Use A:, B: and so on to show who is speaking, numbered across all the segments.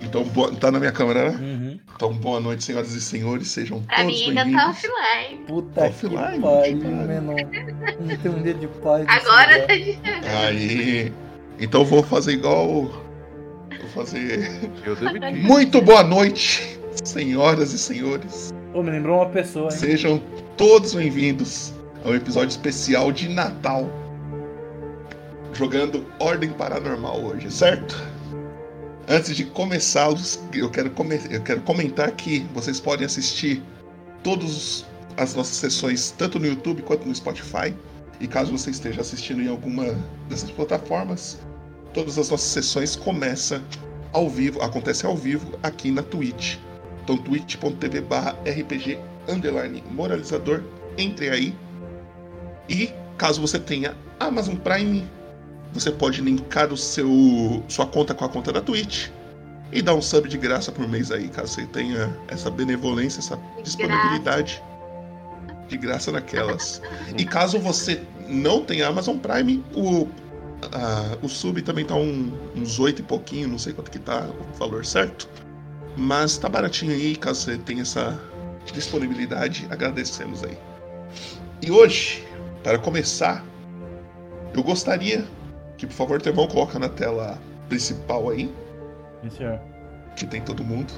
A: Então, boa... tá na minha câmera, né? Uhum. Então, boa noite, senhoras e senhores. Sejam
B: Pra
A: todos
B: mim ainda
A: bem-vindos.
B: tá offline.
C: Puta que
A: Offline,
C: pariu,
A: cara.
C: meu irmão. Não tem um dia de paz. nesse
B: Agora
C: lugar.
B: tá diferente.
A: Aí. Então, eu vou fazer igual. Vou fazer.
D: Eu demiti.
A: Muito boa noite, senhoras e senhores.
C: Ô, me lembrou uma pessoa, hein?
A: Sejam todos bem-vindos ao episódio especial de Natal. Jogando Ordem Paranormal hoje, certo? Antes de começá-los, eu quero, come- eu quero comentar que vocês podem assistir todas as nossas sessões, tanto no YouTube quanto no Spotify. E caso você esteja assistindo em alguma dessas plataformas, todas as nossas sessões começam ao vivo, acontece ao vivo aqui na Twitch. Então twitch.tv barra RPG underline moralizador, entre aí. E caso você tenha Amazon Prime, você pode linkar o seu sua conta com a conta da Twitch e dar um sub de graça por mês aí, caso você tenha essa benevolência, essa disponibilidade de graça naquelas. E caso você não tenha Amazon Prime, o a- o sub também tá um- uns oito e pouquinho, não sei quanto que tá o valor certo. Mas tá baratinho aí, caso você tenha essa disponibilidade, agradecemos aí. E hoje, para começar, eu gostaria que, por favor, Tevão, coloca na tela principal aí,
C: Sim, senhor.
A: que tem todo mundo.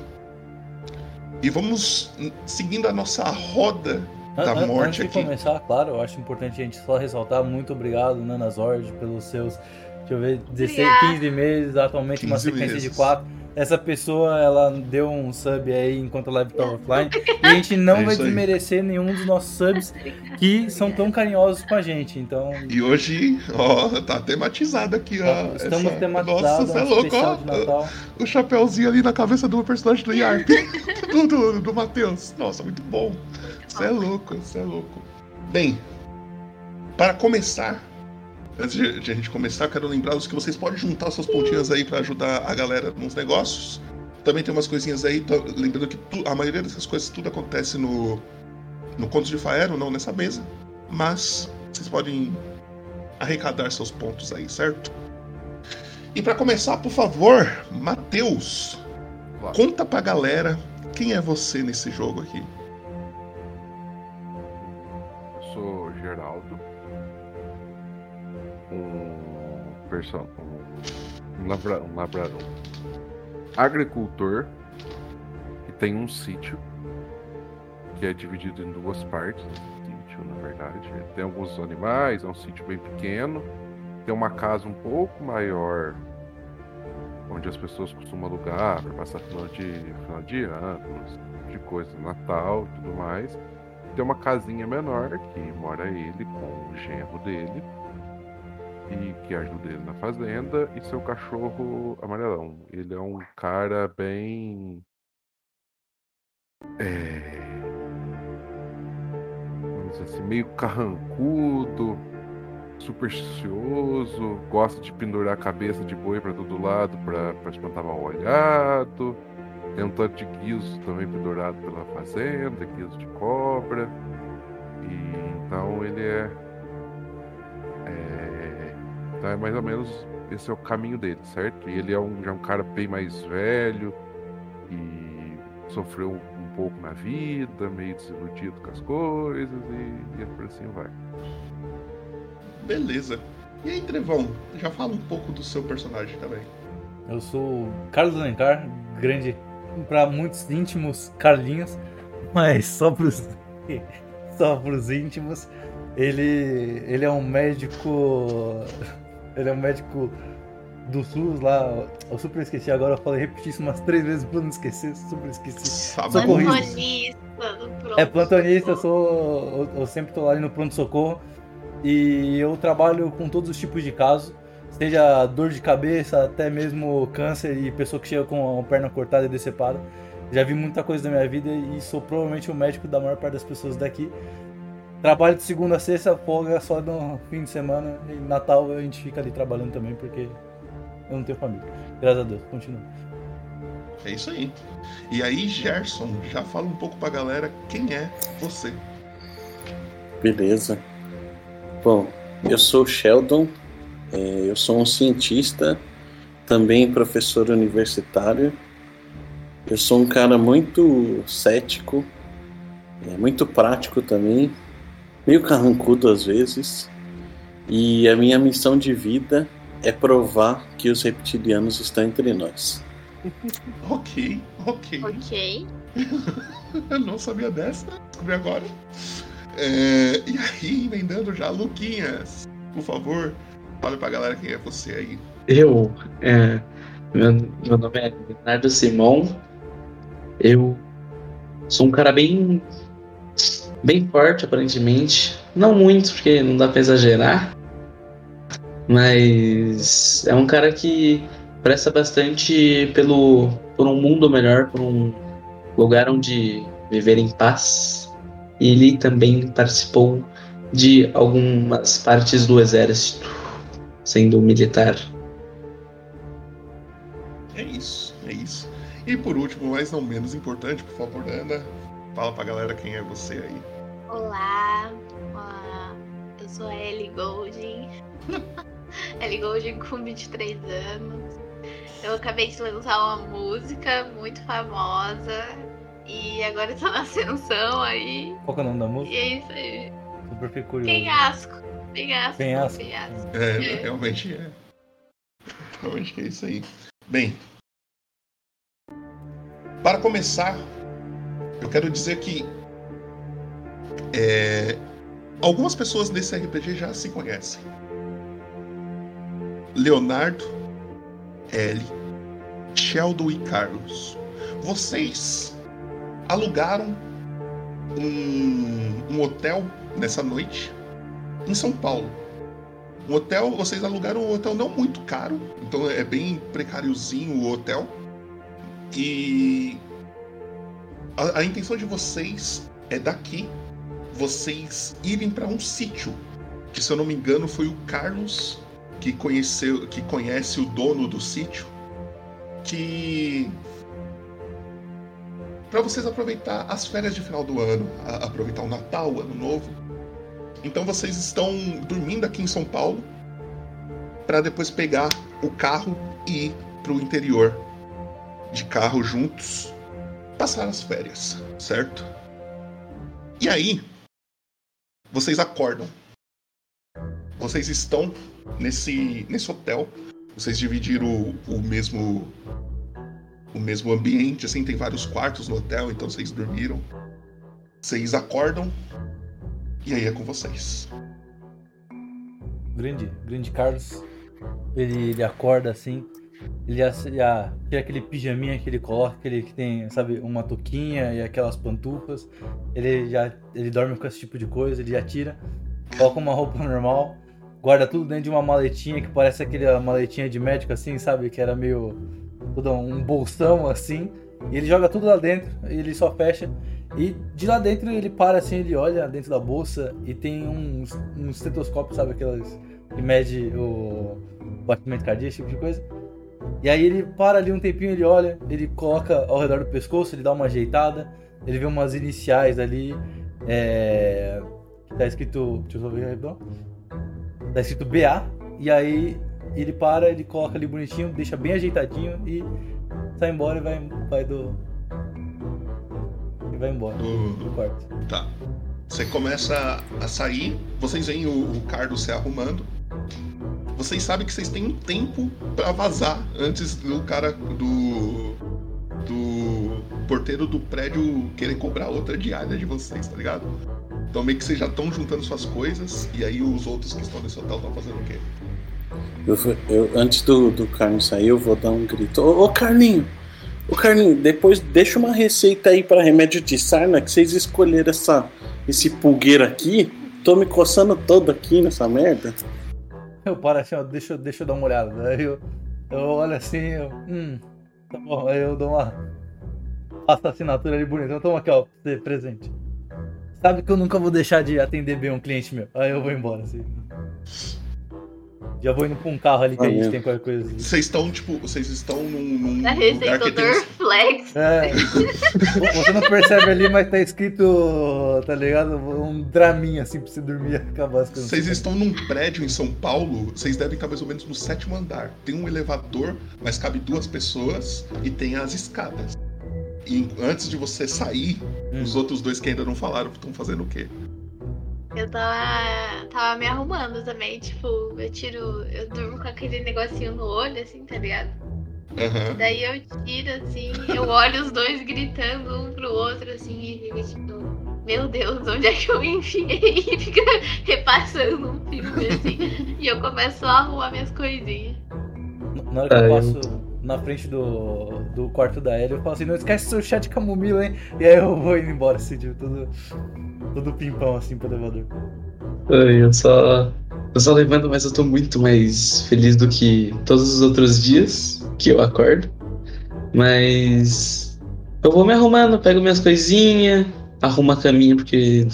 A: E vamos hum, seguindo a nossa roda Da
C: An- an-
A: morte
C: antes de
A: Tá aqui.
C: começar, claro, eu acho importante a gente só ressaltar. Muito obrigado, Nana Zord, pelos seus, deixa eu ver, 16,
B: Obrigada.
C: 15 meses, atualmente uma
A: 15
C: sequência de
A: meses.
C: 4. Essa pessoa, ela deu um sub aí enquanto a live tá offline. E a gente não
A: É
C: vai
A: isso aí.
C: desmerecer nenhum dos nossos subs que são tão carinhosos com a gente. Então,
A: E hoje, ó, tá tematizado aqui, ó.
C: estamos
A: essa-
C: tematizados,
A: Nossa, você
C: é
A: Ah, é
C: um
A: louco,
C: especial
A: ó.
C: de Natal.
A: O chapéuzinho ali na cabeça do personagem do Yarp. do, do, do Matheus. Nossa, muito bom. Você é louco, você é louco. Bem, para começar, antes de, de a gente começar, eu quero lembrar os que vocês podem juntar suas pontinhas aí para ajudar a galera nos negócios. Também tem umas coisinhas aí, tô- lembrando que tu- a maioria dessas coisas tudo acontece no, no Conto de Faero, não nessa mesa. Mas vocês podem arrecadar seus pontos aí, certo? E para começar, por favor, Matheus,
D: Vá.
A: conta pra galera quem é você nesse jogo aqui.
D: Eu sou Geraldo. Um person... um- um, labra... um labrador. Agricultor que tem um sítio que é dividido em duas partes. um Sítio, na verdade. Tem alguns animais, é um sítio bem pequeno. Tem uma casa um pouco maior onde as pessoas costumam alugar para passar final de, final de ano, esse tipo de coisa, Natal e tudo mais. tem uma casinha menor que mora ele com o genro dele e que ajuda ele na fazenda e seu cachorro amarelão. Ele é um cara bem. É. Vamos dizer assim, meio carrancudo, supersticioso, gosta de pendurar a cabeça de boi pra todo lado pra, pra espantar mal olhado. Tem um tanto de guiso também pendurado pela fazenda, guiso de cobra. E então ele é. é então é mais ou menos esse é o caminho dele, certo? E ele é um, já um cara bem mais velho e sofreu um pouco na vida, meio desiludido com as coisas e, e por assim vai.
A: Beleza. E aí, Trevão, já fala um pouco do seu personagem também.
C: Eu sou o Carlos Alencar, grande para muitos íntimos Carlinhos, mas só pros só pros íntimos. Ele ele é um médico ele é um médico do SUS lá, eu super esqueci agora, eu falei repetir isso umas três vezes pra eu não esquecer, super esqueci.
A: Sabe?
C: Socorrista.
B: Plantonista do pronto.
C: É plantonista, eu sou. Eu, eu sempre tô lá ali no pronto-socorro. E eu trabalho com todos os tipos de casos. Seja dor de cabeça, até mesmo câncer e pessoa que chega com a perna cortada e decepada. Já vi muita coisa da minha vida e sou provavelmente o médico da maior parte das pessoas daqui. Trabalho de segunda a sexta, folga só no fim de semana. E Natal a gente fica ali trabalhando também, porque eu não tenho família. Graças a Deus, continua.
A: É isso aí. E aí, Gerson, já fala um pouco pra galera quem é você.
E: Beleza. Bom, eu sou o Sheldon, é, eu sou um cientista também professor universitário. Eu sou um cara muito cético, é, muito prático também, meio carrancudo às vezes. E a minha missão de vida é provar que os reptilianos estão entre nós.
A: Ok, ok.
B: Ok.
A: Eu não sabia dessa, descobri agora. É, e aí, emendando já, Luquinhas, por favor, fale pra galera quem é você aí.
F: Eu, é, meu, meu nome é Leonardo Simão. Eu sou um cara bem, bem forte, aparentemente. Não muito, porque não dá pra exagerar. Mas é um cara que presta bastante pelo, por um mundo melhor, por um lugar onde viver em paz. E ele também participou de algumas partes do exército, sendo militar.
A: É isso, é isso. E por último, mas não menos importante, por favor, Ana, fala pra galera quem é você aí.
B: Olá. Olá. Eu sou a Ellie Golding. Ellie Golding com 23 anos. Eu acabei de lançar uma música muito famosa. E agora eu tô na ascensão aí.
C: Qual que é o nome da música?
B: E é isso aí.
C: Super fiquei curioso.
B: Penhasco. Penhasco.
C: Penhasco.
B: Penhasco.
A: É, realmente é. Realmente é isso aí. Bem, para começar, eu quero dizer que é, algumas pessoas desse RPG já se conhecem. Leonardo, Ellie, Sheldon e Carlos. Vocês alugaram um, um hotel nessa noite em São Paulo. Um hotel, vocês alugaram um hotel não muito caro, então é bem precáriozinho o hotel. E a, a intenção de vocês é daqui vocês irem para um sítio, que se eu não me engano foi o Carlos que conheceu, que conhece o dono do sítio, que para vocês aproveitar as férias de final do ano, a- aproveitar o Natal, o Ano Novo. Então vocês estão dormindo aqui em São Paulo para depois pegar o carro e ir para o interior de carro juntos passar as férias, certo? E aí, vocês acordam. Vocês estão nesse, nesse hotel. Vocês dividiram o, o mesmo o mesmo ambiente, assim, tem vários quartos no hotel, então vocês dormiram. Vocês acordam. E aí é com vocês.
C: Grande, grande Carlos. Ele, ele acorda assim. Ele já, já tira aquele pijaminha que ele coloca, que ele que tem, sabe, uma touquinha e aquelas pantufas. Ele já ele dorme com esse tipo de coisa, ele já tira, coloca uma roupa normal, guarda tudo dentro de uma maletinha que parece aquela maletinha de médico assim, sabe, que era meio todo um bolsão assim. E ele joga tudo lá dentro, e ele só fecha. E de lá dentro ele para assim, ele olha dentro da bolsa e tem um, um estetoscópio, sabe, aquelas e mede o batimento cardíaco, esse tipo de coisa. E aí ele para ali um tempinho, ele olha, ele coloca ao redor do pescoço, ele dá uma ajeitada, ele vê umas iniciais ali, é... que tá escrito... deixa eu só ver rapidão. Tá escrito BA, e aí ele para, ele coloca ali bonitinho, deixa bem ajeitadinho e sai embora e vai, vai do... E vai embora
A: Do-
C: do quarto.
A: Tá. Você começa a sair, vocês veem o, o Carlos se arrumando. Vocês sabem que vocês têm um tempo pra vazar antes do cara do. do porteiro do prédio querer cobrar outra diária de vocês, tá ligado? Então meio que vocês já estão juntando suas coisas e aí os outros que estão nesse hotel estão fazendo o quê?
E: Eu, vou- eu- antes do, do Carlinho sair, eu vou dar um grito. Ô, ô, Carlinho! Ô Carlinho, depois deixa uma receita aí pra remédio de sarna que vocês escolheram essa, esse pulgueiro aqui. Tô me coçando todo aqui nessa merda.
C: Eu paro assim, ó, deixa, eu- deixa eu dar uma olhada. Aí eu, eu olho assim, eu, hum, tá bom. Aí eu dou uma. Faço a assinatura ali bonitão. Toma aqui, ó, pra você presente. Sabe que eu nunca vou deixar de atender bem um cliente meu. Aí eu vou embora, assim. Já vou indo pra um carro ali que a gente
E: Valeu.
C: tem qualquer coisa. assim.
A: Vocês estão, tipo, vocês estão num, num
B: Da
A: lugar que tem
B: receitador
A: uns-
B: flex.
C: É. Você não percebe ali, mas tá escrito, tá ligado? Um draminha assim pra você dormir e acabar as coisas.
A: Vocês estão num prédio em São Paulo, vocês devem estar mais ou menos no sétimo andar. Tem um elevador, mas cabe duas pessoas e tem as escadas. E antes de você sair,
C: Hum.
A: os outros dois que ainda não falaram estão fazendo o quê?
B: Eu tava, tava me arrumando também, tipo, eu tiro, eu durmo com aquele negocinho no olho, assim, tá ligado?
A: Aham.
B: Daí eu tiro, assim, eu olho os dois gritando um pro outro, assim, e fico tipo, meu Deus, onde é que eu me enfiei? E fica repassando um filme, assim, e eu começo a arrumar minhas coisinhas.
C: Na hora que eu
F: Ah, eu
C: passo na frente do, do quarto da Ellie, eu falo assim, não esquece seu chá de camomila, hein? E aí eu vou indo embora, assim, tipo, todo, todo pimpão, assim, pro elevador.
F: Ai, eu só. Eu só levanto, mas eu tô muito mais feliz do que todos os outros dias que eu acordo. Mas. Eu vou me arrumando, pego minhas coisinhas, arrumo a caminha, porque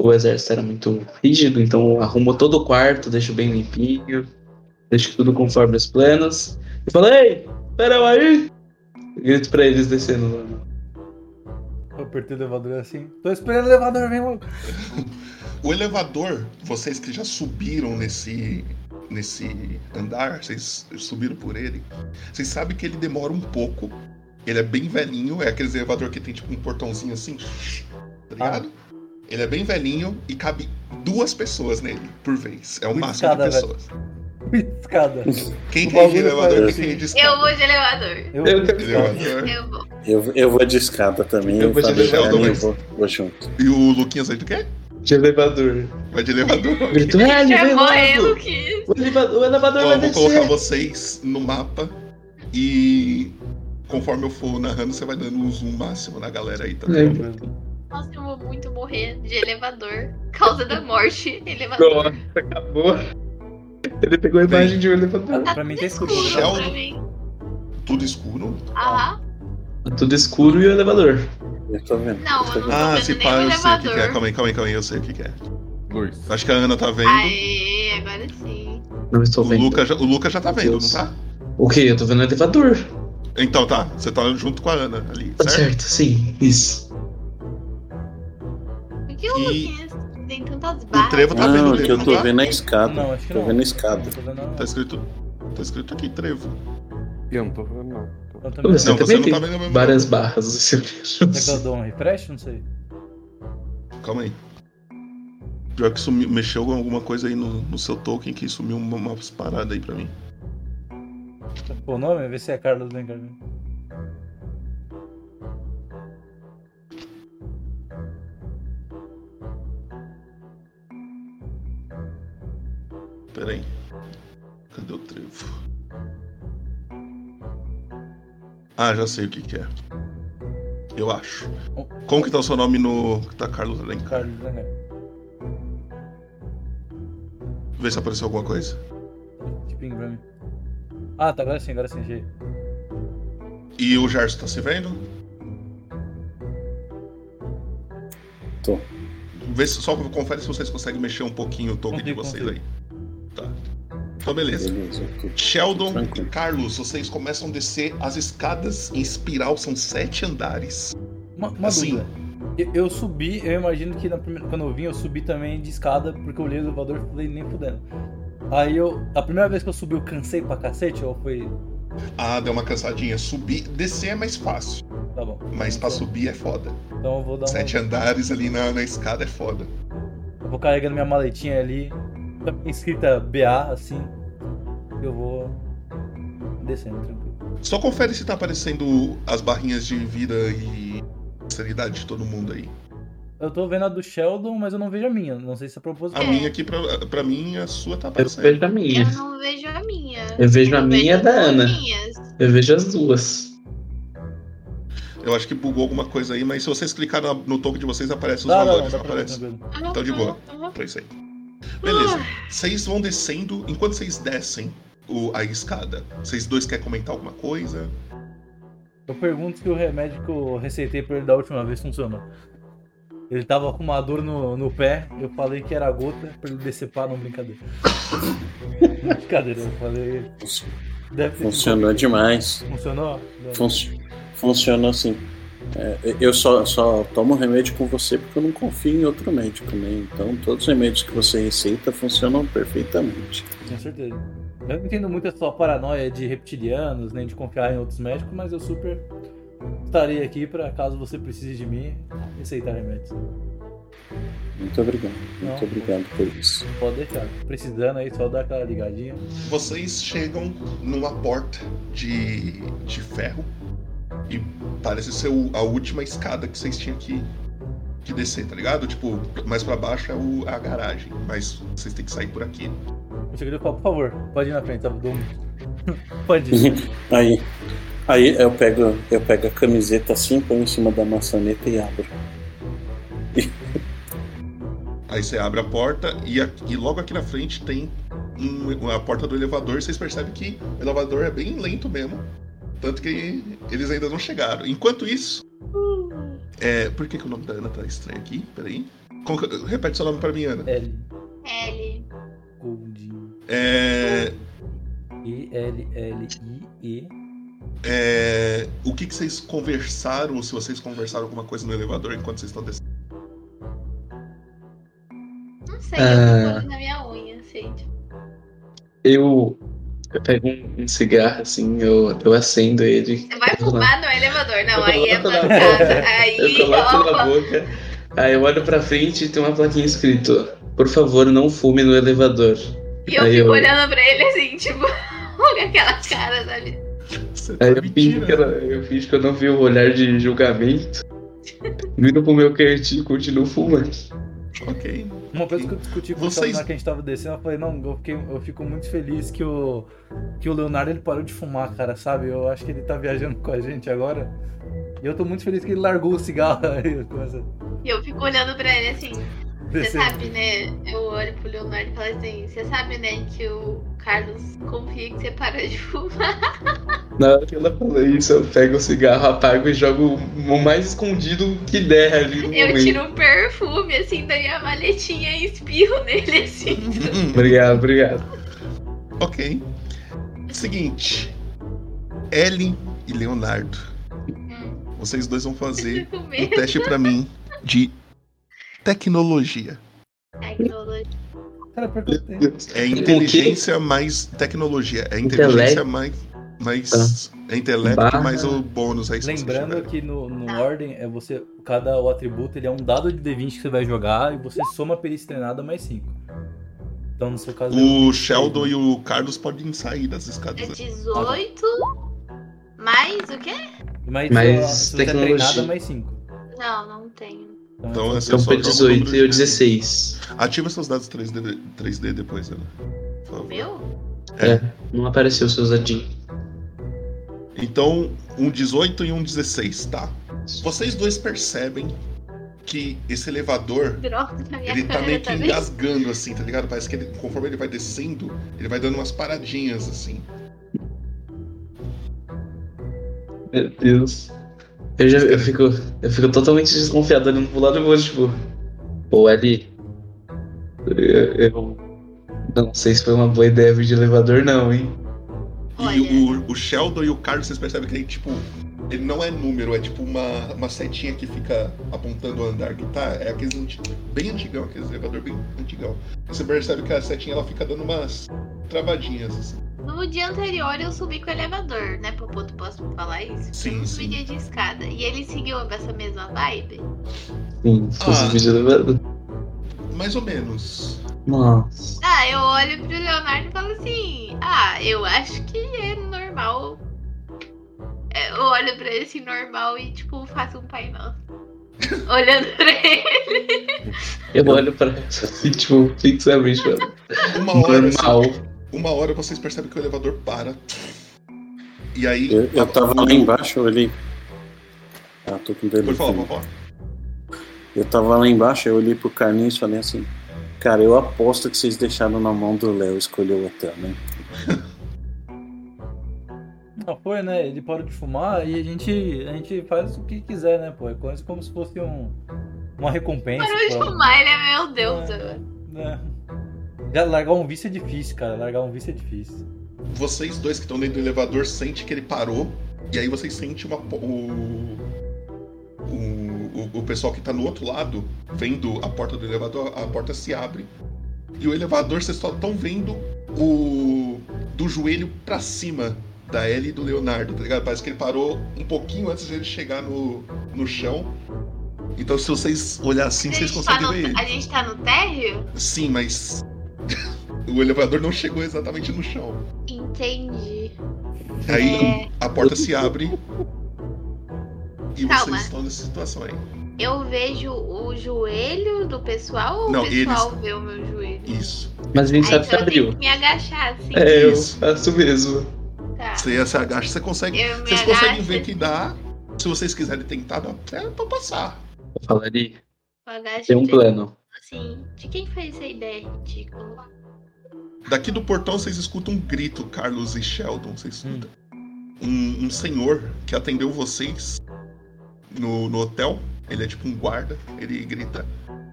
F: o exército era muito rígido, então eu arrumo todo o quarto, deixo bem limpinho, deixo tudo conforme os planos. E falo, ei, pera aí! Grito pra eles descendo lá.
C: Eu apertei o elevador assim, tô esperando o elevador, vem logo.
A: O elevador, vocês que já subiram nesse nesse andar, vocês subiram por ele. Vocês sabem que ele demora um pouco. Ele é bem velhinho, é aquele elevador que tem tipo um portãozinho assim, tá ligado?
C: Ah.
A: Ele é bem velhinho e cabe duas pessoas nele por vez. É o
C: Muito
A: máximo de
C: escada, velho.
A: pessoas.
C: Escada.
A: Quem
C: O
A: quer ir de
C: bagulho assim.
A: elevador, quem
C: parece-
A: quer ir de escada?
B: Eu vou de elevador.
C: Eu,
F: Eu-
A: é
C: escada.
A: Elevador.
B: Eu vou.
E: Eu, eu vou de escada também.
F: Eu vou de
E: falei pra
A: elevador.
E: ela, eu vou, vou junto.
A: E o Luquinhas aí do quê?
F: De elevador.
A: Vai de elevador.
F: Grito, é, ele vem
B: Chamou
F: logo!
B: eu que.
F: O elevador, o elevador
A: Ó, Então,
F: vai
A: eu vou
F: descer.
A: colocar vocês no mapa e conforme eu for narrando, você vai dando um zoom máximo na galera aí, tá
F: É.
A: bom?
B: Nossa, eu vou muito morrer de elevador. Causa da morte, elevador.
F: Pronto, acabou. Ele pegou a
A: Bem.
F: imagem de um elevador.
B: Tá
C: Pra mim
B: tudo
C: tá escuro,
B: escuro
A: né?
B: pra mim.
A: Tudo escuro.
B: Aham.
F: Tá Tudo escuro e o elevador.
E: Eu tô vendo.
B: Não,
E: eu tô vendo.
A: Ah,
B: vendo
A: se
B: nem
A: pá,
B: o
A: eu sei o que,
B: elevador.
A: que é. Calma aí, calma aí, calma aí, eu sei o que, que é.
D: Luiz.
A: Acho que a Ana tá vendo.
B: Aê, agora sim.
F: Não estou
A: o,
F: vendo.
A: Luca já, o Luca já tá vendo,
F: Deus.
A: não tá?
F: O que? Eu tô vendo o elevador.
A: Então tá, você tá junto com a Ana ali,
F: Tá
A: certo?
F: certo, sim. Isso.
B: Por que o
A: E-
B: Luquinhas tem tantas barras?
A: O Trevo tá
E: Não,
A: vendo
E: que eu
A: dele,
E: tô
A: não tá?
F: é
E: vendo a escada.
C: Não, acho que
E: tô
C: não.
E: vendo a escada.
C: Tô vendo-
A: Tá escrito, tá escrito aqui, Trevo.
D: Eu não tô falando, não. Tô-
C: Eu também.
F: Você
A: Não, você
F: também
A: não
F: tem
A: tá vendo mesmo.
F: várias barras no seu
C: Será que eu
F: livro.
C: dou um refresh? Não sei.
A: Calma aí. Pior que sumiu, mexeu com alguma coisa aí no, no seu token que sumiu uma- umas paradas aí pra mim.
C: Pô, o nome? Vê se é Carlos Benjamin.
A: Pera aí. Cadê o trevo? Ah, já sei o que que é. Eu acho. Como que tá o seu nome no... Tá Carlos Alencar.
C: Carlos Benjamin.
A: Vê se apareceu alguma coisa.
C: Tipo em Grammy. Ah, tá, agora sim, agora sim, achei.
A: E o Gerson tá se vendo?
E: Tô.
A: Vê se, só confere se vocês conseguem mexer um pouquinho o token de
C: Consigo,
A: vocês
C: consigo.
A: aí. Tá. Então beleza.
E: Beleza, eu tô-
A: Sheldon e
E: Tranquilo.
A: Carlos, vocês começam a descer as escadas em espiral, são sete andares.
C: Uma, uma
A: Assim.
C: dúvida. Eu, eu subi, eu imagino que na primeira- quando eu vim, eu subi também de escada, porque eu olhei o elevador e falei, nem fudendo. Aí eu. A primeira vez que eu subi, eu cansei pra cacete, ou foi.
A: Ah, deu uma cansadinha. Subir, descer é mais fácil,
C: Tá bom.
A: mas pra subir é foda.
C: Então eu vou dar uma.
A: Sete andares ali na, na escada é foda.
C: Eu vou carregando minha maletinha ali, tá escrita BA, assim. e Eu vou. descendo, tranquilo.
A: Só confere se tá aparecendo as barrinhas de vida e sanidade de todo mundo aí.
C: Eu tô vendo a do Sheldon, mas eu não vejo a minha. Não sei se é propósito.
A: A minha aqui, pra, pra mim, a sua tá
F: Eu
A: aparecendo.
F: vejo a minha.
B: Eu não vejo a minha.
F: Eu vejo a minha e a da
B: as
F: Ana.
B: minhas.
F: Eu vejo as duas.
A: Eu acho que bugou alguma coisa aí, mas se vocês clicarem na- no token de vocês, aparece os
C: Dá, dá,
A: valores.
C: dá
A: Não,
C: pra ver,
A: aparece.
C: tranquilo.
B: Uhum,
A: Então, de boa.
B: uhum.
A: Foi isso aí. Beleza. Vocês vão descendo, enquanto vocês descem o- a escada, vocês dois querem comentar alguma coisa?
C: Eu pergunto se o remédio que eu receitei pra ele da última vez funcionou. Ele tava com uma dor no, no pé, eu falei que era gota pra ele decepar, não, brincadeira. brincadeira, eu falei.
E: Fun-
C: Deve ter sido-
E: Funcionou demais.
C: Funcionou? Não.
E: Fun- funciona assim. É, eu só, só tomo remédio com você porque eu não confio em outro médico, né? Então todos os remédios que você receita funcionam perfeitamente.
C: Com certeza. Eu não entendo muito essa sua paranoia de reptilianos, nem de confiar em outros médicos, mas eu super estarei aqui para caso você precise de mim, receitar remédios.
E: Muito obrigado, muito
C: Não.
E: obrigado por isso.
C: Pode deixar. Precisando aí, só dar aquela ligadinha.
A: Vocês chegam numa porta de, de ferro e parece ser o- a última escada que vocês tinham que, que descer, tá ligado? Tipo, mais pra baixo é o- a garagem, mas vocês têm que sair por aqui.
C: Eu cheguei e falo, por favor, pode ir na frente, tá? Dou um- pode ir.
E: Aí, aí eu pego, eu pego a camiseta assim, ponho em cima da maçaneta e abro.
A: Aí você abre a porta e, a- e logo aqui na frente tem um- a porta do elevador. Vocês percebem que o elevador é bem lento mesmo. Tanto que eles ainda não chegaram. Enquanto isso. É, por que, que o nome da Ana tá estranho aqui? Peraí. Como que- repete seu nome pra mim, Ana.
C: L.
B: L.
C: Goldinho.
A: É,
C: E, L, L, I, E.
A: é, o que, que vocês conversaram, ou se vocês conversaram alguma coisa no elevador enquanto vocês estão descendo?
B: Não sei,
F: Ah.
B: eu tô na minha unha, assim. Tipo,
F: Eu, eu pego um, um cigarro assim, eu, eu acendo ele.
B: vai fumar no elevador, não,
F: Eu
B: aí é
F: coloco na
B: pancada.
F: boca. Eu
B: Aí,
F: coloco na
B: ó,
F: boca. Aí eu olho pra frente e tem uma plaquinha escrito: Por favor, não fume no elevador.
B: e eu
F: Aí
B: fico
F: eu-
B: olhando pra ele assim, tipo, com aquela cara, sabe?
A: Você tá
F: Aí É, eu finjo, que
A: mentindo.
F: eu, eu finjo que eu não vi o olhar de julgamento. Viro pro meu cantinho e continuo fumando.
A: Ok.
C: Uma coisa que eu discuti com
A: Vocês-
C: o Leonardo que a gente tava descendo, eu falei, não, eu, fiquei- eu fico muito feliz que o, que o Leonardo ele parou de fumar, cara, sabe? Eu acho que ele tá viajando com a gente agora. E eu tô muito feliz que ele largou o cigarro aí, começa a
B: E eu fico olhando pra ele assim, você
C: descer.
B: sabe, né? Eu olho pro Leonardo e falo assim, você sabe, né, que o Carlos confia que você para de fumar.
F: Na hora que ela falou isso, eu pego o cigarro, apago e jogo o mais escondido que der ali no
B: Eu
F: momento.
B: tiro um perfume, assim, da minha maletinha e espirro nele, assim.
F: Obrigado, obrigado.
A: ok. Seguinte. Ellen e Leonardo.
B: Hum,
A: Vocês dois vão fazer
B: fico com
A: um
B: medo.
A: teste pra mim de tecnologia.
B: Tecnologia.
C: Cara, perguntei.
A: É inteligência mais tecnologia. É inteligência mais. mais é intelecto
F: Tá. Barra.
A: mais o bônus aí. se vocês
C: Lembrando
A: tiverem.
C: que no, no
B: Tá.
C: Ordem, é você, cada o atributo ele é um dado de D20 que você vai jogar e você soma a perícia treinada mais 5. Então, no seu caso,
A: O Sheldon e o Carlos podem sair das
B: É
A: escadas.
B: 18 mais o quê?
C: mais,
F: Mas
C: se você é
F: tecnologia.
C: treinada mais 5.
B: Não, não tenho.
A: Então, assim,
F: Então
A: eu só
F: foi
A: jogo o
F: 18 e eu
A: número de-
F: 16.
A: Ativa seus dados 3D, 3D depois, Ana. Por favor.
B: Meu?
F: Não apareceu, seu Zadinho.
A: Então, um 18 e um 16, tá? Vocês dois percebem que esse elevador
B: Droga, minha
A: Ele tá
B: câmera
A: meio que
B: também.
A: engasgando, assim, tá ligado? Parece que ele, conforme ele vai descendo, ele vai dando umas paradinhas, assim.
F: Meu Deus. Eu já eu fico, eu fico totalmente desconfiado olhando pro lado e vou, tipo. Pô, Eli. Eu, eu não sei se foi uma boa ideia vir de elevador, não, hein?
A: E
B: Olha.
A: o, o Sheldon e o Carlos, vocês percebem que ele, tipo, ele não é número, é tipo uma, uma setinha que fica apontando o andar que tá. É aqueles anti- bem antigão, aqueles elevador bem antigão. E você percebe que a setinha ela fica dando umas travadinhas, assim.
B: No dia anterior eu subi com o elevador, né, Popoto? Posso falar isso?
A: Sim,
B: eu não
A: sim.
B: subi dia de escada. E ele seguiu essa mesma vibe?
F: Sim, se fosse
A: Ah.
F: vir de elevador.
A: Mais ou menos.
F: Nossa.
B: Ah, eu olho pro Leonardo e falo assim: Ah, eu acho que é normal. É, Eu olho pra ele assim, normal e, tipo, faço um pai nosso. Olhando pra ele.
F: Eu olho pra assim, tipo, fixamente, mano.
A: Uma hora, assim,
F: Normal.
A: uma hora vocês percebem que o elevador para. E aí.
E: Eu, eu tava lá embaixo, eu olhei. Ah, tô com
A: Por favor,
E: delírio.
A: por favor.
E: Eu tava lá embaixo, eu olhei pro Carlinhos e falei assim: Cara, eu aposto que vocês deixaram na mão do Léo escolher o hotel, né?
C: Não, foi, né? Ele parou de fumar e a gente, a gente faz o que quiser, né, pô? É quase como se fosse um, uma recompensa.
B: Parou de
C: pô.
B: fumar, ele é meu Deus.
C: É,
B: eu-
C: né? Já largar um vício é difícil, cara. Largar um vício é difícil.
A: Vocês dois que estão dentro do elevador sentem que ele parou E aí vocês sentem uma, po- o, o, o, o pessoal que tá no outro lado vendo a porta do elevador, a porta se abre. E o elevador, vocês só estão vendo o. do joelho pra cima da Ellie e do Leonardo, tá ligado? Parece que ele parou um pouquinho antes de ele chegar no, no chão. Então se vocês olharem assim,
B: A
A: vocês
B: gente, tá
A: conseguem
B: no,
A: ver ele.
B: a gente tá no térreo?
A: Sim, mas. o elevador não chegou exatamente no chão.
B: Entendi.
A: Aí
B: É,
A: a porta se abre. E
B: Calma.
A: vocês estão nessa situação aí.
B: eu vejo o joelho do pessoal ou
A: Não,
B: o pessoal vê o meu joelho?
A: Isso.
F: Mas
B: Ah,
F: ninguém sabe é se
B: então eu tenho
F: abriu.
B: que me agachar assim.
F: É, eu
A: Isso.
F: faço mesmo.
B: Tá.
A: Você se agacha, você consegue.
B: Eu me
A: Vocês
B: agacho.
A: conseguem ver que dá. Se vocês quiserem tentar, dá até pra passar.
F: Eu falaria,
B: eu agacho
F: tem um
B: de-
F: plano.
B: Assim, de quem foi essa ideia tá ridícula?
A: Daqui do portão vocês escutam um grito, Carlos e Sheldon. Vocês escutam. Um, um senhor que atendeu vocês no, no hotel. Ele é tipo um guarda. Ele grita: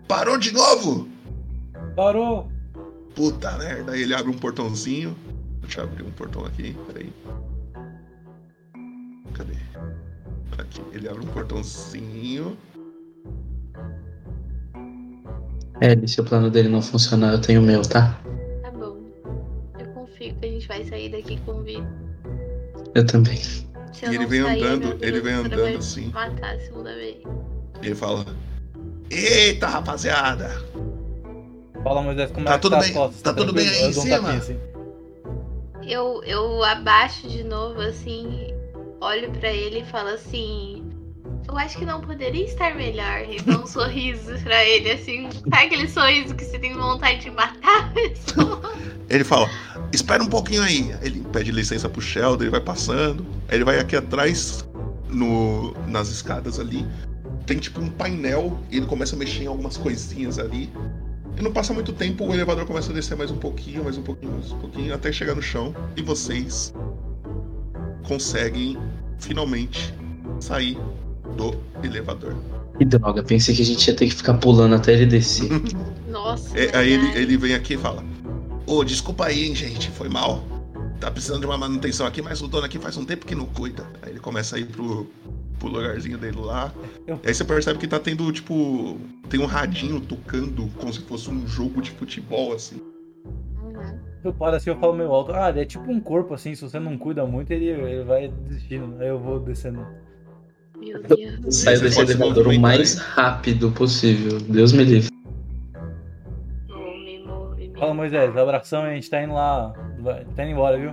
A: Parou de novo!
C: Parou!
A: Puta merda, aí ele abre um portãozinho. Deixa eu abrir um portão aqui, peraí. Cadê? Aqui, ele abre um portãozinho.
F: É, se o plano dele não funcionar, eu tenho o meu, tá?
B: Tá bom. Eu confio que a gente vai sair daqui com vida.
F: Eu também.
B: Se eu
A: e ele
B: não
A: vem
B: sair,
A: andando,
B: meu
A: ele vem
B: Deus,
A: andando
B: vai me
A: assim.
B: matar a segunda vez.
A: E ele fala: Eita rapaziada!
C: Fala, Moisés, como
A: Tá
C: é que
A: tudo
C: tá as
A: bem-
C: costas?
A: tá tudo
C: tranquilo?
A: bem aí
C: Eu dou
A: em
C: um
A: cima?
C: tapinha, assim.
B: Eu, eu abaixo de novo, assim, olho pra ele e falo assim. Eu acho que não poderia estar melhor. E dou um sorriso pra ele, assim. Sabe aquele sorriso que você tem vontade de matar a pessoa?
A: Ele fala: Espera um pouquinho aí. Ele pede licença pro Sheldon, ele vai passando. Aí ele vai aqui atrás, no, nas escadas ali. Tem tipo um painel e ele começa a mexer em algumas coisinhas ali. E não passa muito tempo, o elevador começa a descer mais um pouquinho, mais um pouquinho, mais um pouquinho, até chegar no chão. E vocês conseguem finalmente sair do elevador.
F: Que droga, pensei que a gente ia ter que ficar pulando até ele descer.
B: Nossa.
A: É, aí ele,
B: verdade.
A: ele vem aqui e fala: Ô, desculpa aí, hein, gente, foi mal. Tá precisando de uma manutenção aqui, mas o dono aqui faz um tempo que não cuida. Aí ele começa a ir pro, pro lugarzinho dele lá.
C: Eu-
A: E aí você percebe que tá tendo, tipo, tem um radinho tocando como se fosse um jogo de futebol, assim.
B: Uhum.
C: Eu paro assim, eu falo meio alto. Ah, ele é tipo um corpo assim, se você não cuida muito, ele, ele vai desistindo. Aí eu vou descendo.
B: Meu Deus.
F: Saio
A: Você
F: desse
A: pode se
F: elevador o
A: movimentar,
F: mais rápido possível. Deus me livre.
B: Vou me movimentar.
C: Fala, Moisés, abração, hein? a gente tá indo lá. Vai, tá indo embora, viu?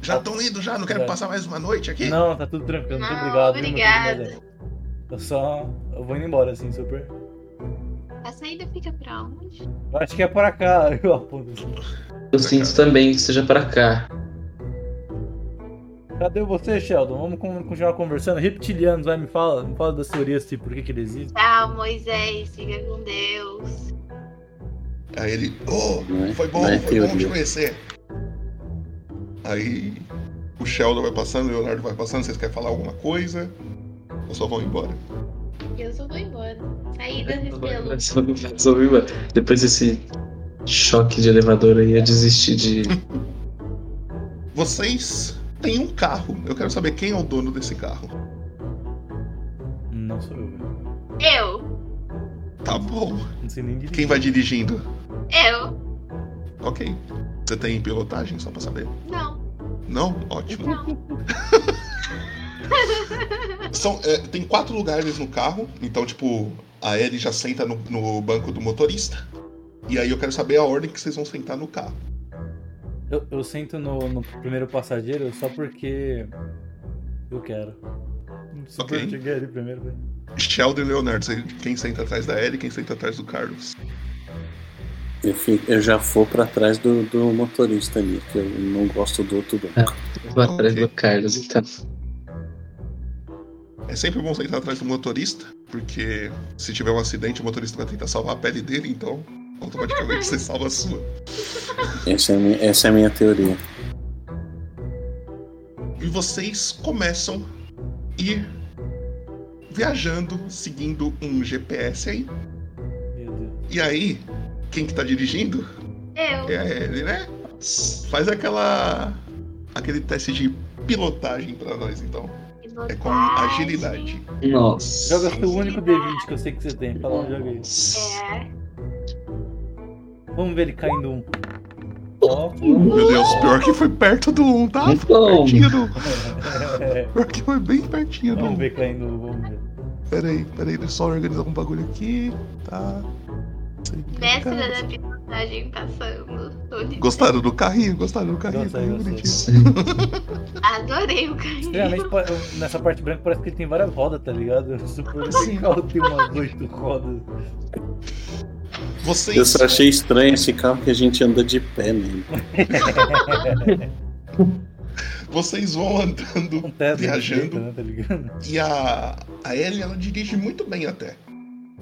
A: Já tão indo já? Não quero
C: Verdade.
A: passar mais uma noite aqui?
C: Não, tá tudo tranquilo, muito
B: Não,
C: obrigado. viu, muito
B: obrigada.
C: Eu só. Eu vou indo embora assim, super.
B: A saída fica pra onde?
C: Eu acho que é pra cá, eu aponto assim.
F: Eu sinto também que seja pra cá.
C: Cadê você, Sheldon? Vamos con- continuar conversando. Reptilianos, vai, me fala, me fala das teorias, tipo, por que, que eles existem.
B: Tchau, Ah, Moisés. Fica com Deus.
A: Aí ele, ô,
E: Não é-
A: foi bom,
E: não é
A: foi bom te
E: teoria.
A: conhecer. Aí o Sheldon vai passando, o Leonardo vai passando, vocês querem falar alguma coisa? Ou só vão embora?
B: Eu só vou embora. Saída pelo.
F: Só- só vi, mano. Depois desse choque de elevador aí, eu desisti de.
A: Vocês têm um carro. Eu quero saber quem é o dono desse carro.
C: Não sou eu, velho.
B: Eu!
A: Tá bom.
C: Não sei nem dirigir.
A: Quem vai dirigindo?
B: Eu!
A: Ok. Você tem pilotagem, só pra saber?
B: Não,
A: Não? Ótimo.
B: não.
A: São, é, tem quatro lugares no carro. Então, tipo, a Ellie já senta no, no banco do motorista. E aí eu quero saber a ordem que vocês vão sentar no carro.
C: Eu, eu sento no, no primeiro passageiro só porque. Eu quero. Super
A: Ok.
C: cheguei ali primeiro, velho.
A: Sheldon e Leonardo, você- quem senta atrás da Ellie, quem senta atrás do Carlos.
E: Eu, fi- eu já vou pra trás do, do motorista ali, que eu não gosto do outro banco.
F: Eu Vou atrás
A: Ok.
F: do Carlos, então.
A: É sempre bom sentar atrás do motorista, porque se tiver um acidente, o motorista vai tentar salvar a pele dele, então automaticamente você salva a sua.
E: Essa é, a minha- essa é a minha teoria.
A: E vocês começam a ir viajando, seguindo um GPS aí.
C: Meu Deus.
A: E aí, quem que tá dirigindo?
B: Eu!
A: É a Ellie, né? Faz aquela. aquele teste de pilotagem pra nós então. É com agilidade.
F: Nossa.
C: Joga seu único D20 que eu sei que você tem. Fala, joga isso.
B: É.
C: Vamos ver ele caindo um. Ó,
A: Meu Deus, pior que foi perto do 1, tá? Foi
F: Então.
A: pertinho do.
C: é.
A: Pior que foi bem pertinho do
C: Vamos
A: 1.
C: ver caindo um, vamos ver.
A: Peraí, peraí, deixa eu só organizar um bagulho aqui. Tá. Sem
B: Mestre
A: pecar.
B: da pilotagem passando. Tô de-
A: Gostaram do carrinho? Gostaram do carrinho?
C: Gostei,
A: Foi
C: gostei.
A: bonitinho.
B: Adorei o caminho.
C: Realmente, pa- nessa parte branca parece que ele tem várias rodas, tá ligado? Eu super
A: Sim.
C: esse carro tem umas oito rodas.
A: Vocês.
E: Eu só achei estranho esse carro que a gente anda de pé nele.
A: Vocês vão andando
C: Acontece. desse
A: Viajando.
C: jeito, né, tá ligado?
A: e a, a Ellie ela dirige muito bem até.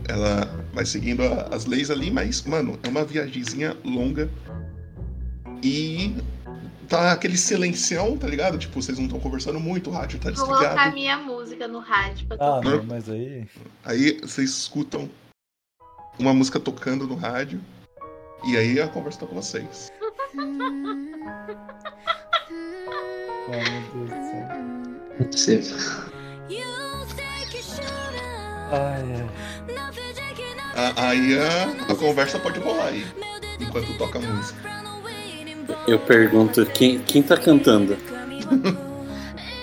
A: Ela vai seguindo a- as leis ali, mas, mano, é uma viagemzinha longa. E tá aquele silencião, tá ligado? Tipo, vocês não estão conversando muito, o rádio tá
B: Vou colocar
A: desligado.
B: minha música no rádio pra
C: Ah,
B: tocar.
C: não, mas aí.
A: Aí vocês escutam uma música tocando no rádio. E aí a conversa tá com vocês.
C: Oh, meu Deus do céu.
F: Não é possível.
C: Ai, ai.
A: A, aí a, a conversa pode rolar aí, enquanto toca a música.
E: Eu pergunto, quem, quem tá cantando?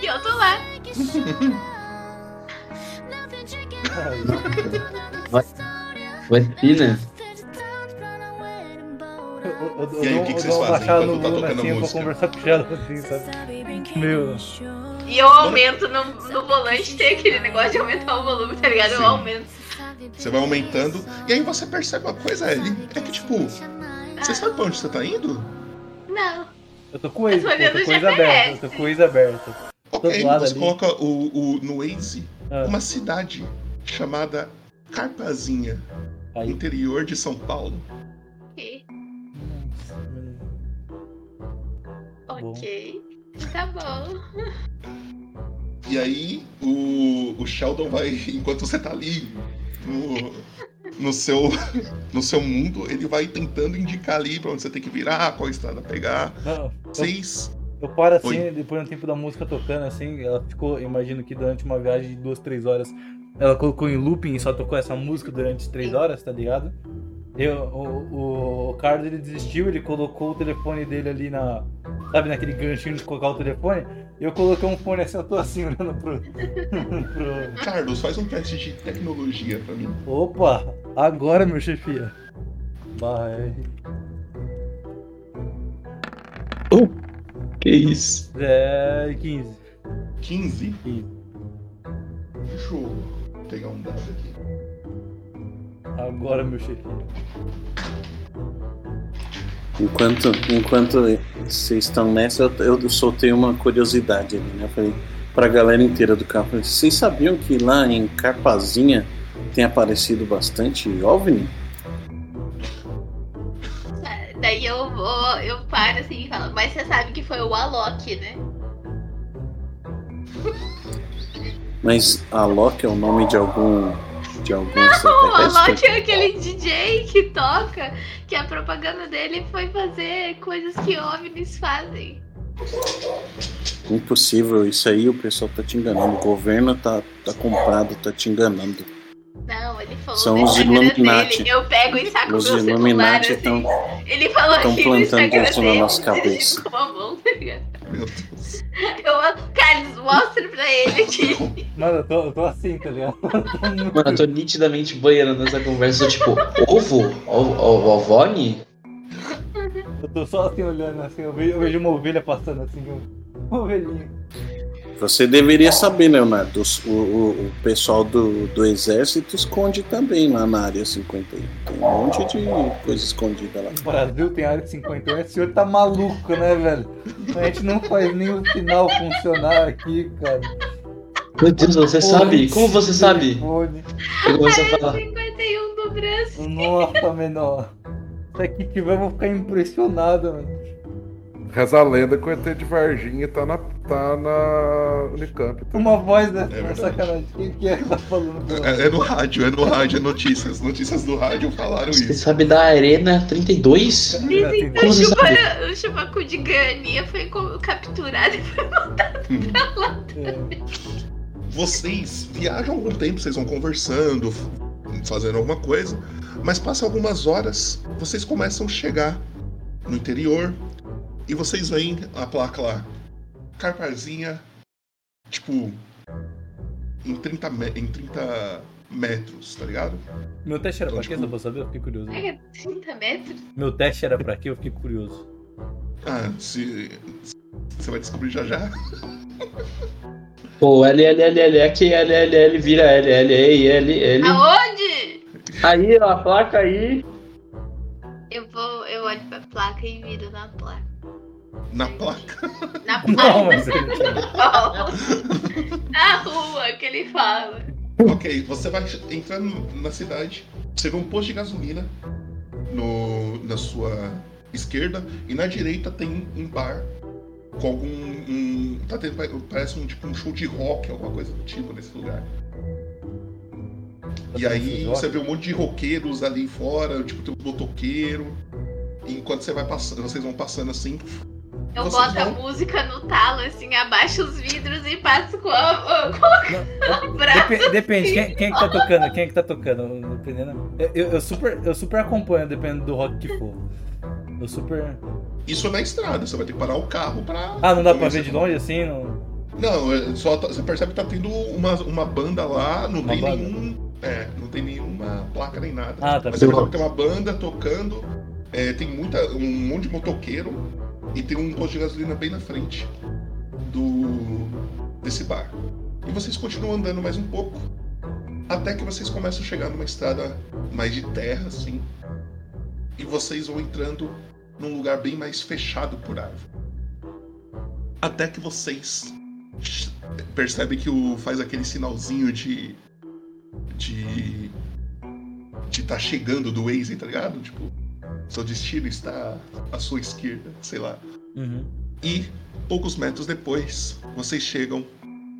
B: E eu tô lá.
C: ai.
F: Vai ter, né?
C: Eu, eu, eu,
A: E aí,
C: dou-
A: o que que
C: eu
A: vocês
C: dou uma
A: fazem
C: baixada no
A: enquanto tá
C: volume
A: tocando
C: assim,
A: a
C: eu vou
A: música?
C: conversar com o Shadow assim, sabe? Meu.
B: E eu aumento no, no volante, tem aquele negócio de aumentar o volume, tá ligado?
A: Sim.
B: Eu aumento.
A: Você vai aumentando. E aí você percebe uma coisa, Ellie. É que, tipo, você sabe pra onde você tá indo?
B: Não.
C: Eu tô com ele, pô,
B: Eu tô
C: eu tô
B: olhando
C: com
B: o
C: eles abertos, eu tô com eles abertos.
A: Ok,
C: Do lado
A: você
C: ali.
A: é, coloca o, o- no Waze
C: Ah.
A: uma cidade chamada Carpazinha,
C: Aí.
A: interior de São Paulo.
B: Ok.
C: Hum,
B: Ok. Tá bom.
A: E aí o, o Sheldon vai, enquanto você tá ali no, no, seu, no seu mundo, ele vai tentando indicar ali pra onde você tem que virar, qual estrada pegar.
C: Não, eu,
A: Vocês.
C: eu paro assim,
A: Oi.
C: depois no tempo da música tocando, assim, ela ficou, imagino que durante uma viagem de duas, três horas, ela colocou em looping e só tocou essa música durante três horas, tá ligado? Eu, o, o, o Carlos, ele desistiu, ele colocou o telefone dele ali na. Sabe, naquele ganchinho de colocar o telefone? Eu coloquei um fone assim, eu tô assim, olhando pro. pro...
A: Carlos, faz um teste de tecnologia pra mim.
C: Opa! Agora, meu chefia! Barra R.
F: Que isso?
C: É. 15.
A: 15?
C: Sim.
A: Deixa eu pegar um dado aqui.
C: Agora, meu chefia.
E: Enquanto, enquanto vocês estão nessa, eu, eu soltei uma curiosidade ali, né? Falei pra galera inteira do carro. falei, Vocês sabiam que lá em Carpazinha tem aparecido bastante OVNI?
B: Daí eu vou, eu paro assim e falo, mas você sabe que foi o Alok, né?
E: Mas a Loki é o nome de algum. De algum
B: O Alok
E: extraterrestre?
B: é aquele DJ que toca, que a propaganda dele foi fazer coisas que OVNIs fazem.
E: Impossível, isso aí o pessoal tá te enganando. O governo tá, tá comprado, tá te enganando.
B: Não, ele falou
E: São
B: no
E: os
B: Instagram
E: Illuminati.
B: dele. Eu pego e saco
E: Os
B: meu celular
E: Illuminati então,
B: assim.
E: estão
B: Ele falou
E: tão
B: aqui no
E: plantando
B: Instagram
E: isso na
B: dele,
E: nossa cabeça.
B: Com a mão, tá ligado?
A: Meu Deus.
B: Eu, Carlos, mostra pra ele aqui.
C: Mano, eu tô, eu tô assim, tá ligado?
F: Mano, eu tô nitidamente banheirando nessa conversa. eu tô Tipo, ovo? Ovo? ovo- Ovone?
C: Eu tô só assim olhando assim, eu vejo, eu vejo uma ovelha passando assim, um uma ovelhinha.
E: Você deveria saber, né, Leonardo. os- O, o- o pessoal do, do exército esconde também lá na área 51. Tem um monte de coisa escondida lá.
C: No Brasil tem área de 51, esse senhor tá maluco, né, velho? A gente não faz nem o sinal funcionar aqui, cara.
F: Meu Deus, você sabe? Como você sabe?
C: Telefone.
F: Eu começo
B: é
F: a falar.
B: 51 do Brasil.
C: Nossa, menor. Se aqui tiver, eu vou ficar impressionado, mano.
D: Reza a lenda que o ET de Varginha tá na, tá na Unicamp. Tá?
C: Uma voz dessa,
A: É
C: uma
A: verdade.
C: sacanagem. Quem que é que tá falando? com ela?
A: É, é no rádio, é no rádio, é notícias. Notícias do rádio falaram
F: Você
A: isso.
F: sabe da Arena 32?
C: Tem-
A: É.
F: Como você sabe?
B: O chupacu de Gania foi co- capturado.
C: É.
A: vocês viajam algum tempo, vocês vão conversando, fazendo alguma coisa, mas passa algumas horas, vocês começam a chegar no interior e vocês veem a placa lá, Carparzinha, tipo, em 30, me- em 30 metros, tá ligado? Então, tipo,
C: Meu teste era pra quê? Só pra saber, eu fiquei curioso.
B: Pega 30 é metros?
C: Meu teste era pra quê? Eu fiquei curioso.
A: Ah, se. Você vai descobrir já já.
F: Pô, L, L, L, L, aqui, L, L, L, vira L, L, E, L, L.
B: Aonde?
F: Aí, ó, a placa aí.
B: Eu vou, eu olho pra placa e viro na placa.
A: Na placa.
B: Na
C: Não,
B: placa.
C: mas é ele-
B: na rua que ele fala.
A: Ok, você vai entrar no- na cidade, você vê um posto de gasolina no, na sua esquerda e na direita tem um bar com algum. um- tá tendo, pa- parece um tipo um show de rock, alguma coisa do tipo nesse lugar.
C: Tá
A: E aí você vê um monte de roqueiros ali fora, tipo, tem um motoqueiro. E enquanto você vai passando, vocês vão passando assim,
B: Eu
A: Vocês
B: boto a
A: vão-
B: música no talo, assim, abaixo os vidros e passo com a. com
C: Não,
B: o braço.
C: Depe- depende, quem, quem é que tá tocando? Quem é que tá tocando? Dependendo. Eu, eu- eu super, eu super acompanho, dependendo do rock que for. Eu super.
A: Isso é na estrada, você vai ter que parar o carro pra.
C: Ah, não dá pra ver de longe assim? Não...
A: Não, é só tá- você percebe que tá tendo uma, uma banda lá, não
C: Uma
A: tem
C: banda.
A: nenhum. É, não tem nenhuma placa nem nada.
C: Ah, tá.
A: Mas você
C: bom.
A: percebe que tem uma banda tocando, é, tem muita, um monte de motoqueiro e tem um posto de gasolina bem na frente do desse bar. E vocês continuam andando mais um pouco. Até que vocês começam a chegar numa estrada mais de terra, assim. E vocês vão entrando num lugar bem mais fechado por árvore. Até que vocês ch- percebem que o faz aquele sinalzinho de. de. de tá chegando do Waze, tá ligado? Tipo, seu destino está à sua esquerda, sei lá.
C: Uhum.
A: E poucos metros depois, vocês chegam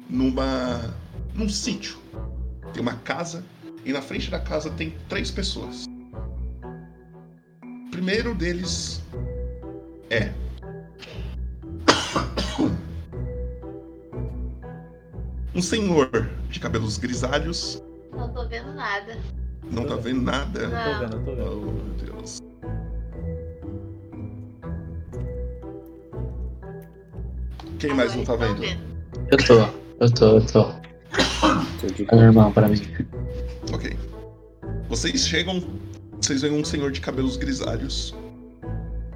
A: numa num sítio. Tem uma casa e na frente da casa tem três pessoas. O primeiro deles é um senhor de cabelos grisalhos,
B: Não tô vendo nada.
A: não tá vendo nada.
C: Tô
B: Não.
C: vendo, tô vendo.
A: Oh, meu Deus. Quem mais não tá
B: Agora
A: vendo?
B: estão
F: Eu tô, eu tô, eu tô.
E: Tô de
F: É normal pra mim.
A: Ok. Vocês chegam, vocês veem um senhor de cabelos grisalhos,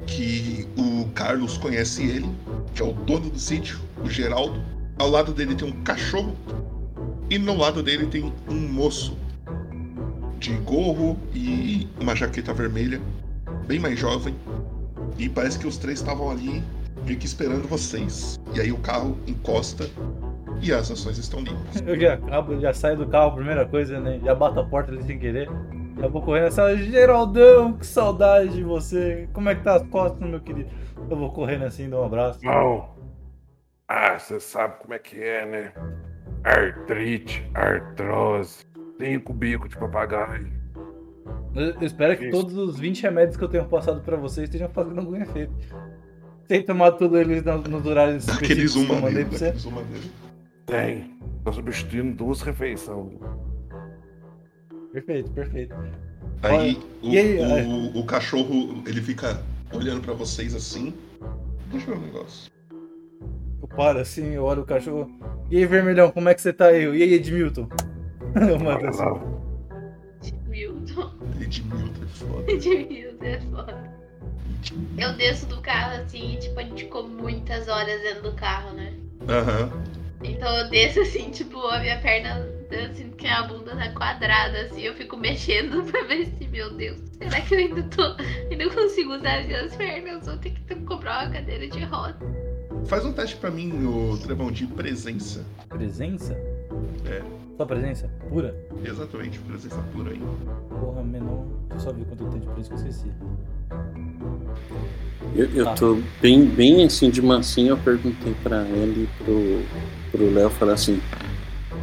A: que o Carlos conhece ele, que é o dono do sítio, o Geraldo. Ao lado dele tem um cachorro, e no lado dele tem um moço de gorro e uma jaqueta vermelha, bem mais jovem. E parece que os três estavam ali meio que esperando vocês. E aí o carro encosta e as ações estão limpas.
C: Eu já acabo, já saio do carro, primeira coisa, né? Já bato a porta ali sem querer. Já vou correndo na sala. Geraldão, que saudade de você. Como é que tá as costas, meu querido? Eu vou correndo assim, dou um abraço.
D: Não. Ah, você sabe como é que é, né? Artrite, artrose, cinco bicos de papagaio.
C: Eu eu espero que
D: Isso.
C: todos os 20 remédios que eu tenho passado pra vocês estejam fazendo algum efeito. Sem tomar tudo eles na- nos horários
A: Daqueles
C: específicos que eu mandei
A: humanos,
C: pra você.
A: daqueles humanos.
D: Tem. Tô substituindo duas refeições.
C: Perfeito, perfeito.
A: Aí, o,
C: E aí,
A: o-
C: é.
A: o cachorro, ele fica olhando pra vocês assim. Deixa eu ver um negócio.
C: Eu paro assim, eu olho o cachorro. E aí, vermelhão, como é que você tá aí? E aí, Edmilton? Eu mando
D: Olha
C: assim.
D: lá.
B: vendo. Milton.
A: Edmilton é foda.
B: De Milton é foda. Eu desço do carro assim, e, tipo, a gente ficou muitas horas dentro do carro, né?
A: Aham.
B: Então eu desço assim, tipo, a minha perna, eu sinto que a bunda tá quadrada, assim, eu fico mexendo pra ver se, meu Deus, será que eu ainda tô. Ainda consigo usar as minhas pernas? Vou ter que ter- comprar uma cadeira de roda.
A: Faz um teste pra mim, o Trevão, de presença.
C: Presença? É. Só presença? Pura?
A: Exatamente, presença pura aí.
C: Porra, menor. Deixa eu só ver quanto eu tenho de presença que eu esqueci.
E: Eu, eu
C: Tá.
E: tô bem, bem assim de mansinho. Eu perguntei pra ele e pro, pro Léo, falar assim: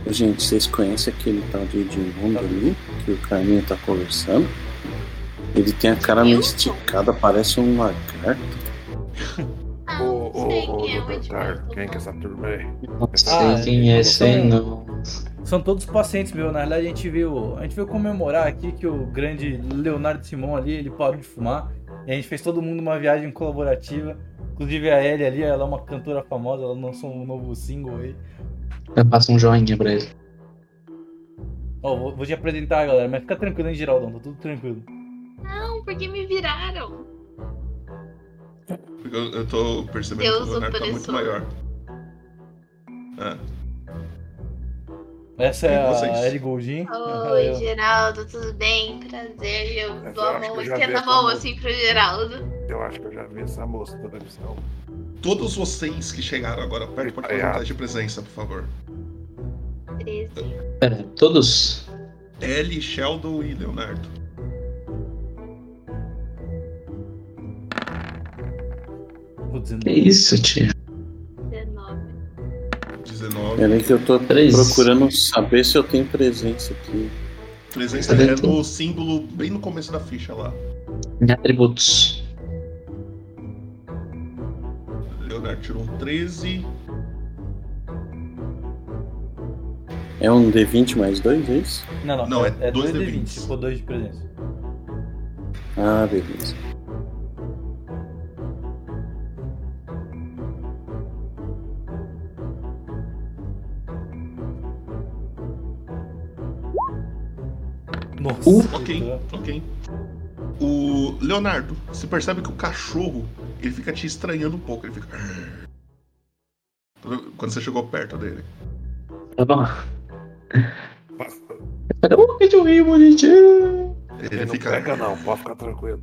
E: "Ô, Gente, vocês conhecem aquele tal de Edmundo ali? Que o Carminho tá conversando? Ele tem a cara meio
B: Eu?
E: esticada, parece um lagarto.
B: Ah,
D: Ô,
B: não
D: ô,
B: sei
D: ô,
B: quem é o
D: doutor Tar,
B: Edmundo.
D: quem que é essa turma aí?
F: Não sei quem é esse aí, não.
C: são todos pacientes meus. Na realidade, a gente veio, a gente veio comemorar aqui que o grande Leonardo Simão ali, ele parou de fumar. E a gente fez todo mundo uma viagem colaborativa. Inclusive a Ellie ali, ela é uma cantora famosa, ela lançou um novo single aí.
F: Eu passo um joinha pra ele.
C: Ó, vou, vou te apresentar, galera, mas fica tranquilo, hein, Geraldão, tá tudo tranquilo.
B: Não, porque me viraram.
A: Porque eu, eu tô percebendo
B: Deus
A: que o Leonardo tá muito
B: opressor.
A: maior.
C: Essa é
A: E vocês?
C: a Ah, Ellie Goldin.
B: Oi, Geraldo, tudo bem? Prazer. Eu
D: Mas Ah, é. eu
B: dou
D: acho
B: a
D: que eu
B: mão,
D: já vi
B: esquerda a
D: essa
B: mão
D: moça.
B: assim pro Geraldo.
D: Eu acho que eu já vi essa moça toda missão.
A: Todos vocês que chegaram agora perto, pode fazer um teste de presença, por favor.
B: 13.
F: Pera, todos?
A: Ellie, Sheldon e Leonardo.
C: Putz,
F: Que isso, tio?
B: 19.
A: 19.
E: Peraí é que eu tô
F: Três.
E: procurando saber se eu tenho presença aqui.
A: Presença é no símbolo bem no começo da ficha lá.
F: Em Atributos.
A: Leonardo tirou um 13.
E: É um D20 mais dois, é isso?
C: Não, não,
A: Não,
C: é,
A: é
C: é
A: dois
C: 2 de
A: D
C: 20,
A: vinte.
C: ficou 2 de presença.
E: Ah, beleza.
C: Nossa.
F: Uh,
A: Ok,
C: então-
A: ok. O Leonardo, você percebe que o cachorro ele fica te estranhando um pouco. Ele fica. "Ah." Quando você chegou perto dele.
F: Tá bom. Pera, oh, cachorrinho bonitinho.
A: Ele,
D: Ele não
A: fica.
D: pega não, pode ficar tranquilo.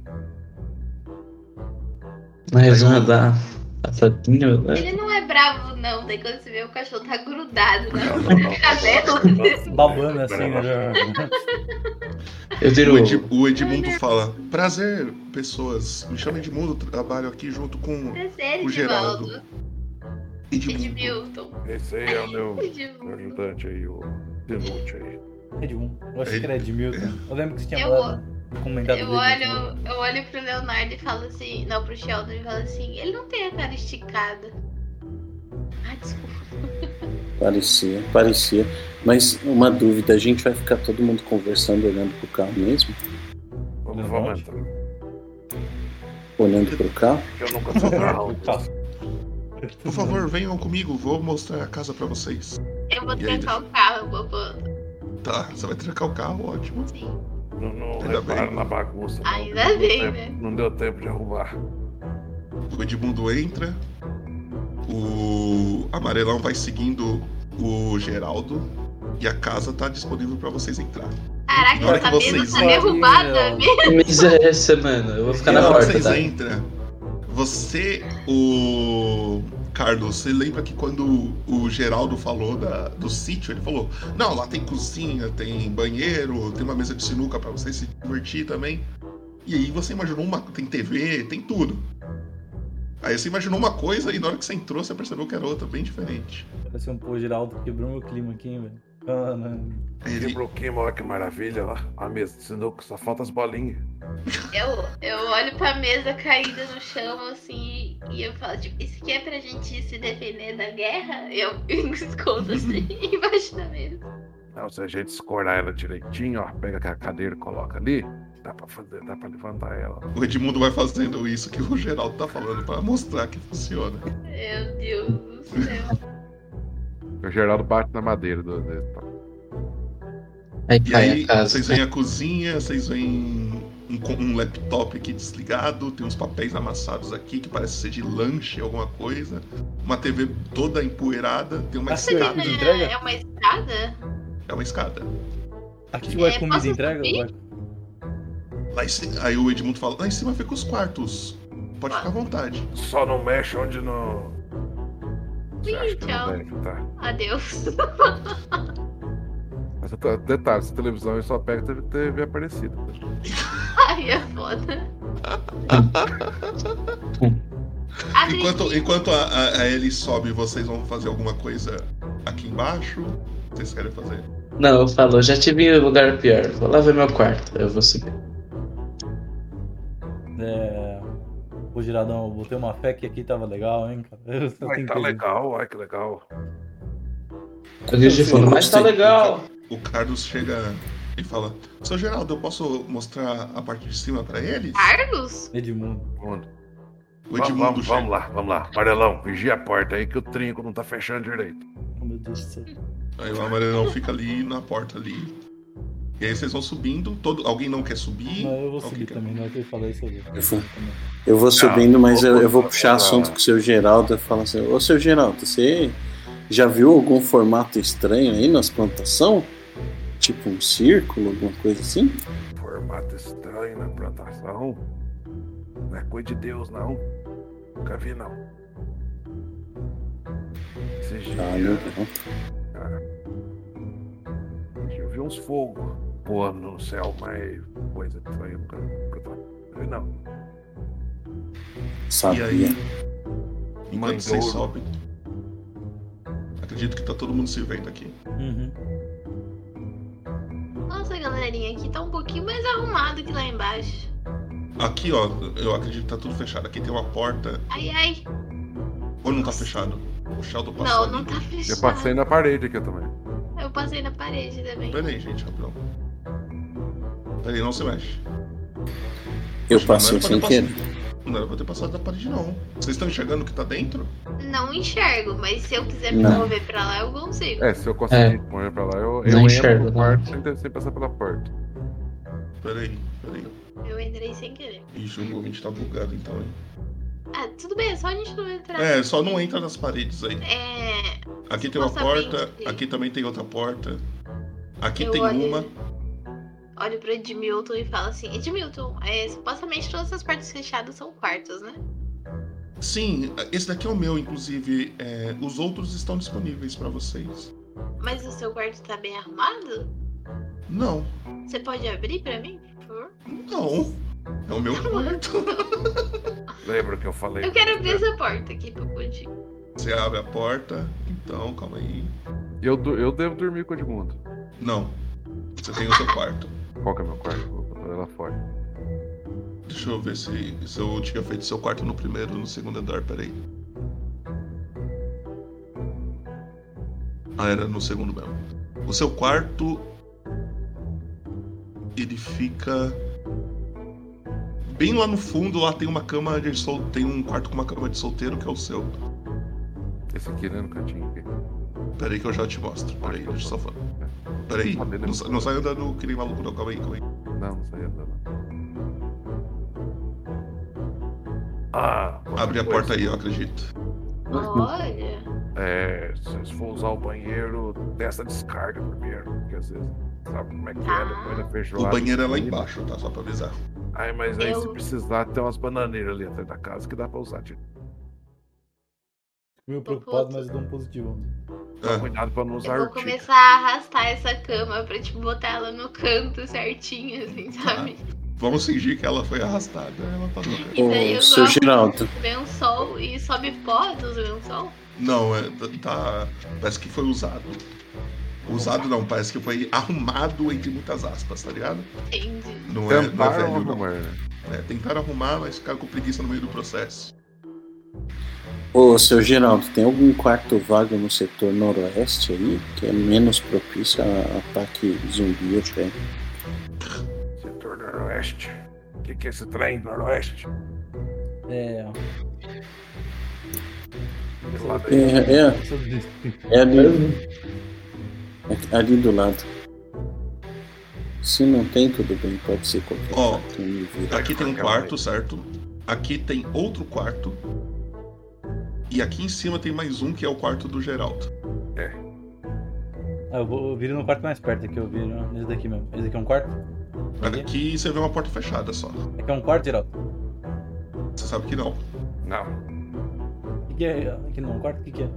F: Mas não dá. Tá fraquinho, né?
B: Ele não é bravo, não. Daí quando você vê o cachorro tá grudado
D: Não,
B: na
D: não, não.
B: canela.
C: babando assim, né?
D: Pera,
F: Eu viro.
A: O, Edi- o Edmundo fala: Prazer, pessoas. Me chamo Edmundo, trabalho aqui junto com
B: Prazer,
A: O Geraldo.
B: Edivaldo.
D: tipo,
A: Edmundo.
B: Edmilton.
D: Esse aí é o meu, meu
B: Edmundo.
D: ajudante aí, o inútil aí.
C: Edmund. Eu achei que era Edmilton. Eu lembro que você tinha
B: Eu
C: falado, comentado
B: Eu
C: dele, assim.
B: olho, eu olho pro Leonardo e falo assim, não, pro Sheldon e falo assim, ele não tem a cara esticada. Ah, desculpa.
E: Parecia, parecia. Mas uma dúvida, a gente vai ficar todo mundo conversando olhando pro carro mesmo?
D: Vamos,
C: Não pode?
D: vamos entrar.
E: Olhando pro carro?
D: Porque eu nunca sou carro.
C: Tá.
A: Por favor, venham comigo, vou mostrar a casa pra vocês.
B: Eu vou
A: E aí,
B: trancar o carro, bobo.
A: Tá, você vai trancar o carro, ótimo.
B: Sim.
D: Não, não
A: Ainda
D: reparo
A: bem.
D: na bagunça. não.
B: Ainda
D: Não deu
B: bem,
D: tempo-
B: né?
D: Não deu tempo de arrumar.
A: O Edmundo entra. O amarelão vai seguindo o Geraldo. E a casa tá disponível pra vocês entrar.
B: Caraca,
A: Na hora
B: essa
A: que
B: mesa
A: vocês
B: tá
A: olham,
B: derrubada.
F: Mas é essa, mano. Eu vou ficar
A: E
F: na
A: na hora
F: porta,
A: que vocês
F: tá?
A: entram, você, o Carlos, você lembra que quando o Geraldo falou da- do sítio, ele falou: Não, lá tem cozinha, tem banheiro, tem uma mesa de sinuca pra você se divertir também. E aí você imaginou uma. Tem TV, tem tudo. Aí você imaginou uma coisa e na hora que você entrou, você percebeu que era outra, bem diferente.
C: Parece um pô, Geraldo quebrou meu clima aqui, hein, velho. Ah, não.
A: Ele,
D: Quebrou o queima, olha que maravilha. ó. A mesa de sinuca, só falta as bolinhas.
B: Eu, eu olho pra mesa caída no chão, assim, e eu falo, tipo, isso aqui é pra gente se defender da guerra? Eu escondo assim, embaixo da mesa.
D: Então, se a gente escorar ela direitinho, ó, pega aquela cadeira e coloca ali, dá pra fazer, dá pra levantar ela.
A: o Edmundo vai fazendo isso que o Geraldo tá falando pra mostrar que funciona.
B: Meu Deus do céu.
D: O Geraldo bate na madeira duas vezes. Tá?
F: Aí
A: E
F: cai
A: aí,
F: a casa.
A: vocês veem a cozinha, vocês veem um, co- um laptop aqui desligado, tem uns papéis amassados aqui que parece ser de lanche, alguma coisa. Uma TV toda empoeirada, tem uma
C: Ah,
B: Essa
A: escada.
C: sim.
B: menina
C: entrega?
B: é uma escada?
A: É uma escada.
C: Aqui vai
B: É,
C: comida
B: posso
C: entrega?
B: subir?
C: Vai...
A: Lá em ci- aí o Edmundo fala: lá em cima fica os quartos. Pode ficar à vontade.
D: Só não mexe onde não. Você acha que não
B: Tchau.
D: deve, tá?
B: Adeus.
D: Mas eu tô- detalhe, essa televisão eu só pega TV, TV aparecida.
B: Ai, é foda. Assim,
A: Enquanto, enquanto a, a, a Ellie sobe, vocês vão fazer alguma coisa aqui embaixo? O que Vocês querem fazer?
F: Não, eu falo, já tive em lugar pior. Vou lá ver meu quarto. Eu vou subir.
C: É... Pô, Geraldão, eu botei
D: tá
C: uma fé que aqui tava legal, hein, cara. Eu só
D: Ai,
C: tenho
D: tá
C: que dizer.
D: legal, ai que legal.
F: Eu grito de fundo, mas tá legal.
A: O Carlos chega e fala: Seu Geraldo, eu posso mostrar a parte de cima pra eles?
B: Ah. Carlos?
C: Edmundo.
D: Vamos,
A: O Edmundo
D: vamos,
A: chega.
D: vamos lá, vamos lá. Amarelão, vigia a porta aí que o trinco não tá fechando direito.
C: Oh, meu Deus do céu.
A: Aí o amarelão fica ali na porta ali. E aí vocês vão subindo. Todo... Alguém não quer subir?
C: Não, eu vou
A: Alguém
C: subir
A: quer-
C: também, na hora que ele falar isso eu vou.
E: Eu vou. Eu vou subindo, mas eu, eu vou puxar
A: né?
E: assunto com o seu Geraldo e falar assim: Ô seu Geraldo, você já viu algum formato estranho aí nas plantações? Tipo um círculo, alguma coisa assim?
D: Formato estranho na plantação. Não é coisa de Deus, não. Nunca vi, não. Esse
E: Ah,
D: dia,
E: legal.
D: Ah, eu vi uns fogos voando no céu, mas coisa estranha nunca nunca vi, não.
A: E
E: Sabia.
A: aí? Enquanto vocês
D: Mandouro.
A: sobem. Acredito que tá todo mundo se vendo aqui.
C: Uhum.
B: Nossa, galerinha, aqui tá um pouquinho mais arrumado que lá embaixo.
A: Aqui, ó, eu acredito que tá tudo fechado. Aqui tem uma porta.
B: Ai, ai.
A: Ou não tá fechado? O Sheldon passou.
B: Não, não tá fechado.
D: Eu passei na parede aqui também.
B: Eu passei na parede também.
A: Pera aí, gente, rapidão. Pera aí, não se mexe.
E: Eu
A: Acho que não
E: passei
A: era pra
E: sem
A: ter
E: querer.
A: passado- Não era pra ter passado da parede, não. Vocês estão enxergando o que tá dentro?
B: Não enxergo, mas se eu quiser me
E: Não.
B: mover pra lá, eu consigo.
D: É, se eu conseguir correr pra lá, eu, eu
F: Não
D: entro no
F: enxergo, né? não.
D: quarto sem, sem passar pela porta.
A: Pera aí, pera aí.
B: Eu entrei sem querer.
A: Ixi, o movimento tá bugado então, hein?
B: Ah, tudo bem, é só a gente não entrar.
A: É, só não entra nas paredes aí.
B: É,
A: Aqui tem uma porta,
B: Supostamente.
A: aqui também tem outra porta. Aqui
B: eu
A: tem
B: olho,
A: uma.
B: olho pro Edmilton e falo assim: Edmilton, é, supostamente todas as partes fechadas são quartos, né?
A: Sim, esse daqui é o meu, inclusive. é, os outros estão disponíveis pra vocês.
B: Mas o seu quarto tá bem arrumado?
A: Não,
B: Você pode abrir pra mim, por favor?
A: não. É o meu quarto.
D: Lembra que eu falei?
B: Eu quero abrir essa porta aqui pro Pudim.
A: Você abre a porta. Então, calma aí.
D: Eu, du- eu devo dormir com o Edmundo.
A: Não. Você tem o seu quarto.
D: Qual que é meu quarto? Vou botar lá fora.
A: Deixa eu ver se, se eu tinha feito seu quarto no primeiro no segundo andar, peraí. Ah, era no segundo mesmo. O seu quarto. Ele fica. Bem lá no fundo, lá tem uma cama de sol... Tem um quarto com uma cama de solteiro que é o seu.
D: Esse aqui, né, no cantinho aqui.
A: Peraí que eu já te mostro. Peraí, deixa eu só falar. Peraí,
D: Tá vendo?
A: não, sa- não sai andando que nem maluco, não. Calma aí, calma aí.
D: Não, não saia andando. Ah, outra
A: Abre a
D: coisa.
A: porta aí, eu acredito.
B: Olha,
D: É, se vocês for usar o banheiro, dessa descarga primeiro. Porque às vezes sabe como é que
B: Ah.
D: é, depois da
A: O
D: feijoada.
A: banheiro é lá embaixo, tá? Só pra avisar.
D: Aí, mas aí se
B: Eu-
D: precisar, tem umas bananeiras ali atrás da casa que dá pra usar.
A: Ah.
D: Tipo,
C: Meio preocupado, mas eu dou um positivo.
A: Ah.
D: cuidado pra não usar
B: eu vou
D: urtiga.
B: começar a arrastar essa cama pra, tipo, botar ela no canto certinho, assim, sabe?
A: Vamos fingir que ela foi arrastada. Ela tá no...
B: E daí
E: Ô,
B: eu
E: seu
B: jogo
E: Geraldo,
B: lençol e sobe pó dos lençol.
A: Não, é, t- tá. Parece que foi usado. Usado não, parece que foi arrumado entre muitas aspas, tá ligado?
B: Entendi.
A: Não é, não é
D: Tamparam
A: velho, não.
D: arrumar, né?
A: É, tentaram arrumar, mas ficaram com preguiça no meio do processo.
E: ô seu Geraldo, tem algum quarto vago no setor noroeste aí que é menos propício a ataque zumbi ou trem?
D: Setor noroeste. O que, que é esse trem noroeste?
C: É, ó.
D: Esse lado aí.
E: É, é,
C: Sobre isso.
E: é ali, é ali do lado. Se não tem, tudo bem, pode ser qualquer
A: Ó,
E: quarto, eu me viro.
A: Aqui tem um quarto, certo? Aqui tem outro quarto. E aqui em cima tem mais um que é o quarto do Geraldo.
C: Ah, eu vou eu viro no quarto mais perto aqui, eu viro nesse daqui mesmo. Esse daqui é um quarto? Aqui?
A: Aqui você vê uma porta fechada só.
C: Aqui é um quarto, Geraldo?
A: Você sabe que não.
D: Não.
C: O que, que é? Aqui não, um quarto? O que, que é?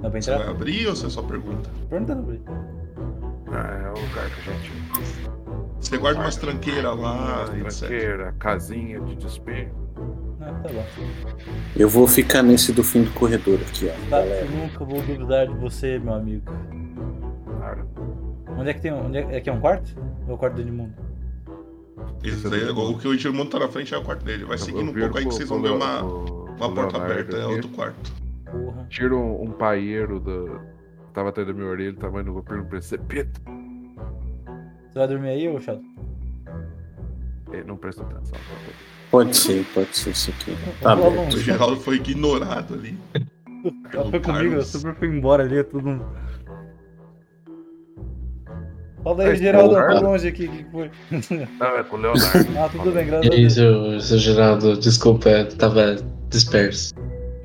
C: Dá pra
A: Você vai
C: entrar?
A: abrir ou você só pergunta?
C: Perguntando pra ele.
D: Ah, é o lugar que a gente.
A: Você guarda umas tranqueiras lá, etc.
D: tranqueira, casinha de despejo.
C: Ah, tá bom.
E: Eu vou ficar nesse do fim do corredor aqui, ó.
C: Tá, eu nunca vou duvidar de você, meu amigo.
D: Claro.
C: Onde é que tem um. Onde é, aqui é um quarto? Ou é o quarto do Edmundo?
A: Esse daí, é o que o Edmundo tá na frente é o quarto dele. Vai seguindo um
D: viro
A: pouco aí que
D: pro-
A: vocês vão ver
D: pro Le-
A: uma.
D: pro-
A: Uma
D: pro
A: porta
D: Leonardo
A: aberta é
D: aqui,
A: outro quarto.
C: Porra.
D: Tiro um, um paieiro da tava atrás da minha orelha, ele tava indo um no pelo precepito.
C: Você vai dormir aí, ô chato?
D: Ele não presta atenção.
E: Pode ser, pode ser isso aqui. Tá
C: Vamos lá,
E: aberto.
A: O Geraldo foi ignorado ali.
C: Ela
A: Pelo
C: foi comigo, eu
A: Carlos.
C: super fui embora ali, é todo mundo. Fala aí,
D: Mas,
C: Geraldo,
D: porra.
C: tá longe aqui, o que que foi?
D: Não, é com o Leonardo.
C: Ah, tudo bem, graças
F: E
C: a
F: aí,
C: Deus.
F: seu, seu Geraldo, desculpa, eu tava disperso.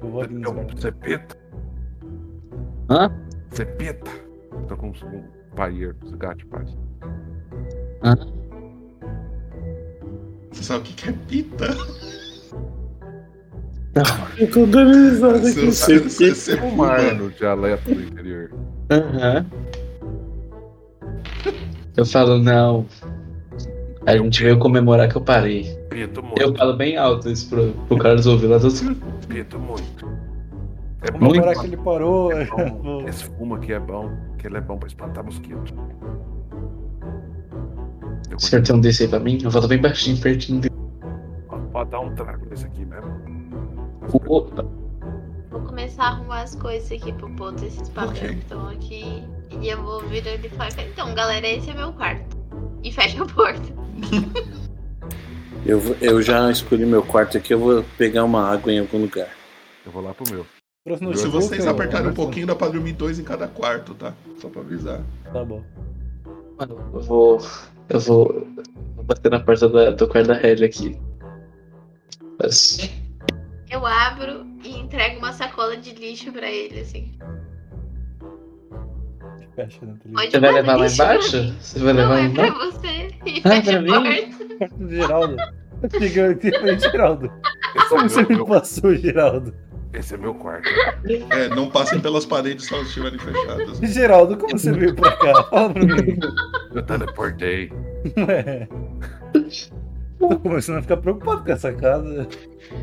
C: Eu vou aqui
D: Você
C: no
D: é um
C: Discord.
D: precepito.
F: Hã?
D: Cepita. Tô com um paieiro, um gato, paz.
A: Você sabe o que que é pita?
E: Eu tô dando risada aqui, não
A: Você
E: sei por quê.
D: Um
A: você é
D: Fumar
A: humano.
D: no dialeto do interior.
F: Aham. Eu falo, não. A gente veio comemorar que eu parei.
D: Pito
F: Eu
D: muito,
F: falo bem alto isso pro, pro Carlos ouvir lá. Dos...
D: pito muito. É bom,
C: Vamos
F: Muito.
C: parar que ele parou.
D: é bom. Esse fumo aqui é bom, que ele é bom pra espantar mosquito. Eu
F: Senhor tem um desse aí pra mim? Eu falo bem baixinho, pertinho dele.
D: Pode- Pode dar um trago nesse aqui mesmo.
F: Opa,
B: Vou começar a arrumar as coisas aqui pro ponto, esses papéis
A: Ok.
B: que estão aqui. E eu vou vir ele e falar, então galera, esse é meu quarto. E fecha a porta.
E: Eu, vou- eu já escolhi meu quarto aqui, eu vou pegar uma água em algum lugar.
D: Eu vou lá pro meu.
C: Trouxe
A: Se
C: notebook,
A: vocês
C: ô-
A: apertarem um
C: ô-
A: pouquinho, dá pra dormir dois em cada quarto, tá? Só pra avisar.
C: Tá bom.
F: mano, eu vou. Eu vou. Vou bater na porta da, do quarto da Helly aqui. Mas,
B: Eu abro e entrego uma sacola de lixo pra ele, assim.
C: Fecha né, tá na televisão.
B: Pode
F: você vai
B: guardar
F: levar lá
B: lixo.
F: embaixo? Você vai
B: Não,
F: levar lá
B: é pra
F: embaixo?
B: você. E
F: Ah,
B: fecha
F: pra
B: a
F: mim?
B: porta.
C: Quarto do Geraldo. Chegou aqui, falei, Geraldo.
D: Esse
C: Como você
D: é meu,
C: me
D: meu-
C: passou, Geraldo?
D: esse é meu quarto.
A: É, não passem pelas paredes se elas estiverem fechadas.
C: Geraldo, como você veio pra cá? Fala pra mim.
D: Eu teleportei.
C: Ué. Tô começando a ficar preocupado com essa casa.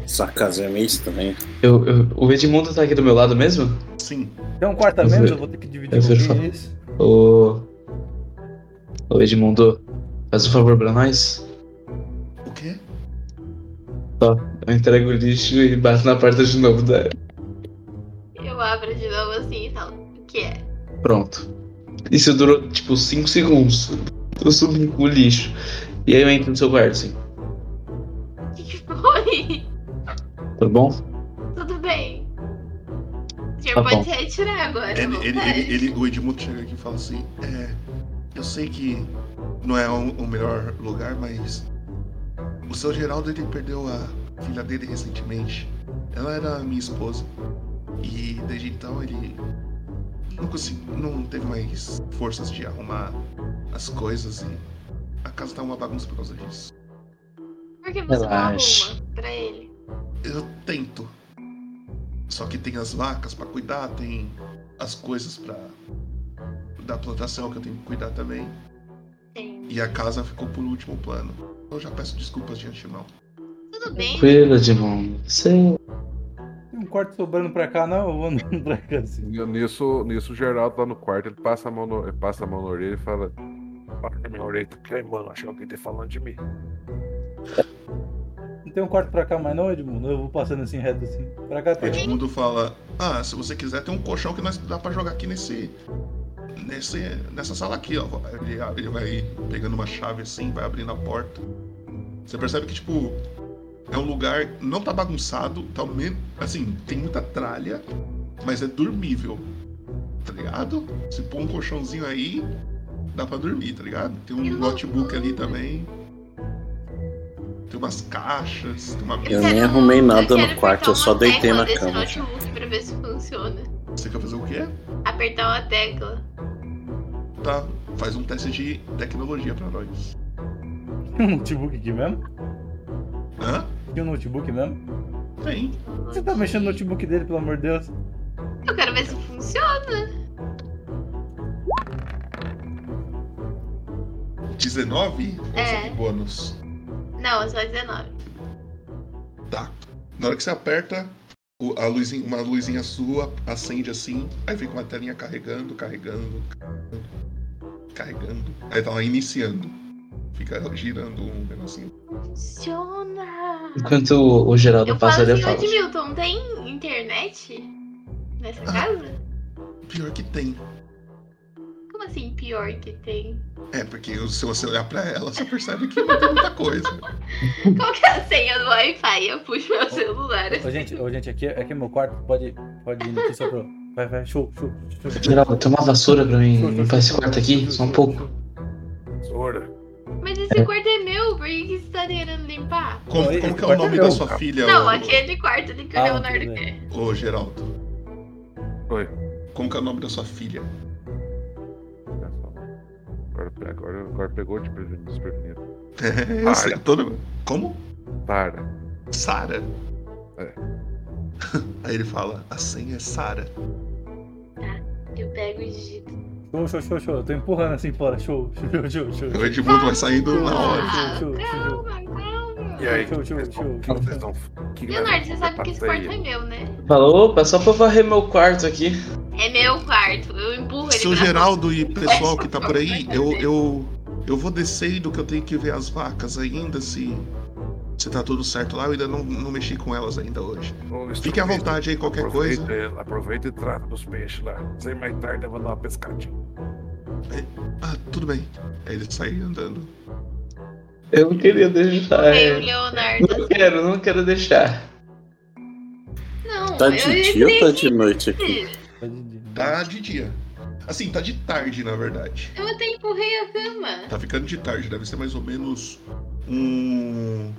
E: Essa casa é meio estranha.
F: Eu, eu- o Edmundo tá aqui do meu lado mesmo?
A: Sim.
C: Tem um quarto a
F: Eu
C: menos,
F: sei.
C: eu vou ter que dividir
F: Eu sei
C: com
F: falar.
C: alguém isso.
F: Ô. Ô Edmundo, faz um favor pra nós.
A: O quê?
F: Eu entrego o lixo e bato na porta de novo. Da...
B: Eu abro de novo assim e falo, o que é?
F: Pronto. Isso durou tipo 5 segundos. Eu subi com o lixo. E aí eu entro no seu quarto assim.
B: O que que foi?
F: Tudo "Tá bom?
B: Tudo bem. O senhor
F: Tá
B: pode
F: bom.
B: se retirar né, agora. à
A: Ele, ele,
B: vontade.
A: ele, ele- o Edmundo chega aqui e fala assim: é, Eu sei que não é o, o melhor lugar, mas o seu Geraldo ele perdeu a filha dele recentemente. Ela era minha esposa. E desde então ele não, consegui- não teve mais forças de arrumar as coisas e a casa tá uma bagunça por causa disso.
B: Por que você
F: Relaxa.
B: não arruma pra ele?
A: Eu tento. Só que tem as vacas pra cuidar, tem as coisas pra da plantação que eu tenho que cuidar também.
B: Tem.
A: E a casa ficou por último plano. Eu já peço desculpas de antemão.
B: Tudo bem,
F: Tranquilo, Edmundo. Você.
C: Tem um quarto sobrando pra cá, não? Eu vou andando pra cá assim.
D: E Nisso, nisso o Geraldo lá no quarto, ele passa a mão, no, ele passa a mão na orelha e fala. Olha que minha orelha tá queimando, acho que alguém tá falando de mim.
C: Não tem um quarto pra cá mais não, Edmundo? Eu vou passando assim reto assim. Pra cá
A: O
C: tem.
A: Edmundo fala: Ah, se você quiser, tem um colchão que nós dá pra jogar aqui nesse. nesse nessa sala aqui, ó. Ele, abre- ele vai pegando uma chave assim, vai abrindo a porta. Você percebe que, tipo, é um lugar. Não tá bagunçado, tá me- assim, tem muita tralha, mas é dormível. Tá ligado? Se pôr um colchãozinho aí, dá pra dormir, tá ligado? Tem
B: Eu
A: um
B: não-
A: notebook ali também. Tem umas caixas, tem uma
E: Eu
A: mesa.
E: nem
B: quero-
E: arrumei nada
B: quero
E: no quarto, eu
B: apertar
E: só
B: uma
E: deitei
B: tecla
E: na
B: desse
E: cama.
B: notebook pra ver se funciona.
A: Você quer fazer o quê?
B: Apertar uma tecla.
A: Tá, faz um teste de tecnologia pra nós.
C: Tem um notebook aqui mesmo?
A: Hã?
C: Tem um notebook mesmo?
A: Tem.
C: Você tá mexendo no notebook dele, pelo amor de Deus?
B: Eu quero ver se funciona.
A: 19? Ou
B: É.
A: só tem bônus?
B: Não, é só 19.
A: Tá. Na hora que você aperta, o- a luzinha, uma luzinha sua acende assim, aí fica uma telinha carregando, carregando, carregando, carregando. Aí tá lá iniciando. Fica girando um negocinho.
B: Funciona.
F: Enquanto o Geraldo
B: Eu
F: passa
B: falo
F: ali, eu
B: assim,
F: falo.
B: Edmilton, tem internet nessa casa?
A: Pior que tem.
B: Como assim, pior que tem?
A: É, porque se você olhar pra ela, você percebe que não tem muita coisa.
B: Qual que é a senha do Wi-Fi? Eu puxo meu celular.
C: Ô, gente, ô, gente aqui, aqui é meu quarto, pode, pode ir aqui só pra. Vai, vai, show, show, show.
F: Geraldo, tem uma vassoura pra mim limpar esse quarto aqui, só um pouco.
D: Zora.
B: Mas esse quarto é meu, por que que você tá tentando limpar?
A: Como,
C: Não,
A: como
C: esse
A: que é o
C: quarto é
A: nome
C: meu.
A: da sua filha,
B: Não,
A: ô-
B: aquele quarto ali que o
C: Ah,
B: Leonardo
C: tudo
B: quer.
A: ô, Geraldo?
D: Oi.
A: Como que é o nome da sua filha?
D: Agora, agora, agora pegou de presente desprevenido.
A: É, eu
D: Sara.
A: sei, todo... Como?
D: Para.
A: Sara.
D: É.
A: Aí ele fala, a senha é Sara.
B: Eu pego e digito.
C: Show, show, show, show. Eu tô empurrando assim fora. Show, show, show, show.
A: O Edmundo vai saindo na hora.
B: Ah,
C: show, show, show.
B: calma, calma.
D: E aí?
C: Show, show,
D: vocês
C: show,
D: tão-
C: show.
D: vocês tão- que
B: Leonardo, você
D: leva-
B: sabe que esse
D: passeio?
B: quarto é meu, né?
F: Falou, opa, só pra varrer meu quarto aqui.
B: É meu quarto. Eu empurro ele
A: Seu
B: pra
A: Geraldo e pessoal que tá por aí, eu, eu, eu vou descendo que eu tenho que ver as vacas ainda, se, se tá tudo certo lá. Eu ainda não, não mexi com elas ainda hoje.
D: Ô,
A: Fique à
D: instrumento,
A: vontade aí, qualquer
D: aproveita,
A: coisa.
D: Aproveita e trata dos peixes lá. Sem mais tarde eu vou dar uma pescadinha.
A: Ah, tudo bem. Aí ele sai andando.
F: Eu não queria deixar.
B: Veio o
F: é.
B: Leonardo.
F: Não quero, não quero deixar.
B: Não,
E: Tá
B: eu
E: de dia ou tá de noite aqui?
B: desisti.
A: Tá de dia. Assim, tá de tarde, na verdade.
B: Eu até empurrei a cama.
A: Tá ficando de tarde, deve ser mais ou menos um.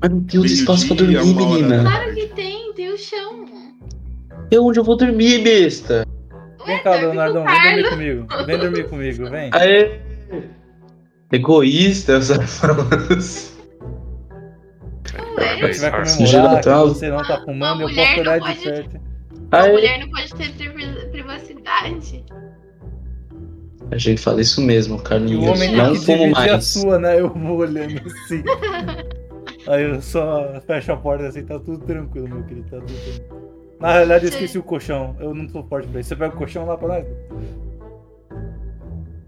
F: Mas não tem onde espaço pra
A: meio-dia,
F: dormir,
A: uma hora da
F: menina.
A: tarde.
B: Claro que tem, tem o chão.
F: É onde eu vou dormir, besta.
B: Ué,
C: Vem cá,
B: dorme com o
C: Leonardão, vem
B: Carlos.
C: dormir comigo. Vem dormir comigo, vem.
F: Aê! Egoísta essa fala. assim.
B: é?
C: A gente vai comemorar que
F: Genital.
C: você não tá fumando, eu posso
B: mulher
C: olhar
B: não
C: de
B: pode-
C: perto.
B: A
F: Aê!
B: mulher não pode ter pri- privacidade.
F: A gente fala isso mesmo,
C: E o
F: Carlinhos.
C: homem
F: Não
C: tem que
F: fumo
C: dividir a
F: mais.
C: sua, né? Eu vou olhando assim. Aí eu só fecho a porta assim, tá tudo tranquilo, meu querido, tá tudo tranquilo. Na realidade, eu esqueci o colchão. Eu não tô forte pra isso. Você pega o colchão lá pra nós?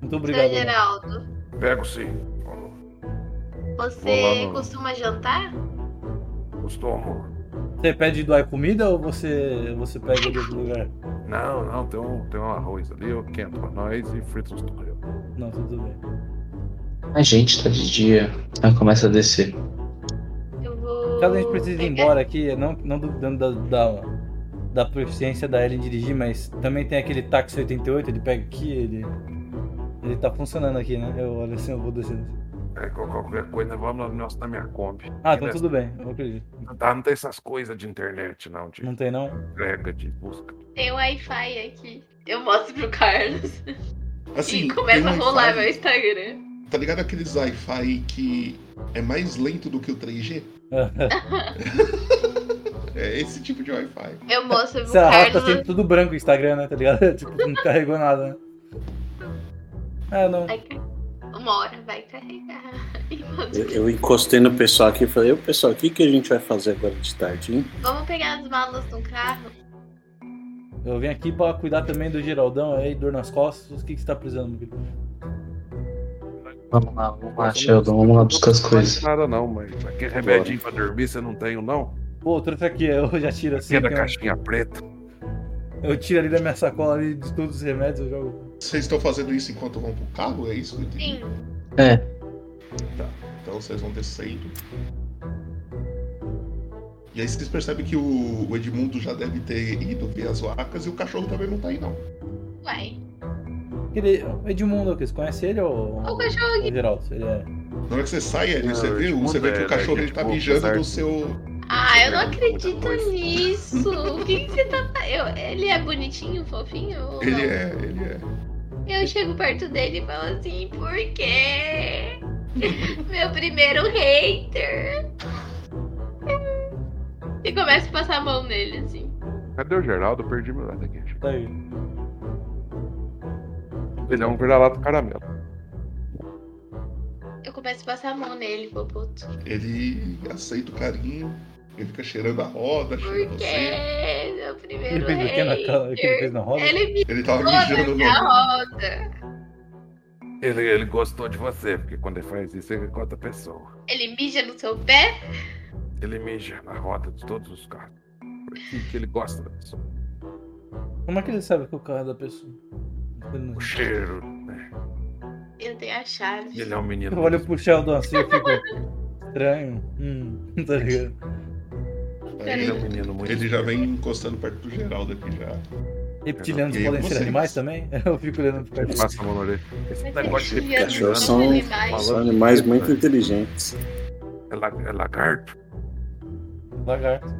C: Muito obrigado.
B: Seu Geraldo,
D: Pego sim. Vou
B: você
D: lá no-
B: costuma jantar?
D: Costumo.
C: Você pede doar comida ou você, você pega de outro lugar?
D: Não, não, tem um, tem um arroz ali, eu quento pra nós e frito uns torreu.
C: Não, tudo bem.
F: A gente tá de dia. Aí começa a descer.
B: Eu vou.
C: Caso a gente precise ir
B: pegar-
C: embora aqui, não, não duvidando da, da, da proficiência da Ellen dirigir, mas também tem aquele táxi 88, ele pega aqui, ele. Ele tá funcionando aqui, né? Eu olho assim, eu vou descendo.
D: É, qual- qualquer coisa, vamos no nosso, na minha Kombi.
C: Ah, então tudo bem, eu acredito.
D: Não, tá, não tem essas coisas de internet, não, de
C: Não tem não?
D: entrega, de busca.
B: Tem um Wi-Fi aqui. Eu mostro pro Carlos.
A: Assim,
B: e começa
A: tem
B: a
A: um
B: rolar
A: iPhone-
B: meu Instagram.
A: Tá ligado aqueles Wi-Fi que é mais lento do que o 3G? É esse tipo de Wi-Fi.
B: Eu mostro pro
C: Você arrasta
B: Carlos.
C: tá sempre tudo branco o Instagram, né? Tá ligado? Tipo, não carregou nada, né? Ah, não.
B: Vai car- Uma hora vai carregar. Enquanto-
E: Eu, eu encostei no pessoal aqui e falei, "Ô, pessoal, o que, que a gente vai fazer agora de tarde, hein?
B: Vamos pegar as malas no carro?
C: Eu vim aqui pra cuidar também do Geraldão aí, dor nas costas. O que, que você tá precisando, meu querido?
F: Vamos lá, vamos lá, Sheldon. Vamos lá buscar as coisas.
D: Não nada não, mas aquele remedinho pra dormir você não tem, um, não?
C: Pô, eu trouxe aqui, eu já tiro assim.
D: Que é da
C: tem um-
D: caixinha preta.
C: Eu tiro ali da minha sacola ali de todos os remédios, eu jogo.
A: Vocês estão fazendo isso enquanto vão pro carro? É isso? que eu entendi?
B: Sim.
F: É,
A: Então vocês vão descendo. E aí vocês percebem que o o Edmundo já deve ter ido ver as vacas e o cachorro também não tá aí, não.
B: Vai.
C: Ele, é Edmundo, que você conhece ele ou
B: Olha o cachorro
C: ou
B: aqui.
C: o Geraldo? Ele é...
A: Na hora que você sai, Ellen,
D: Ah,
A: você,
D: o
A: vê,
D: Edmundo
A: você vê que
D: é-
A: o cachorro
D: é
A: ele tá
D: Edmundo,
A: mijando
D: certo?
A: do seu.
B: Ah, eu não
D: Outra
B: acredito
D: coisa.
B: nisso. O que, que você tá. fa- Eu... Ele é bonitinho, fofinho? ou
A: Ele
B: não?
A: é. Ele é.
B: Eu chego perto dele e falo assim: por quê? Meu primeiro hater. E começo a passar a mão nele assim.
D: Cadê o Geraldo? Eu Perdi meu lado aqui.
C: Tá aí.
D: Ele é um vira-lata caramelo.
B: Eu começo a passar a mão nele, popoto.
A: Ele aceita o carinho. Ele fica cheirando a roda, cheira
B: Por
A: você.
B: quê? Meu
C: Ele
B: primeiro
C: fez o que é na cala? O que ele
B: hater.
C: fez na roda?
B: Ele me
A: Ele tava
B: toda
A: mijando
B: minha
A: no.
B: roda.
D: Ele, ele gostou de você, porque quando ele faz isso, ele gosta da pessoa.
B: Ele mija no seu pé?
D: Ele mija na roda de todos os carros. Por isso que ele gosta da pessoa.
C: Como é que ele sabe que é o carro da pessoa? Ele não-
D: O cheiro.
B: Eu tenho a chave.
D: Ele é um menino.
C: Eu olho pro Sheldon assim e fico estranho. Hum, tá ligado?
D: Ele é um menino muito.
A: Ele já vem encostando perto do Geraldo aqui já.
C: Reptilianos
A: E aí,
C: podem ser
A: vocês?
C: animais também? Eu fico olhando pro cara.
D: Passa a mão na orelha. Esse
B: Mas
D: negócio de né?
B: reptilianos
E: cachorro
B: são
E: são-
B: animais.
E: São animais muito
A: né?"
E: inteligentes.
D: É, la- é lagarto.
C: Lagarto.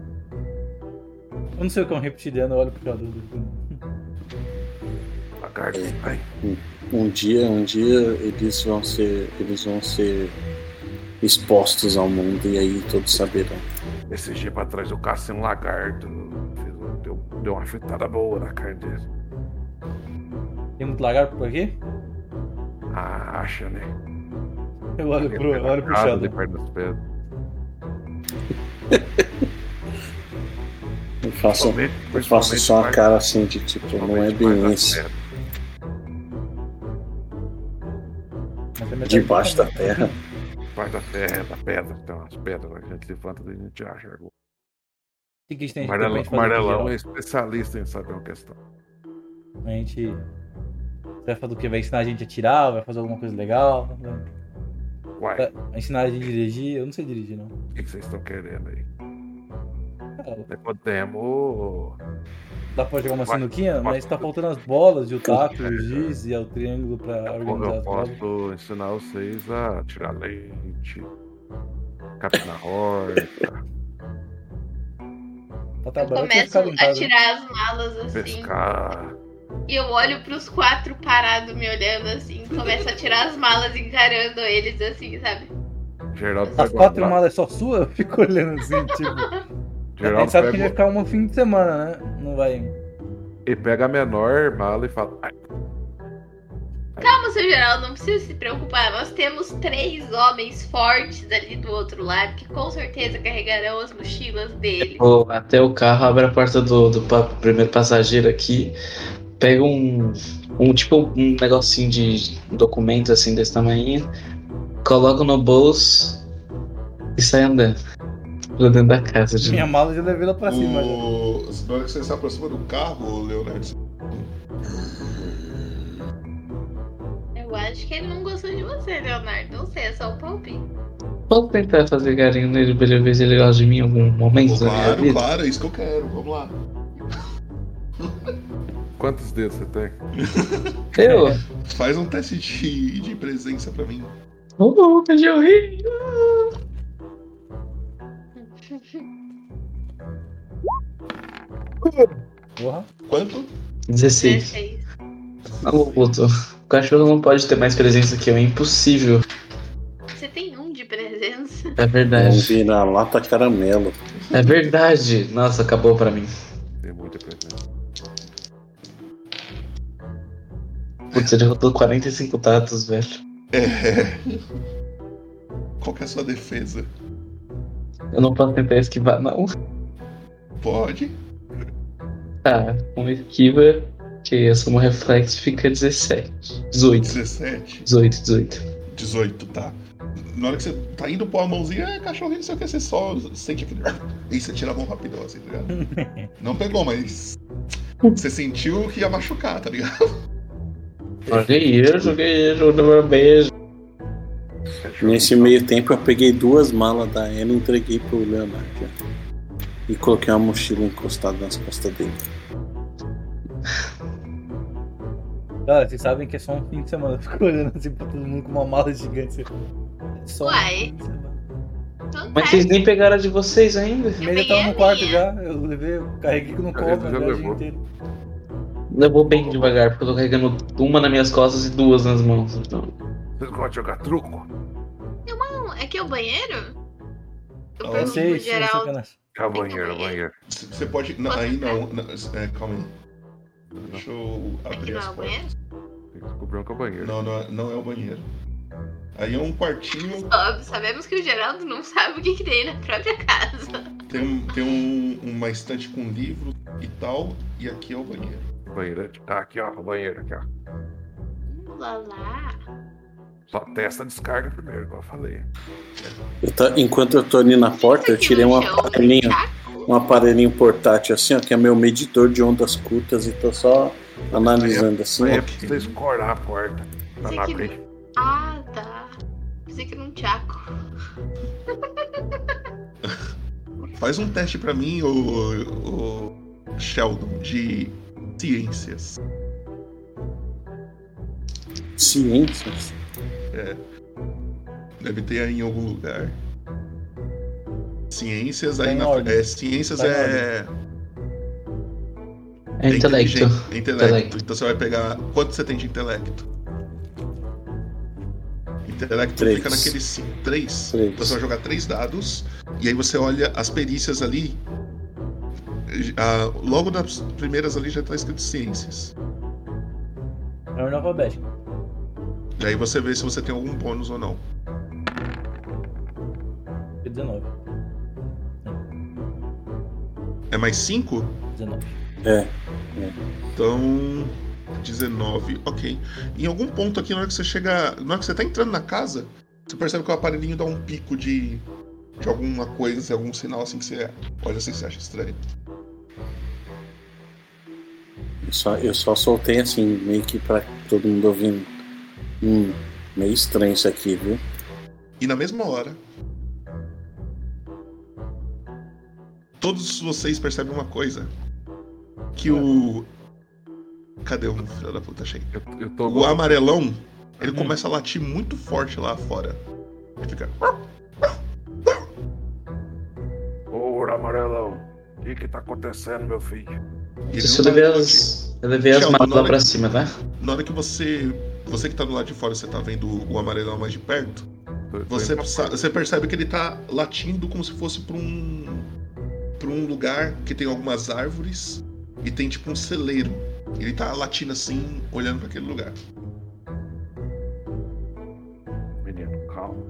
C: Eu não sei o que é um reptiliano, eu olho pro Sheldon.
D: Lagarto.
E: É.
D: Ai,
E: Um dia, um dia eles vão ser, eles vão ser expostos ao mundo e aí todos saberão.
D: esse dia pra trás eu cacei um lagarto. Fez um- Deu, deu uma fritada boa na carne dele.
C: Tem muito lagarto por aqui?
D: Ah, acha, né?
C: Eu olho
D: Ele
C: pro,
D: tá
C: eu
D: na
C: olho pro
D: casa,
C: Sheldon.
D: ali perto das pedras.
E: Eu faço,
D: Principalmente-
E: eu faço
D: principalmente
E: só uma
D: mais-
E: cara assim de tipo, não é
D: principalmente mais
E: bem
D: nas
E: isso.
D: pedras.
C: Mas é metade
E: Debaixo
C: do
E: da terra.
D: Mais da terra, da pedra. Tem umas pedras. A gente levanta e a gente acha.
C: O que que a gente
D: O
C: tem de
D: Marelão,
C: tempo pra gente fazer aqui,
D: Marelão
C: ó?
D: é especialista em saber uma questão.
C: A gente. Você vai fazer o quê? Vai ensinar a gente a tirar? Vai fazer alguma coisa legal? Vai
D: Uai,
C: vai ensinar a gente a dirigir? Eu não sei dirigir, não.
D: o que que vocês estão querendo aí?
C: Cara,
D: Nós Podemos.
C: dá pra jogar uma
D: Vai,
C: sinuquinha,
D: vai.
C: mas tá faltando as bolas e o taco, e o giz e o triângulo pra organizar
D: Tá Eu
C: as bolas.
D: posso ensinar vocês a tirar leite, capim na horta,
C: Pra
B: Eu
C: trabalhar, eu tenho tá, que ficar
B: começo
C: né? em
B: a
C: casa.
B: tirar as malas assim.
D: pescar.
B: E eu olho pros quatro parados me olhando assim. Começo a tirar as malas, encarando eles assim, sabe?
D: Geraldo
C: As
D: pega
C: quatro
D: uma-
C: malas é só sua? Eu fico olhando assim, tipo. A
D: Geraldo
C: gente sabe que a gente vai
D: pega-
C: ficar um fim de semana, né? Não vai.
D: ele pega a menor mala e fala. "Ai,
B: Calma, seu Geraldo, não precisa se preocupar. Nós temos três homens fortes ali do outro lado que com certeza carregarão as mochilas dele.
F: Vou até o carro, abro a porta do, do pa- primeiro passageiro aqui, pego um, um tipo um negocinho de documento assim desse tamanho, coloco no bolso e saio andando. Pra dentro da casa de
C: Minha mala eu já levei lá pra cima. já.
A: O... Na hora que você se aproxima do carro, Leonardo,
B: Eu acho que ele não gostou de você, Leonardo. Não sei, é só um palpite.
F: Vou tentar fazer carinho nele pra ele ver se ele gosta de mim em algum momento da minha
A: claro,
F: vida.
A: claro, é isso que eu quero. Vamos lá.
D: Quantos dedos você tem?
F: Eu,
A: Faz um teste de, de presença pra mim.
F: ô boca de horrível.
C: Porra.
A: Quanto?
F: 16.
B: Perfeito.
F: Alô, Guto. Tá O cachorro não pode ter mais presença que eu, é impossível.
B: Você tem um de presença.
F: É
E: Vão
F: verdade.
E: virar lata caramelo.
F: É verdade. Nossa, acabou pra mim.
D: Tem muita presença.
F: Putz, ele rodou 45 tatos, velho.
A: É. Qual que é a sua defesa?
F: Eu não posso tentar esquivar, não.
A: Pode.
F: Tá, um esquiva, que eu sou um reflexo, fica 17. 18.
A: 17,
F: 18, 18.
A: 18, tá. Na hora que você tá indo pôr a mãozinha, é cachorrinho, não sei o que, você só sente aquele. E você tira a mão rapidão, assim, tá ligado? Não pegou, mas. Você sentiu que ia machucar, tá ligado?
F: Joguei eu, joguei eu, joguei meu beijo.
D: Então.
E: Nesse meio tempo eu peguei duas malas da Ana e entreguei pro Leonardo. E coloquei uma mochila encostada nas costas dele.
C: Cara, vocês sabem que é só um fim de semana. Eu fico olhando assim pra todo mundo com uma mala gigante. assim. É Só um
B: Uai.
C: fim de semana.
B: Então tá.
F: Mas vocês nem pegaram a de vocês ainda?
C: Minha já
B: peguei
C: tava
B: a
C: no quarto
B: minha.
C: já. Eu levei, eu carreguei no
D: Já
C: colo a
D: levou, já
C: viagem
D: levou.
C: inteira.
F: Eu vou bem devagar, porque eu tô carregando uma nas minhas costas e duas nas mãos. Então,
D: Vocês gostam de jogar truco? é
B: Não, é que é o banheiro? Eu
A: Ah,
C: Eu sei, sim,
B: pergunto pro
C: não sei o que
B: Geraldo.
C: é.
D: Já banheiro, banheiro.
A: C- Você pode. Não, aí não. não, é, calma aí. Deixa eu
B: Aqui
A: abrir
B: não é
A: as
B: o
A: portas.
B: banheiro?
D: Descobriu que é o banheiro.
A: Não, não, é- não é o banheiro. Aí é um quartinho,
B: Ó, Sabemos que o Geraldo não sabe o que, que tem na própria casa.
A: tem, um- tem um- uma estante com livros e tal, e aqui é o banheiro.
D: Banheiro. Tá aqui, ó. o Banheiro aqui, ó.
B: Hum, Lá lá.
D: Só testa a descarga primeiro, igual eu falei.
E: Eu tá- enquanto eu tô ali na porta, eu tirei uma
B: Isso aqui no chão, é
E: panelinha.
B: um saco?
E: um aparelhinho portátil assim, ó, que é meu medidor de ondas curtas e tô só analisando assim.
D: Aí é
E: ó.
D: pra você escorar a porta. Tá
B: Sei
D: na
B: que-
D: frente.
B: Ah, tá. Pensei que era um tchaco.
A: Faz um teste pra mim, o, Sheldon, de ciências.
E: Ciências.
A: Deve ter aí em algum lugar. Ciências
C: Tá
A: aí
C: em
A: na
C: ordem.
A: é, Ciências
C: Tá em
A: é.
F: É
A: é
F: intelecto.
A: inteligente- é intelecto.
F: Intelecto.
A: Então você vai pegar. Quanto você tem de intelecto? Intelecto
E: Três.
A: fica naqueles cinco- três.
E: Três.
A: Então você vai jogar três dados. E aí você olha as perícias ali. Ah, logo nas primeiras ali já tá escrito ciências.
C: É ordem alfabética.
A: E aí você vê se você tem algum bônus ou não.
C: Foi 19.
A: É mais 5?
C: 19.
E: É.
A: Então. 19, ok. Em algum ponto aqui, na hora que você chega. Na hora que você tá entrando na casa, você percebe que o aparelhinho dá um pico de. de alguma coisa, algum sinal assim que você olha assim você acha estranho.
E: Eu só, eu só soltei assim, meio que pra todo mundo ouvindo. Hum, meio estranho isso aqui, viu?
A: E na mesma hora. Todos vocês percebem uma coisa. Que o. Cadê o filho da puta? Achei.
D: Eu, eu tô.
A: O amarelão, ele
C: Hum.
A: começa a latir muito forte lá fora. Ele fica.
D: Ô, amarelão. O que que tá acontecendo, meu filho?
A: e ele
F: Isso eu
A: não
F: levei
A: vai latir.
F: as, eu levei as
A: Sheldon,
F: malas
A: não,
F: lá
A: né?
F: pra cima, né?
A: Na hora que você. Você que tá do lado de fora, você tá vendo o amarelão mais de perto.
D: Tô- tô
A: Você,
D: indo pra
A: sa-
D: porta.
A: você percebe que ele tá latindo como se fosse pra um. pra um lugar que tem algumas árvores e tem tipo um celeiro. Ele tá latindo assim, olhando pra aquele lugar.
D: Menino, calma.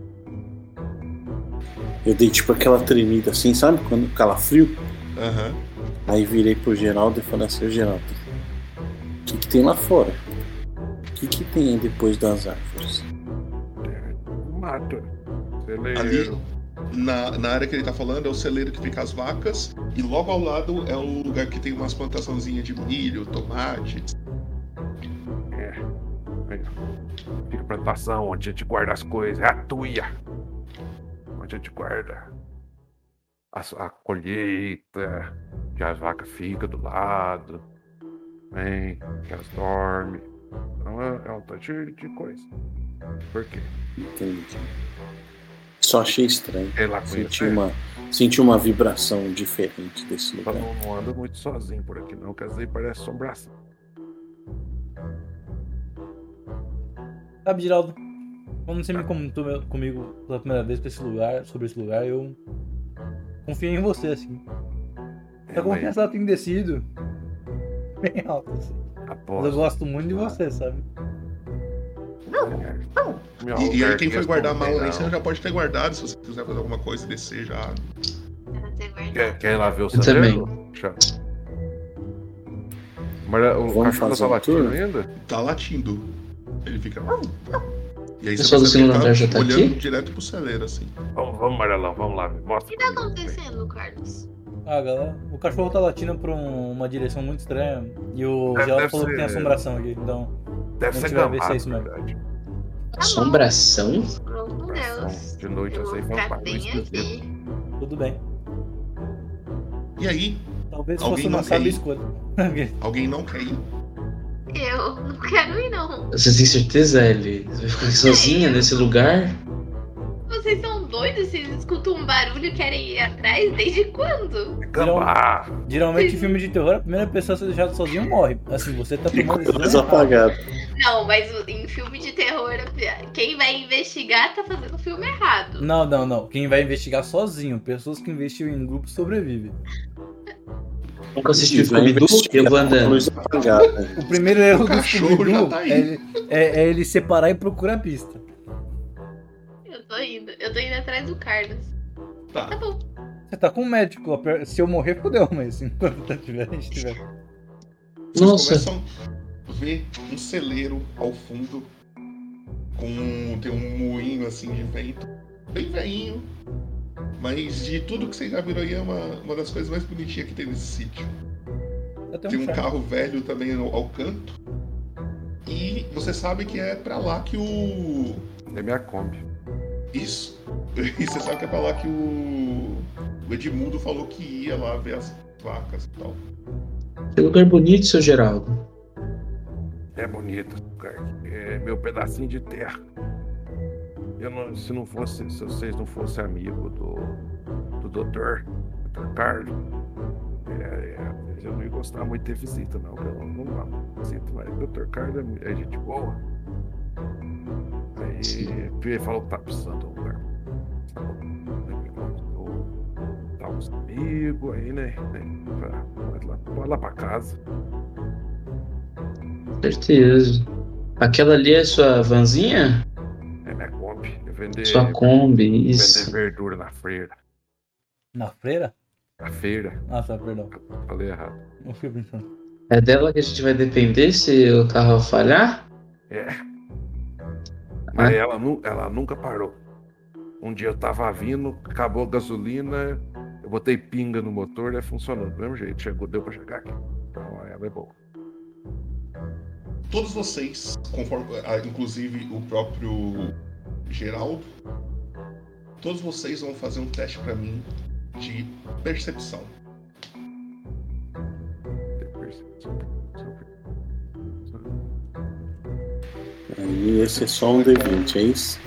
E: Eu dei tipo aquela tremida assim, sabe? Quando calafrio.
A: Aham.
E: Aí virei pro Geraldo e falei assim, "Ô, Geraldo, o que, que tem lá fora? O que, que tem aí depois das árvores?
D: Mata.
A: Ali,
D: Celeiro.
A: na, na área que ele tá falando, é o celeiro que fica as vacas, e logo ao lado é o lugar que tem umas plantaçãozinhas de milho, tomate.
D: É. Aí, ó. Fica plantação onde a gente guarda as coisas. É a tuia. Onde a gente guarda a, s- a colheita. Que as vacas ficam do lado. Vem, que elas dormem. Então é, é um tanto de- de coisa. Por quê?
E: Entendi. Só achei estranho.
D: Sei lá,
E: Senti
A: É.
D: conhecer.
E: uma, senti uma vibração diferente desse
D: Só
A: Tá
E: lugar.
D: não, não anda muito sozinho por aqui, não. Quer dizer, parece assombração.
C: Sabe, Geraldo, como você me comentou meu- comigo pela primeira vez com esse lugar, sobre esse lugar, eu confiei em você, assim.
D: É,
C: Essa
D: mas
C: confiança ela tem descido bem alta, assim. Mas eu
D: aposto.
C: gosto muito
D: Ah.
C: de você, sabe?
D: Meu
A: E, e aí
D: É lugar
A: quem
D: que
A: foi
D: eu
A: guardar a
D: estou,
A: mala aí,
D: não.
A: você já pode ter guardado, se você quiser fazer alguma coisa e descer já.
B: Era
A: É.
B: ser
D: Quer,
B: verdade.
D: quer ir lá ver o
A: Tá
F: Eu também.
D: celeiro? Já. Mas é, o
E: Vamos
D: cachorro
E: fazer
D: tá
E: um
D: latindo
E: tour?
D: ainda?
A: Tá latindo. Ele fica. "Hum, E aí
F: Pessoal
A: percebe
F: do
A: que
F: segundo
A: ele tá
F: andar já tá
A: olhando
F: aqui?
A: direto pro celeiro, assim.
D: Vamos, vamos, Marelão, vamos lá. Mostra.
B: O que tá acontecendo, Carlos?
C: Ah, galera, o cachorro tá latindo pra um- uma direção muito estranha e o
D: Deve-
C: Geraldo
D: deve
C: falou que tem
D: ser-
C: assombração aqui, então...
D: Deve
C: A
D: ser
C: gente vai ver
D: gambá,
C: se é
D: na
C: isso mesmo.
D: verdade.
F: Assombração?
B: Pelo amor de
A: Tá
B: Deus.
D: De noite
B: eu
D: eu sei
B: vou
D: foi um
B: ficar
D: barulho
B: bem
D: esquisito.
B: aqui.
C: Tudo bem.
A: E aí,
C: Talvez
A: Alguém
C: fosse uma
A: não
C: sábia
A: tem-
C: escolha.
A: alguém não quer ir.
B: Eu não quero ir, não.
F: Você tem certeza, Ellie? Você vai ficar sozinha nesse lugar?
B: Vocês são doidos? Vocês escutam um barulho e querem ir atrás? Desde quando?
D: É gambá.
C: Geralmente em filme de terror, a primeira pessoa a ser deixada sozinha morre. Assim, você tá tomando
A: Né?
E: Mas
C: decisão. errada.
E: apagado.
B: Não, mas o- em filme de terror, quem vai investigar tá fazendo o filme errado.
C: Não, não, não. Quem vai investigar sozinho, pessoas que investiu em grupo sobrevivem.
F: Nunca assisti o
E: Vai
F: filme do
E: investigar
F: Eu vou
E: com a
F: andando.
E: Luz apagada.
C: O primeiro erro do
A: cachorro
C: Scooby-Doo
A: já tá aí.
C: é, ele- é- é ele separar e procurar a pista.
B: Eu tô indo. Eu tô indo atrás do Carlos.
A: Tá.
B: Tá bom.
C: Você tá com um médico. a pior- Se eu morrer, fodeu, mas enquanto eu tiver, a gente tiver.
A: Vocês
F: Nossa.
A: começam a ver um celeiro ao fundo. Com um- tem um moinho assim de vento. Bem veinho. Mas de tudo que você já virou aí é uma, uma das coisas mais bonitinhas que tem nesse sítio.
C: Eu
A: Tem
C: tenho
A: um
C: um charme.
A: carro velho também ao, ao canto. E você sabe que é pra lá que o.
D: É minha Kombi.
A: Isso. E você sabe que é pra lá que o. O Edmundo falou que ia lá ver as vacas e tal.
F: Que lugar bonito, seu Geraldo.
D: É bonito, cara. É meu pedacinho de terra. Eu não, se não fosse, se vocês não fossem amigo do, do doutor, doutor Carlos, é, é, eu não ia gostar muito de ter visita, não. Eu não, não gosto de visita, mas o doutor Carlos é mu- é, gente boa. Aí
F: Sim.
D: ele falou que tá precisando de um lugar. Tá bom. Aí me convidou, tá uns amigos aí, né? né, Pra, pra lá, pra lá pra casa.
F: Certeza. Aquela ali é sua vanzinha?
D: É minha Kombi. Eu vender.
F: Sua Kombi,
D: Vender
F: isso.
D: verdura na feira.
C: Na freira?
D: Na feira.
C: Ah, tá, perdão.
D: Falei errado.
C: Não fui brincando.
F: É dela que a gente vai depender se o carro falhar?
D: É. Mas ela, nu- ela nunca parou. Um dia eu tava vindo, acabou a gasolina, eu botei pinga no motor, né? Funcionou do mesmo jeito. Chegou, deu pra chegar aqui. Então ela é boa.
A: Todos vocês, conforme, ah, inclusive o próprio Geraldo, todos vocês vão fazer um teste pra mim de percepção.
D: um
E: Aí esse é só um D20, é isso?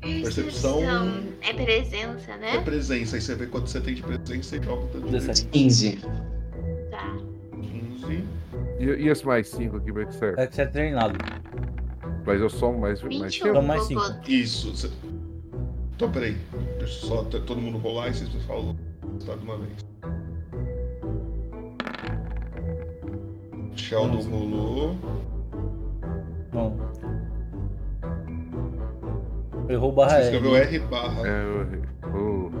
A: Percepção.
B: É presença,
A: É
B: né?
A: presença, aí você vê quanto você tem de presença e joga o tanto de
C: 17.
F: 15.
B: Tá.
A: 15.
D: E, e esse mais cinco aqui vai que serve?
C: É que você é treinado.
D: Mas eu sou mais, mais
B: 21.
D: cinco.
C: Então, mais
B: Cocô.
A: Isso. Você... Então, peraí. Deixa eu só t- todo mundo rolar e vocês me falam o resultado de uma vez. Sheldon
C: Vamos.
A: rolou.
C: Não. Errou
A: Você
C: barra R.
A: escreveu R barra.
D: É, eu- eu-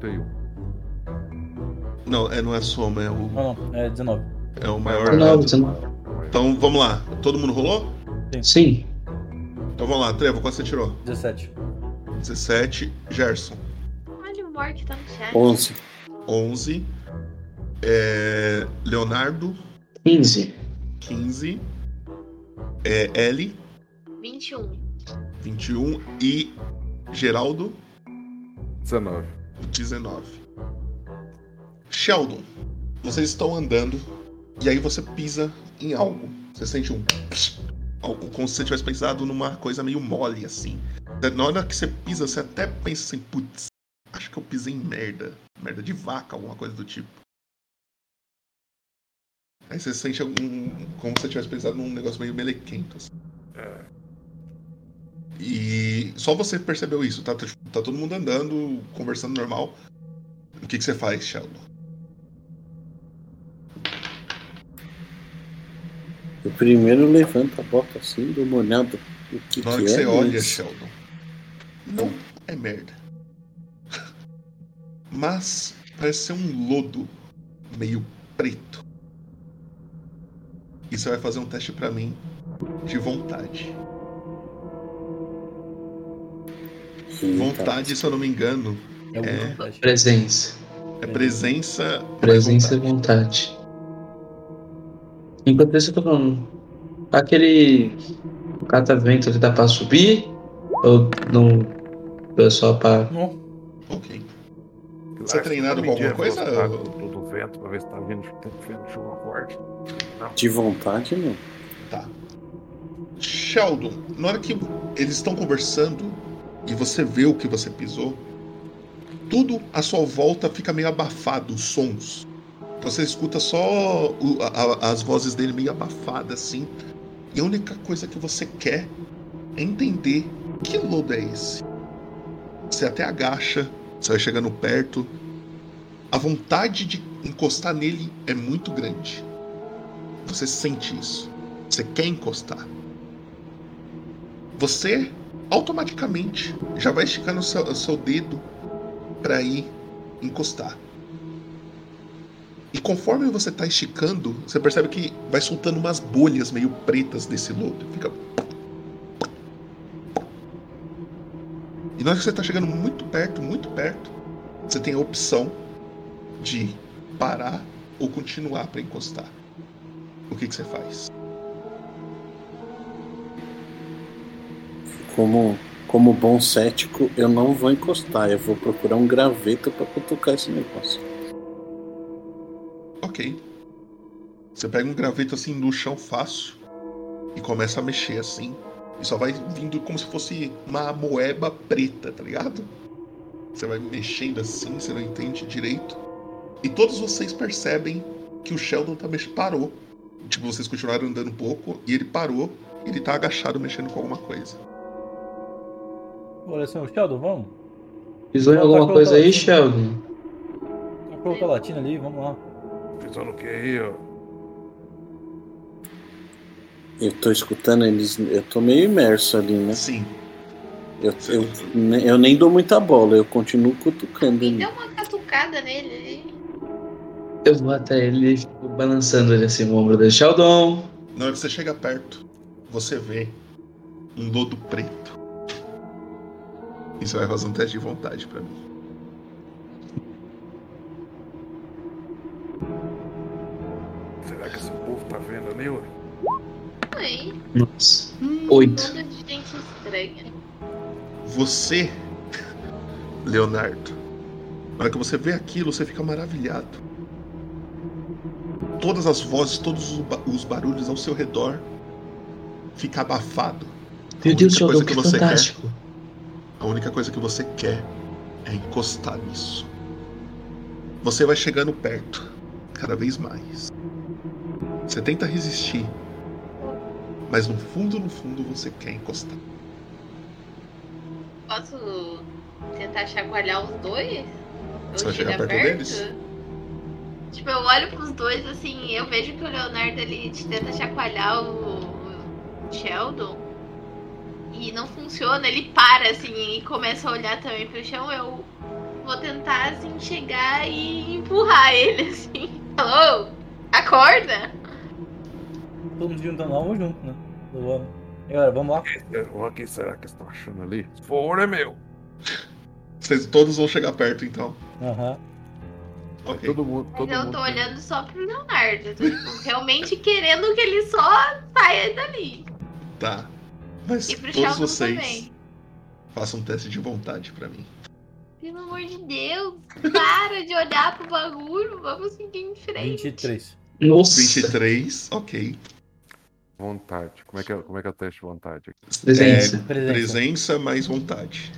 D: Tem um.
A: Não, é, não é soma, é o,
C: Não, não, é 19.
A: é o maior.
F: 19,
A: dado.
F: 19.
A: Então vamos lá. Todo mundo rolou?
F: Sim.
A: Então vamos lá, Trevo, quanto você tirou?
C: 17.
A: 17. Gerson,
B: Olha o Mor que tá no chat.
E: 11.
A: 11. É, Leonardo,
F: 15.
A: 15. É, L,
B: 21.
A: 21. E Geraldo,
D: 19.
A: 19. Sheldon, vocês estão andando e aí você pisa em algo. Você sente um. Algo como se você tivesse pensado numa coisa meio mole assim. Na hora que você pisa, você até pensa assim: putz, acho que eu pisei em merda. Merda de vaca, alguma coisa do tipo. Aí você sente algum. Como se você tivesse pensado num negócio meio melequento assim. E só você percebeu isso, tá? Tá, tipo, tá todo mundo andando, conversando normal. O que, que você faz, Sheldon?
E: Eu primeiro levanto a bota assim, dou uma olhada. O que,
A: Na hora
E: que
A: que você
E: é
A: olha,
E: isso?
A: Sheldon, não é merda. Mas parece ser um lodo meio preto. E você vai fazer um teste pra mim de vontade.
E: Eita.
A: Vontade, se eu não me engano,
C: É o
A: É.
C: último teste.
F: Presença.
A: é presença. mais
F: Presença e
A: vontade.
F: vontade. Enquanto isso, eu tô falando. Aquele catavento que dá pra subir? Ou não. É só pra.
C: Não,
A: Ok.
D: Lá,
A: treinado
D: eu
A: com alguma
D: medi a
A: coisa,
D: velocidade
A: ou-
D: é do- Do vento, pra ver se tá vindo tá vindo chuva forte.
E: De vontade, não.
A: Sheldon, na hora que eles estão conversando e você vê o que você pisou, tudo à sua volta fica meio abafado, os sons. Então Você escuta só o- a- a- as vozes dele meio abafadas assim. E a única coisa que você quer é entender que lodo é esse. Você até agacha, você vai chegando perto. A vontade de encostar nele é muito grande. Você sente isso. Você quer encostar você automaticamente já vai esticando o seu, o seu dedo para ir encostar. E conforme você tá esticando, você percebe que vai soltando umas bolhas meio pretas desse lodo. Fica. E na hora que você tá chegando muito perto, muito perto, você tem a opção de parar ou continuar para encostar. O que, que você faz?
E: Como, como bom cético, eu não vou encostar. Eu vou procurar um graveto pra cutucar esse negócio.
A: Ok. Você pega um graveto assim no chão fácil e começa a mexer assim. E só vai vindo como se fosse uma moeba preta, tá ligado? Você vai mexendo assim, você não entende direito. E todos vocês percebem que o Sheldon tá mex... parou. Tipo, vocês continuaram andando um pouco e ele parou. e Ele tá agachado mexendo com alguma coisa.
C: Olha assim, ô, Sheldon, vamos?
F: Pisou em
C: Tá
F: alguma
C: com
F: coisa aí,
C: outra-
F: Sheldon?
C: Vamos colocar a latina ali, vamos lá.
D: Pensou no que aí, ó?
E: Eu tô escutando eles. Eu tô meio imerso ali, né?
A: Sim.
E: Eu, eu, ne- eu nem dou muita bola, eu continuo cutucando né?
B: Me
E: ali.
B: deu uma catucada nele ali.
F: Eu vou até ele e fico balançando ele assim no ombro dele. Sheldon!
A: Na hora que você chega perto, você vê um lodo preto. E você vai fazer um teste de vontade pra mim.
D: Será que esse povo tá vendo ali, ué?
B: Oi.
F: Nossa.
C: Hum.
F: Oito.
B: Toda de gente estranha.
A: Você, Leonardo, na hora que você vê aquilo, você fica maravilhado. Todas as vozes, todos os ba- os barulhos ao seu redor fica abafado. A
F: Meu Deus,
A: única coisa
F: Sheldon,
A: que
F: que
A: você
F: fantástico.
A: A única coisa que você quer é encostar nisso. Você vai chegando perto, cada vez mais. Você tenta resistir, mas no fundo, no fundo, você quer encostar.
B: Posso tentar chacoalhar os dois?
A: Você vai
B: Ou
A: chegar perto deles?
B: Tipo, eu olho pros dois assim, eu vejo que o Leonardo ele te tenta chacoalhar o o Sheldon e não funciona, ele para assim e começa a olhar também pro chão. Eu vou tentar assim chegar e empurrar ele assim. Alô? Acorda?
C: Todo mundo juntando lá, vamos junto, né? Então, Vamos. E, Galera, vamos lá.
D: O que É, será que eles estão achando ali? Se for ouro, é meu.
A: Vocês todos vão chegar perto, então.
C: Aham.
A: Ok.
D: Todo mundo.
B: Mas
D: Todo
B: eu
D: mundo
B: tô
D: tem-
B: olhando só pro Leonardo, tô, tipo, realmente querendo que ele só saia dali.
A: Tá. Mas
B: E pro
A: todos
B: Sheldon
A: vocês
B: também.
A: façam um teste de vontade pra mim.
B: Pelo amor de Deus, para de olhar pro bagulho, vamos seguir em frente.
C: 23.
F: Nossa.
A: 23, ok.
D: Vontade. Como é, que é, como é que é o teste de vontade aqui?
F: Presença.
C: Presença.
A: Presença mais vontade.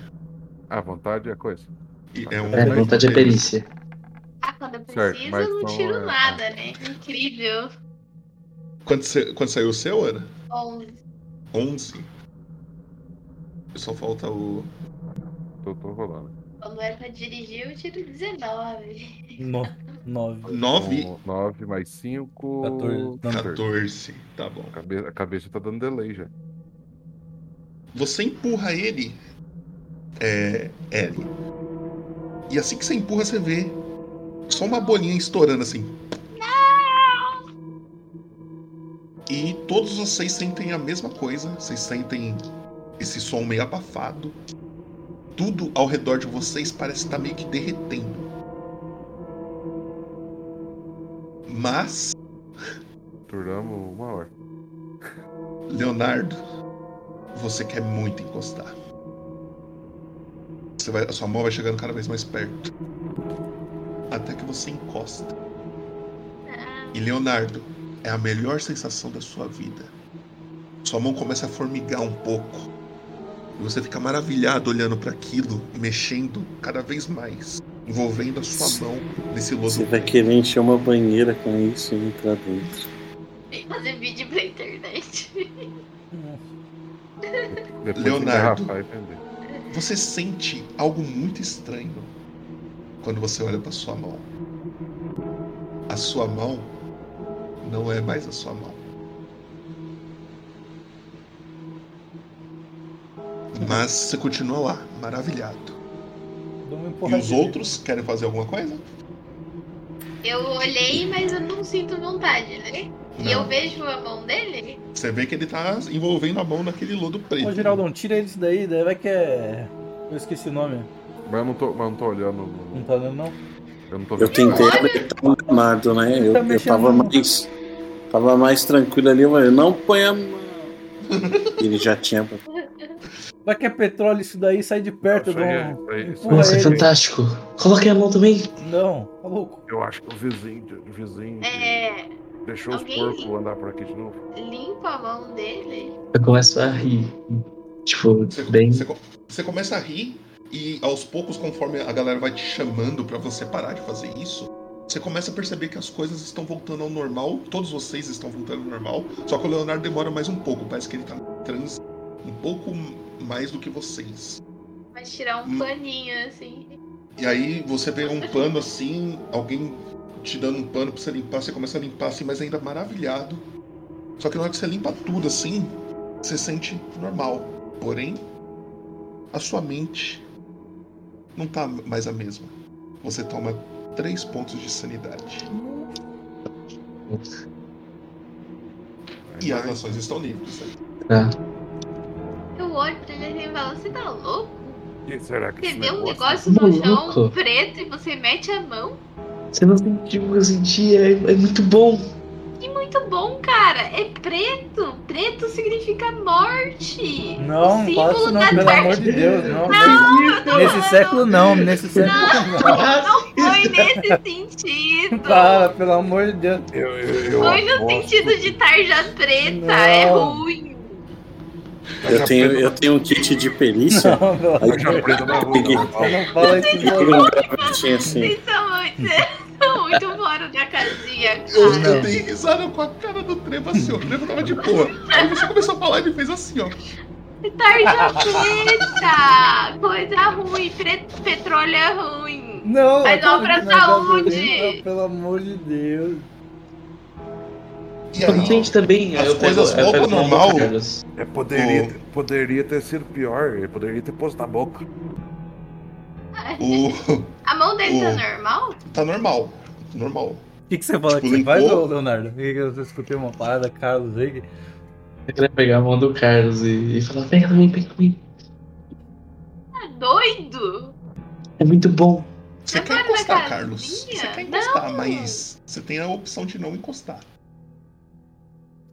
D: Ah, vontade é coisa.
A: E é um
F: É,
A: mais
F: vontade é
A: poder.
F: perícia.
B: Ah, quando
D: Certo,
B: precisa,
D: mas
B: eu não
D: então,
B: tiro
D: é-
B: nada, né? Incrível.
A: Quando, você- quando saiu o seu, Ana?
B: Bom,
A: 11. Só falta o.
D: Tô, tô rolando.
B: quando é pra dirigir, eu tiro 19.
C: 9.
A: 9,
D: 9 Um, mais 5.
C: 14.
A: 14. Tá bom.
D: A cabe- a cabeça tá dando delay já.
A: Você empurra ele. É. L. E assim que você empurra, você vê só uma bolinha estourando assim. E todos vocês sentem a mesma coisa. Vocês sentem esse som meio abafado. Tudo ao redor de vocês parece estar meio que derretendo. Mas,
D: Duramos uma hora.
A: Leonardo, você quer muito encostar. Você vai- a sua mão vai chegando cada vez mais perto. Até que você encosta.
B: Ah,
A: E Leonardo, é a melhor sensação da sua vida. Sua mão começa a formigar um pouco. E você fica maravilhado olhando para aquilo e mexendo cada vez mais, envolvendo a sua mão nesse
E: Você
A: lodo.
E: vai querer encher uma banheira com isso e entrar dentro.
B: tem que fazer vídeo pra internet.
D: Depois
A: Leonardo.
D: Rafa, entender.
A: Você sente algo muito estranho quando você olha para sua mão. A sua mão não é mais a sua mão. Mas você continua lá, maravilhado.
C: Dou uma
A: E
C: empurradinha.
A: os outros querem fazer alguma coisa?
B: Eu olhei, mas eu não sinto vontade, né? E eu vejo a mão dele?
A: Você vê que ele tá envolvendo a mão naquele lodo preto.
C: Ô, Geraldão, tira ele isso daí, daí vai que é. Eu esqueci o nome.
D: Mas eu não tô, mas eu não tô olhando.
C: Não tá olhando, não?
D: Eu não tô
E: Eu
D: vendo.
E: tentei
B: Olha.
E: aproveitar o gramado, né? Eu,
C: Tá
E: eu
C: mexendo
E: tava
C: no-
E: mais. Tava mais tranquilo ali, eu falei, não põe a mão. Ele já tinha.
C: Vai que é petróleo isso daí, sai de um perto,
D: Isso aí é-
C: Dom.
D: isso aí- isso aí-
C: Porra,
F: Nossa,
C: ele-
F: fantástico. Coloquem a mão também.
C: Não, tá louco.
D: Eu acho que o vizinho, o vizinho
B: É.
D: deixou os
B: alguém-
D: porcos andar por aqui de novo.
B: Limpa a mão dele.
F: Eu começo a rir. Tipo,
A: Você,
F: bem.
A: você co- você começa a rir e aos poucos, conforme a galera vai te chamando pra você parar de fazer isso, você começa a perceber que as coisas estão voltando ao normal. Todos vocês estão voltando ao normal. Só que o Leonardo demora mais um pouco. Parece que ele tá em transe um pouco mais do que vocês.
B: Vai tirar um
A: Hum.
B: paninho assim.
A: E aí você vê um pano assim, alguém te dando um pano pra você limpar, você começa a limpar assim, mas ainda maravilhado. Só que na hora que você limpa tudo assim, você sente normal. Porém, a sua mente não tá mais a mesma. Você toma três pontos de sanidade. E as
D: Mas-
A: ações estão livres. né?
F: Ah,
B: Eu olho pra ele assim e falo: Você tá louco?
D: que será que
B: Você
D: esse
B: vê um
D: negócio... tá
B: negócio no chão
F: Maluco.
B: preto e você mete a mão?
F: você não sentiu o que eu senti, é, é muito bom.
B: Muito bom, cara. É preto. Preto significa morte.
C: Não,
B: o
C: não
B: símbolo
C: fala isso não,
B: da
C: pelo
B: morte.
C: amor de Deus, não.
B: tô
C: nesse
B: falando.
C: século não, nesse século não.
B: Foi nesse sentido.
C: Para, pelo amor de Deus.
D: é? Eu, eu, eu
B: Foi no
D: aposto-
B: sentido de tarja preta.
C: Não.
B: É ruim.
E: Eu tenho, eu tenho um kit de perícia.
C: Não, pelo amor
E: Aí
C: de
D: Tarja preta na rua, né?
E: Peguei.
D: normal.
C: Deus. Não fala isso
E: eu
C: não.
E: pego um gravetinho assim.
B: Vocês são é muito, vocês são muito fora da casinha,
A: Eu,
B: cara.
A: eu dei risada com a cara do Trevo assim, ó. O Trevo tava de boa. Aí você começou a falar e ele fez assim, ó.
B: Tarja preta! Coisa ruim, pre- petróleo é ruim.
C: Não,
B: Mas não pra
C: não é
B: saúde.
C: gasolina, Pelo amor de Deus.
A: E
F: Eu não
A: aí,
F: sente também.
A: As
F: aí eu pego,
A: coisas
F: eu pego
A: voltam
F: a mão do
A: normal.
F: Carlos.
D: É, poderia, poderia ter sido pior, ele poderia ter posto na boca.
A: o...
B: A mão dele tá
A: Oh.
B: normal?
A: tá normal. Normal.
C: O que, que você fala
A: Tipo,
C: que você faz,
A: limpou?
C: ô, Leonardo? Que que Eu escutei uma parada, Carlos aí. que-
F: Eu queria pegar a mão do Carlos e, e falar, pega também, pega também.
B: Tá doido?
F: É muito bom.
A: Você
B: Mas
A: quer
B: para na
A: encostar,
B: casinha?
A: Carlos. Você quer encostar, mas você tem a opção de não encostar.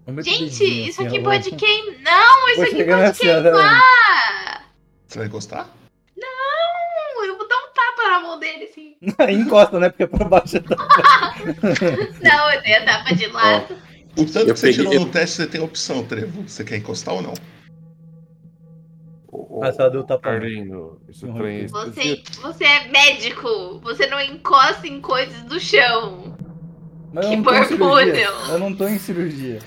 C: Eu meto o
B: Gente,
C: dedinho
B: isso
C: assim,
B: aqui
C: ó,
B: pode
C: vou-
B: queimar. Não, isso
C: vou
B: aqui
C: chegando
B: pode
C: assim, ó, tá
B: queimar.
C: vendo?
A: Você vai encostar?
B: Não, eu vou dar um tapa na mão dele assim.
C: Aí encosta, né? Porque é pra baixo.
B: Não, eu dei a tapa de lado.
A: O tanto
E: Eu
A: que você
E: peguei-
A: tirou no teste, você tem a opção, Trevo. Você quer encostar ou não?
D: Ô, ô,
C: Ah, só deu tapa.
F: É.
D: Carlinho, esse
C: Não,
D: trem é
B: Você,
D: esquisito.
B: você é médico. Você não encosta em coisas do chão.
C: Mas eu
B: Que
C: não tô em cirurgia.
B: borbulho.
C: Eu não tô em cirurgia.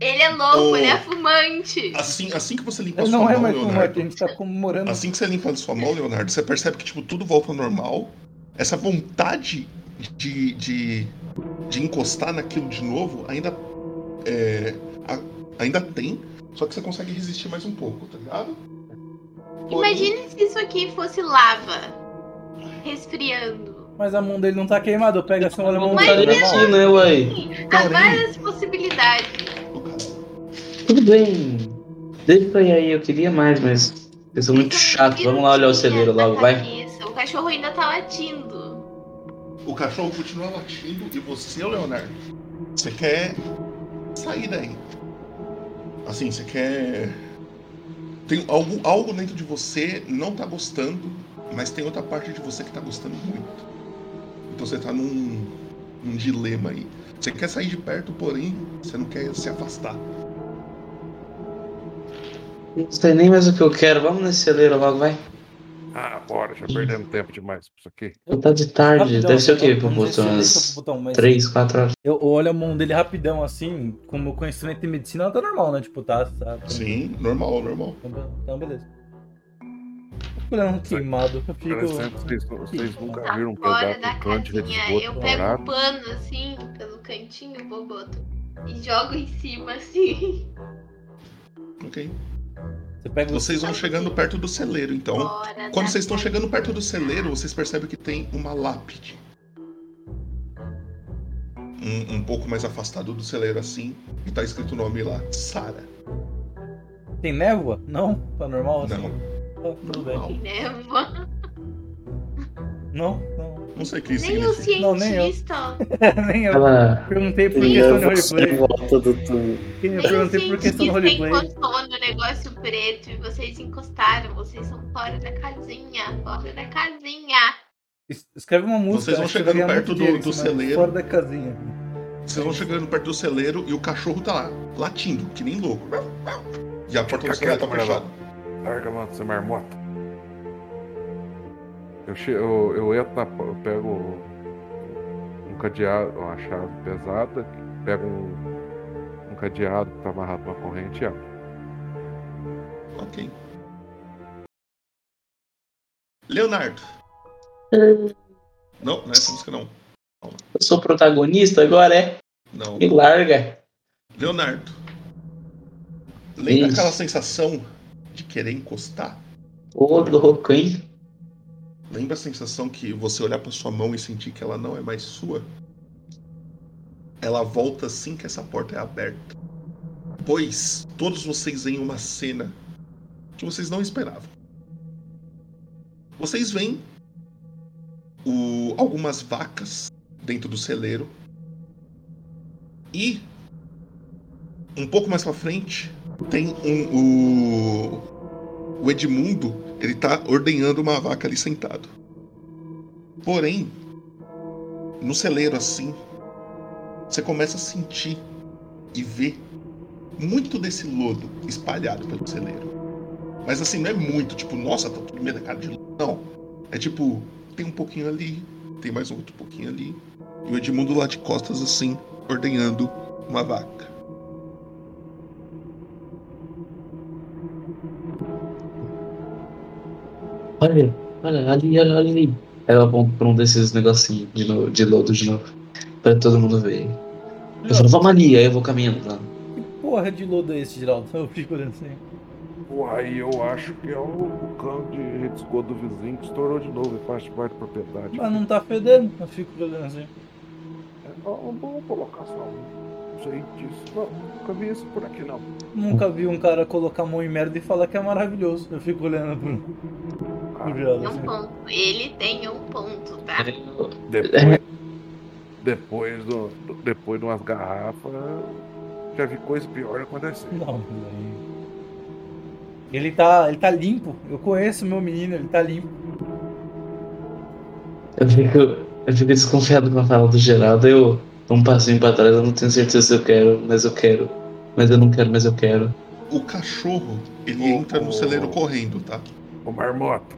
B: Ele é louco,
A: Oh.
B: ele é fumante.
A: Assim, assim que você limpa a
C: Mas
A: sua
C: não
A: mão,
C: é
F: um
C: mais
A: Leonardo.
C: fumante, a gente tá comemorando.
A: Assim que você limpa a sua mão, Leonardo, você percebe que tipo, tudo volta ao normal. Essa vontade de, de, de encostar naquilo de novo ainda, é, a- ainda tem. Só que você consegue resistir mais um pouco, tá ligado? Porém-
B: Imagina se isso aqui fosse lava resfriando.
C: Mas a mão dele não tá queimada, eu pego assim, olha a mão
F: Não
B: Mas
F: tá
C: dele.
F: nem
B: mesmo-
F: aqui, né, uai?
B: Há
A: Porém-
B: várias possibilidades.
A: Ô, cara.
F: Tudo bem. Deixa eu ir aí, eu queria mais, mas. Vocês
B: Então,
F: são muito chatos. Vamos lá olhar o celeiro logo, vai.
B: Isso, o cachorro ainda tá latindo.
A: O cachorro continua latindo e você, Leonardo, você quer sair daí. Assim, você quer. Tem algo, algo dentro de você não tá gostando, mas tem outra parte de você que tá gostando muito. Então você tá num, num dilema aí. Você quer sair de perto, porém, você não quer se afastar.
F: Não sei nem mais o que eu quero. Vamos nesse celeiro logo, vai.
D: Ah, bora, já perdemos tempo demais pra isso aqui.
F: Eu tá de tarde.
C: Rapidão,
F: Deve ser o quê?
C: rapidão,
F: Por
C: vamos ver se
F: volta
C: ele deixa
F: umas
C: pro botão, mas
F: 3, 4 horas.
C: Eu olho a mão dele rapidão, assim, com o meu conhecimento de medicina, ela tá normal, né? Tipo, tá, tá, tá
A: Sim, normal, normal.
C: Então, be- então, beleza. Olhando queimado, eu fico.
D: Interessante, vocês, vocês nunca
B: Tá
A: é
D: viram um
B: fora
D: pedaço
B: da
D: de cante de
A: né?
B: casinha. Eu pego
D: esgoto
B: um
D: dourado?
B: pano assim, pelo cantinho, vou boto. E jogo em cima assim.
A: Ok.
C: Você pega o.
A: Vocês vão chegando perto do celeiro, então.
B: Fora da
A: Quando vocês estão
B: casinha.
A: chegando perto do celeiro, vocês percebem que tem uma lápide. um, um pouco mais afastado do celeiro assim, e tá escrito o nome lá, Sara.
C: Tem névoa? Não? Tá normal assim?
A: Não,
C: Tá, tudo bem.
A: normal.
B: né, mano?
C: Não, não.
A: Não sei o que
B: Nem o
A: significa.
C: Não, nem eu.
B: cientista,
C: Nem eu
F: Ela
C: perguntei por
E: E
C: questão de
E: leva você assim,
C: roleplay.
E: em volta do túmulo.
C: Quem eu
B: nem o
C: perguntei por questão de
B: cientista
C: roleplay.
B: encostou no negócio preto e vocês encostaram. Vocês são fora da casinha, fora da casinha.
C: Es- Escreve uma música.
A: Vocês vão
C: acho que eu
A: chegando
C: ganhei
A: perto
C: muito
A: do-
C: dinheiro,
A: do
C: mas
A: celeiro.
C: Fora da casinha.
A: Vocês vão chegando perto do celeiro e o cachorro tá lá, latindo, que nem louco. E a porta do
D: Fica
A: celeiro tá
D: quieto, Marcelo.
A: fechada.
D: Larga lá dessa marmota. Eu, che... eu, eu entro na... po- Eu pego um cadeado, uma chave pesada, pego um, um cadeado que tá amarrado numa corrente e abro.
A: Ok. Leonardo. Não, não é essa música não.
F: eu sou protagonista agora, é?
A: Não.
F: Me larga.
A: Leonardo. Lembra
F: Isso.
A: aquela sensação de querer encostar?
F: Ô, louco, hein?
A: Lembra a sensação que você olhar pra sua mão e sentir que ela não é mais sua? Ela volta assim que essa porta é aberta. Pois todos vocês veem uma cena que vocês não esperavam. Vocês veem o- algumas vacas dentro do celeiro e um pouco mais pra frente tem um, o, o Edmundo, ele tá ordenhando uma vaca ali sentado. Porém, no celeiro assim, você começa a sentir e ver muito desse lodo espalhado pelo celeiro. Mas assim, não é muito, tipo, nossa, tá tudo mercado de lodo. Não. É tipo, tem um pouquinho ali, tem mais outro pouquinho ali. E o Edmundo lá de costas assim, ordenhando uma vaca.
F: Olha, olha, ali, olha, olha ali. Ela aponta pra um desses negocinhos de, novo- de lodo de novo. Pra todo mundo ver. Eu falo, vamos ali, aí eu vou caminhando tá? lá.
C: Que porra de lodo é esse, Geraldo? Eu fico olhando assim.
D: Uai, eu acho que é o o cano de rede de esgoto do vizinho que estourou de novo e faz parte da propriedade.
C: Mas não tá fedendo? Eu fico olhando assim.
D: É, Não, não vou colocar só um. Não sei disso. Não, nunca vi isso por aqui não.
C: Nunca vi um cara colocar a mão em merda e falar que é maravilhoso. Eu fico olhando pro, pro
D: Ah,
C: Geraldo
B: Tem um
C: assim.
B: ponto. Ele tem um ponto, tá?
F: É.
D: depois, depois, do, do- depois de umas garrafas, já vi coisa pior acontecer.
C: Não, mas aí. Ele tá, ele tá limpo. Eu conheço meu menino, ele tá limpo.
F: Eu fico, eu fico desconfiado com a fala do Geraldo. Eu dou um passinho pra trás, eu não tenho certeza se eu quero, mas eu quero. Mas eu não quero, mas eu quero.
A: O cachorro, ele
D: Oh,
A: entra no
D: oh.
A: celeiro correndo, tá?
D: Ô Marmota,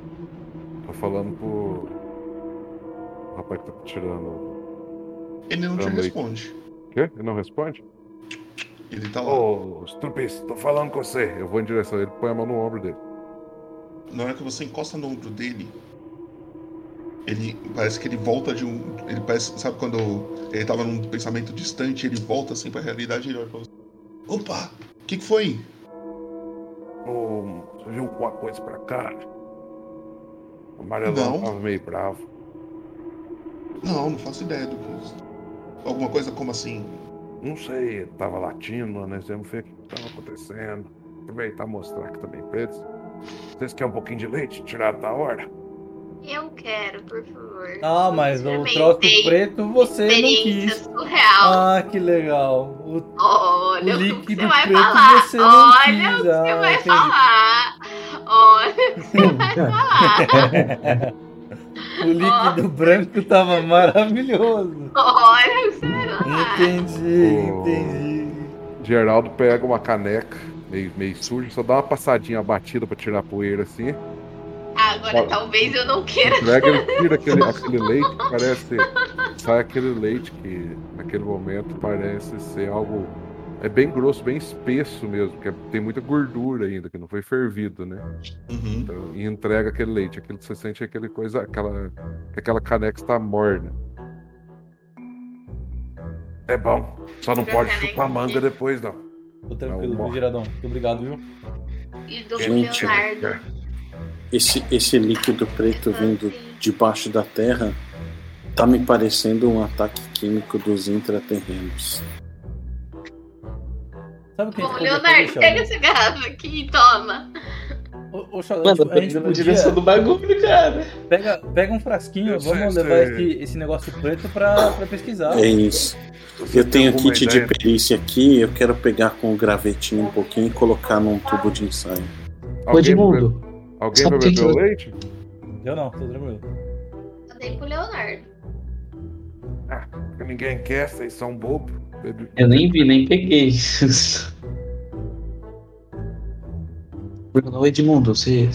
D: tô falando pro. O rapaz que tá tirando.
A: Ele não te
D: Também.
A: responde.
D: Quê? Ele não responde?
A: Ele tá lá.
D: Ô, Strupis, tô falando com você. Eu vou em direção a ele, põe a mão no ombro dele.
A: Na hora que você encosta no ombro dele, ele parece que ele volta de um. Ele parece. Sabe quando ele tava num pensamento distante, ele volta assim pra realidade e ele olha pra você. Opa! O que, que foi?
D: Ô, você viu alguma coisa pra cá? O amarelão
A: Não.
D: tava meio bravo.
A: Não, não faço ideia do que. Alguma coisa como assim.
D: Não sei, ele tava latindo, né? Você não ver o que tava acontecendo. Aproveitar e mostrar que também preto. Vocês querem um pouquinho de leite? Tirado da hora?
B: Eu quero, por favor.
C: Ah, mas
B: Eu
C: o
B: também
C: troço
B: tenho
C: preto você não
B: Experiência
C: quis.
B: surreal.
C: Ah, que legal. O
B: Olha
C: O
B: o que
C: líquido
B: você vai
C: preto
B: falar.
C: você não
B: Olha o que
C: quis.
B: você
C: Ah,
B: vai
C: entendi.
B: falar. Olha o que você vai falar.
C: O líquido branco tava maravilhoso.
B: Olha o que você vai falar.
C: Entendi,
D: Oh.
C: entendi.
D: Geraldo pega uma caneca, meio, meio suja, só dá uma passadinha batida pra tirar a poeira assim.
B: Agora talvez eu não queira.
D: Entrega, ele tira aquele, aquele leite que parece. Sai aquele leite que naquele momento parece ser algo. É bem grosso, bem espesso mesmo, que é- tem muita gordura ainda, que não foi fervido, né?
A: Uhum.
D: Então, e entrega aquele leite. Aquilo, você sente é aquele coisa, aquela, que aquela caneca está morna. É bom, só não
B: Já
D: pode
B: caneca
D: chupar manga
B: aqui.
D: depois, não.
C: Tô tranquilo,
D: Não,
C: viu,
D: morre.
C: Giradão? Muito obrigado, viu?
B: E do
E: Gente,
D: É.
B: Leonardo.
E: Esse, esse líquido preto vindo
B: Assim,
E: debaixo da terra Tá me parecendo um ataque químico dos intraterrenos.
C: Sabe o que a gente podia
B: Bom,
C: fazer, né?
B: Leonardo, pega
C: Sheldon?
B: essa garrafa aqui e toma.
C: Ô, ô, Sheldon,
F: Mano,
C: tipo, a gente
F: perdendo a
C: podia...
F: dimensão do bagulho, cara.
C: Pega, pega um frasquinho,
D: Eu
C: vamos
D: sei,
C: levar
D: sei.
C: esse, esse negócio preto pra, pra pesquisar.
E: É isso.
D: Você
E: Eu tenho
D: Ah. tem alguma
E: kit de
D: ideia?
E: perícia aqui, eu quero pegar com o gravetinho um pouquinho e colocar num tubo de ensaio.
F: Ô,
D: Alguém, bebe-
F: Edmundo,
D: alguém
F: sabe
D: vai
F: quem
D: beber o
F: que-
D: leite?
C: Eu não, tô tranquilo.
B: Mandei pro Leonardo.
D: Porque ninguém quer, vocês são bobos. Bebe-
F: eu nem vi, nem peguei. Bruno, ô, Edmundo, você,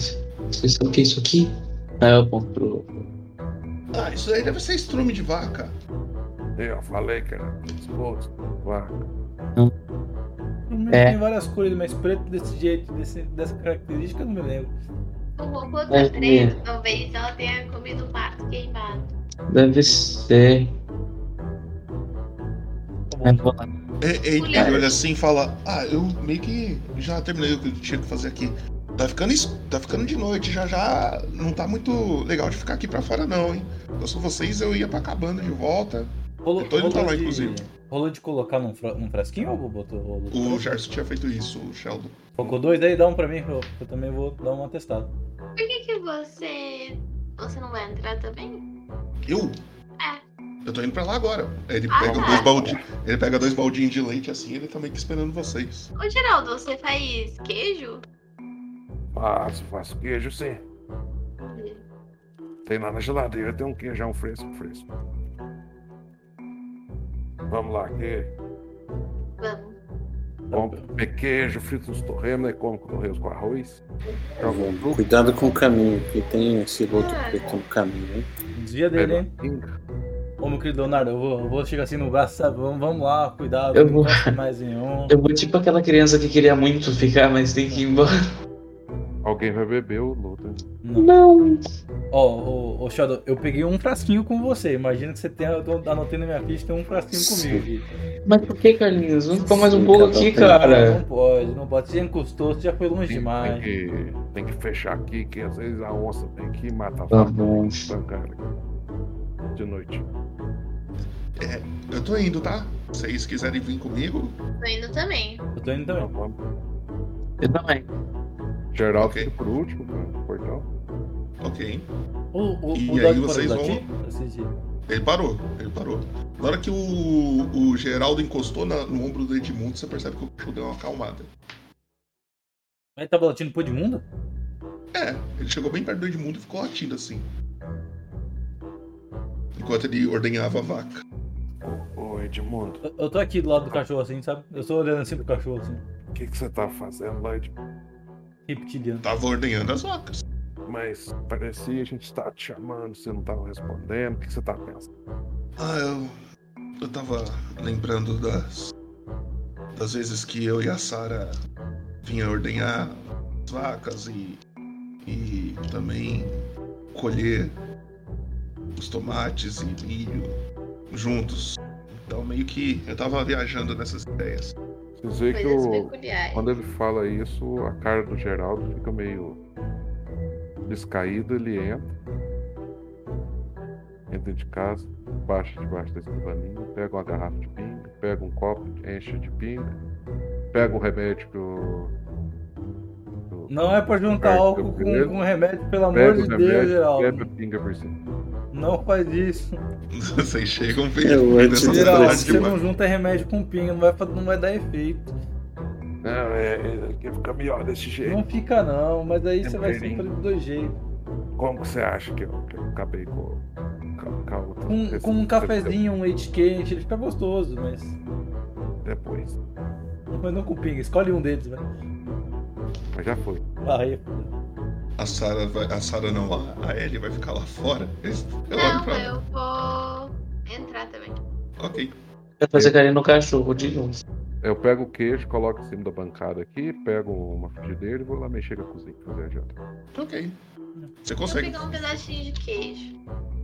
F: você sabe o que é isso aqui? Aí eu aponto pro.
A: Ah, isso aí deve ser estrume de vaca.
D: Eu falei, cara. Exposto. Vá.
C: Primeiro
F: É.
C: Tem várias cores, mas preto desse jeito, desse, dessa característica, eu não me lembro.
B: O robô
F: É,
B: tá preso, talvez ela tenha comido o pato queimado.
F: Deve ser.
C: Tá
F: Aí eu
C: bom.
F: vou lá.
A: E- e- Ele, olha assim e fala: Ah, eu meio que já terminei o que eu tinha que fazer aqui. Tá ficando, es- tá ficando de noite, já já não tá muito legal de ficar aqui pra fora, não, hein? Eu sou vocês, eu ia pra cabana de volta.
C: Rolou,
A: Eu tô indo pra lá,
C: de,
A: inclusive.
C: rolou de colocar num, fra- num frasquinho ou botou? rolou de
A: O
C: colocar?
A: Gerson tinha feito isso, o Sheldon.
C: Colocou dois aí, dá um pra mim, que eu, que eu também vou dar um atestado.
B: Por que que você... Você não vai entrar também?
A: Eu?
B: É.
A: Eu tô indo pra lá agora. Aí Ele
B: Ah,
A: pega
B: tá.
A: dois baldinhos. Ele pega dois baldinhos de leite assim, ele tá meio que esperando vocês.
B: Ô, Geraldo, você faz queijo?
D: Faço, faço queijo sim. Tem lá na geladeira, tem um queijão fresco, fresco. Vamos lá, que
B: Vamos.
D: compre queijo, frita os torremos, né? Come torremos com arroz. Joga um fruto,
E: Cuidado com o caminho, que tem esse lodo preto no caminho, hein?
C: Desvia dele,
D: pega
C: hein?
D: uma pinga.
C: Ô, meu querido Leonardo, eu vou, eu vou chegar assim no braço, sabe? Vamos, vamos lá, cuidado,
F: Eu
C: não
F: vou.
C: encosta mais um. nenhum.
F: Eu vou tipo aquela criança que queria muito ficar, mas tem que ir embora.
D: Alguém vai beber o luta.
C: Não.
F: Não!
C: Ó, ô, ô Shadow, eu peguei um frasquinho com você. Imagina que você tenha, eu tô anotando na minha ficha, tem um frasquinho
E: Sim.
C: comigo aqui.
F: Mas por que, Carlinhos? Vamos ficar mais um
E: Sim,
F: pouco
E: cara,
F: aqui,
E: tá
C: Não
F: cara.
C: pode, não pode. Você já encostou, você já foi longe
D: Tem, tem,
C: demais.
D: que, tem que fechar aqui, que às vezes a onça tem que matar a
F: Tá
D: vaca,
F: bom.
D: tem que estancar ela. De noite.
A: Eu tô indo, tá? Se vocês quiserem vir comigo,
B: Tô indo também.
C: Eu tô indo
D: Então
C: também.
D: vamos.
F: Eu também.
D: Geraldo
A: Ok.
D: fica por último, no portão.
A: ok.
C: O, o,
A: E
C: o
A: aí
C: Dog parou de
A: vocês
C: latir? Assistir.
A: Ele parou, ele parou. Na hora que o, o Geraldo encostou na- no ombro do Edmundo, você percebe que o cachorro deu uma acalmada.
C: Mas tava latindo pro Edmundo?
A: É, ele chegou bem perto do Edmundo e ficou latindo assim. Enquanto ele ordenhava a vaca.
D: Ô Edmundo,
C: Eu, eu tô aqui do lado do cachorro, assim, sabe? Eu tô olhando assim pro cachorro, assim,
D: o que, que você tá fazendo lá, Edmundo?
C: reptiliano.
A: Tava ordenhando as vacas.
D: Mas parecia a gente tá te chamando, você não tava respondendo. O que, que você tá pensando?
A: Ah, eu. Eu tava lembrando das. Das vezes que eu e a Sara vinha ordenhar as vacas e. E também colher os tomates e milho juntos. Então meio que eu tava viajando nessas ideias.
D: Vocês
A: É
D: veem que
B: Coisas
D: o,
B: peculiares.
D: quando ele fala isso, a cara do Geraldo fica meio descaída, ele entra. Entra de casa, baixa debaixo da escrivaninha, pega uma garrafa de pinga, pega um copo, enche de pinga, pega um remédio pro. pro-
C: Não é pra juntar
D: É,
C: álcool
D: eu-
C: com, com remédio, pelo amor
D: Pega o
C: de Deus,
D: remédio,
C: Geraldo.
D: quebra a pinga por cima.
C: Não faz isso.
A: Vocês chegam
E: Eu
A: vendo
E: antes
A: essas
E: de-
C: Geraldo,
A: coisas
C: você
A: demais.
C: não junta remédio com pinga, não vai, fa- não vai dar efeito.
D: Não, é, é, que fica melhor desse jeito.
C: Não fica não, mas aí
D: É
C: você vai
D: verdinho.
C: sofrer de dois jeitos.
D: Como que você acha que eu, que eu acabei com, com, com a outra
C: Com, com
D: é
C: um cafezinho, um leite quente, ele fica gostoso, mas,
D: Depois.
C: mas não com pinga. Escolhe um deles, velho.
D: Mas já foi.
C: Ah, aí é foda.
A: A Sara vai. A Sara não, a, a Ellie vai ficar lá fora. Eu olho
B: Não,
A: pra-
B: eu vou entrar também.
A: Ok.
F: Vai fazer carinho no cachorro de novo.
D: Eu pego o queijo, coloco em cima da bancada aqui, pego uma frigideira e vou lá mexer com a cozinha pra fazer a janta.
A: Ok. Você
B: Eu vou
A: consegue.
B: pegar um pedacinho de queijo.
C: Eu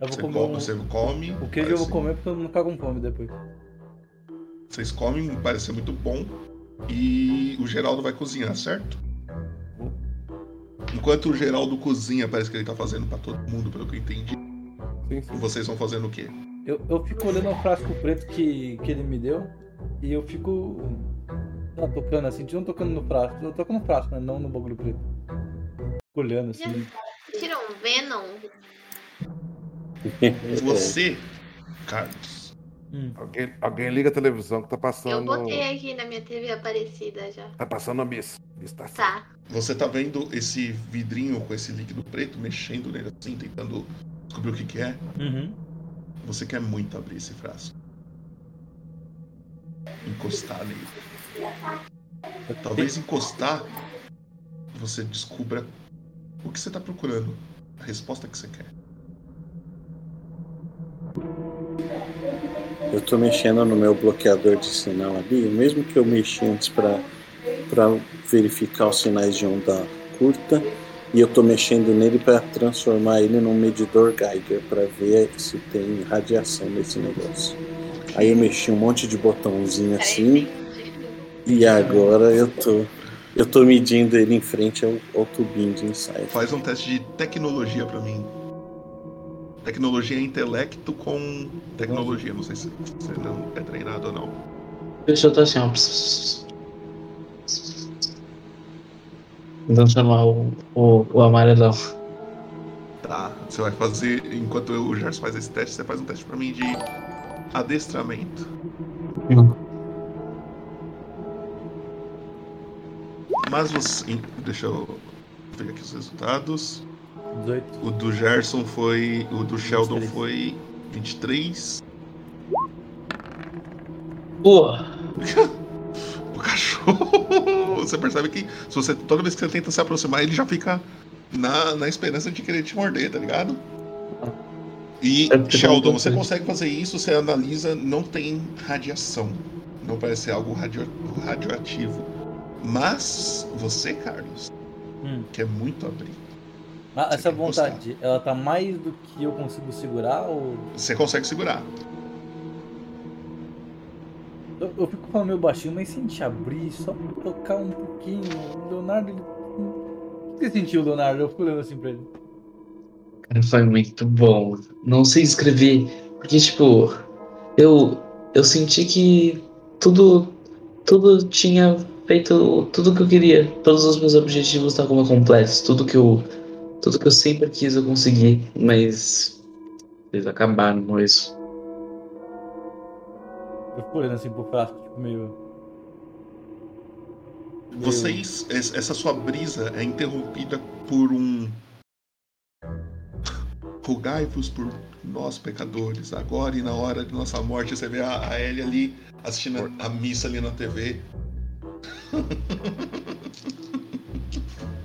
C: vou
A: Você,
C: comer
A: co-
C: um-
A: você come.
C: O queijo eu vou
A: parece-
C: comer porque eu não ficar com fome depois.
A: Vocês comem, parece ser muito bom. E o Geraldo vai cozinhar, certo? Enquanto o Geraldo cozinha, parece que ele tá fazendo pra todo mundo, pelo que eu entendi.
D: Sim, sim.
A: Vocês vão fazendo o quê?
C: Eu, eu fico olhando o frasco preto que, que ele me deu e eu fico sei lá, tocando assim, não tocando no frasco, eu toco no frasco, né? Não no bagulho preto. Fico Olhando assim.
B: Tira um Venom.
A: Você, Carlos,
C: Hum.
D: Alguém, alguém liga a televisão que tá
B: Eu
D: passando.
B: botei aqui na minha TV aparecida já.
D: Tá passando a missa. Missa tá certa.
B: Tá.
A: você tá vendo esse vidrinho com esse líquido preto mexendo nele assim, tentando descobrir o que, que é?
C: Uhum.
A: Você quer muito abrir esse frasco. Encostar nele. Talvez encostar você descubra o que você tá procurando. A resposta que você quer.
E: Eu tô mexendo no meu bloqueador de sinal ali, mesmo que eu mexi antes pra para verificar os sinais de onda curta, e eu tô mexendo nele pra transformar ele num medidor Geiger pra ver se tem radiação nesse negócio. Aí eu mexi um monte de botãozinho assim e agora eu tô eu tô medindo ele em frente ao, ao tubinho de ensaio.
A: Faz um teste de tecnologia pra mim. Tecnologia é intelecto com tecnologia. Não sei se você não é treinado ou não.
F: O pessoal tá assim, ó. Pss, pss, pss. Tentando chamar o, o, o amarelão.
A: Tá. Você vai fazer. Enquanto eu- o Gerson faz esse teste, você faz um teste pra mim de adestramento.
F: Hum.
A: Mas você. em- Deixa eu pegar aqui os resultados.
C: 18.
A: O do Gerson foi. O do Sheldon
C: 23.
A: foi 23.
F: Pô,
A: O cachorro! Você percebe que se você, toda vez que você tenta se aproximar, ele já fica na, na esperança de querer te morder, tá ligado? E,
F: É porque
A: Sheldon,
F: tem um
A: você
F: tanto de-
A: consegue fazer isso, você analisa, não tem radiação. Não parece ser algo radio, radioativo. Mas você, Carlos,
C: Hum.
A: quer muito abrir.
C: Ah,
A: Você
C: essa
A: tem que encostar.
C: vontade, ela tá mais do que eu consigo segurar ou.
A: Você consegue segurar.
C: Eu, eu fico falando meio baixinho, mas se a gente abrir, só pra tocar um pouquinho. O Leonardo, ele. O que você sentiu, Leonardo? Eu fico olhando assim pra ele.
F: cara, foi muito bom. Não sei escrever, porque, tipo, eu, eu senti que tudo, tudo tinha feito tudo que eu queria. Todos os meus objetivos estavam completos. Tudo que eu, tudo que eu sempre quis eu consegui, mas eles acabaram com isso.
C: Eu fico olhando assim pro frasco, tipo, meio.
A: Vocês, es- essa sua brisa é interrompida por um. Rogai-vos por nós, pecadores, agora e na hora de nossa morte. Você vê a, a Ellie ali assistindo a, a missa ali na TV.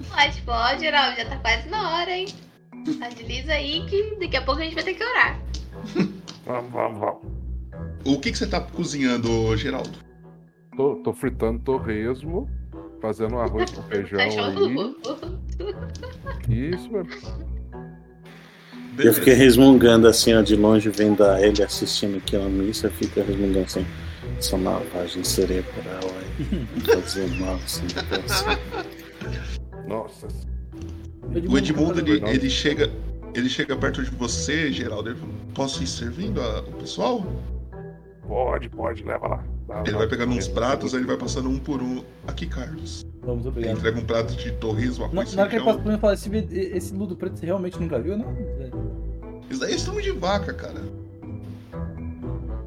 B: Pode, pode, Geraldo. Já tá quase na hora, hein? Agiliza aí que daqui a pouco a gente vai ter que orar.
D: Vamos, vamos, vamos.
A: O que, que você tá cozinhando, Geraldo?
D: Tô, tô fritando torresmo, fazendo arroz com
B: Tá
D: feijão aí.
B: Cachorro.
D: Isso mesmo.
E: Eu fiquei resmungando assim, ó, de longe, vendo a ele assistindo aquela missa, eu fico resmungando assim. Essa lavagem cerebral aí. Fazer mal assim, assim.
D: Nossa.
A: O Edmundo, ele,
D: Edmundo.
A: ele chega. Ele chega perto de você, Geraldo. Ele fala, posso ir servindo a- o pessoal?
D: Pode, pode, leva lá. Dá-
A: Ele
D: dá-
A: vai pegando uns pratos, aí ele vai passando um por um. Aqui, Carlos.
C: Vamos,
A: Ele
C: obrigado.
A: entrega um prato de torresmo,
C: Na,
A: arroz,
C: na hora que ele
A: feijão.
C: passa por mim, eu falo, esse, ve- esse ludo preto você realmente nunca viu, não? É,
A: Isso daí é estrume de vaca, cara.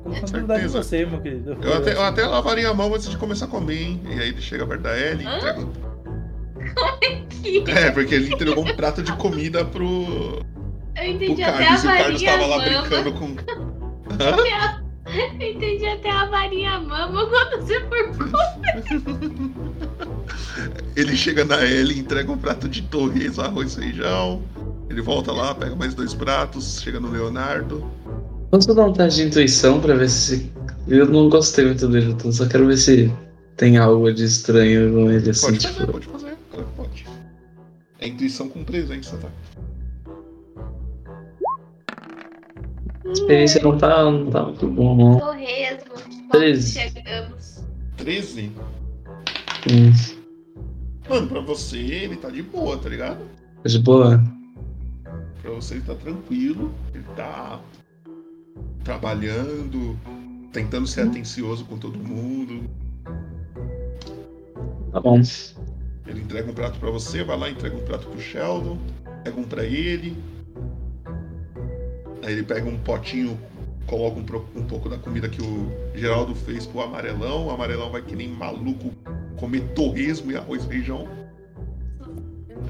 C: Como que eu duvidar de
A: Certeza.
C: você, meu querido?
A: Eu até, eu até lavaria a mão antes de começar a comer, hein? E aí ele chega perto da Ellie e
B: Hã?
A: entrega. um- É, porque ele entregou um prato de comida pro,
B: Eu
A: pro
B: entendi até a
A: Carlos. E o Carlos
B: varinha
A: tava lá
B: mama.
A: brincando com.
B: Eu entendi até a varinha mama quando você for.
A: Ele chega na Ellie, entrega um prato de torres, arroz, feijão. Ele volta lá, pega mais dois pratos, chega no Leonardo.
F: Posso dar um teste de intuição pra ver se. Eu não gostei muito dele, então só quero ver se tem algo de estranho com ele assim.
A: Pode fazer,
F: Tipo,
A: pode fazer. Claro que pode. É intuição com presença, tá?
F: a experiência não tá, não tá muito bom, não.
B: Torresmo.
F: Treze.
B: Chegamos.
A: 13.
F: Hum,
A: Mano, pra você, ele tá de boa, tá ligado?
F: tá de boa.
A: Pra você ele tá tranquilo, ele tá trabalhando, tentando ser atencioso com todo mundo.
F: Tá bom.
A: Ele entrega um prato pra você, vai lá, entrega um prato pro Sheldon, pega um pra ele. Aí ele pega um potinho, coloca um, pro- um pouco da comida que o Geraldo fez pro amarelão. O amarelão vai que nem maluco comer torresmo e arroz e feijão.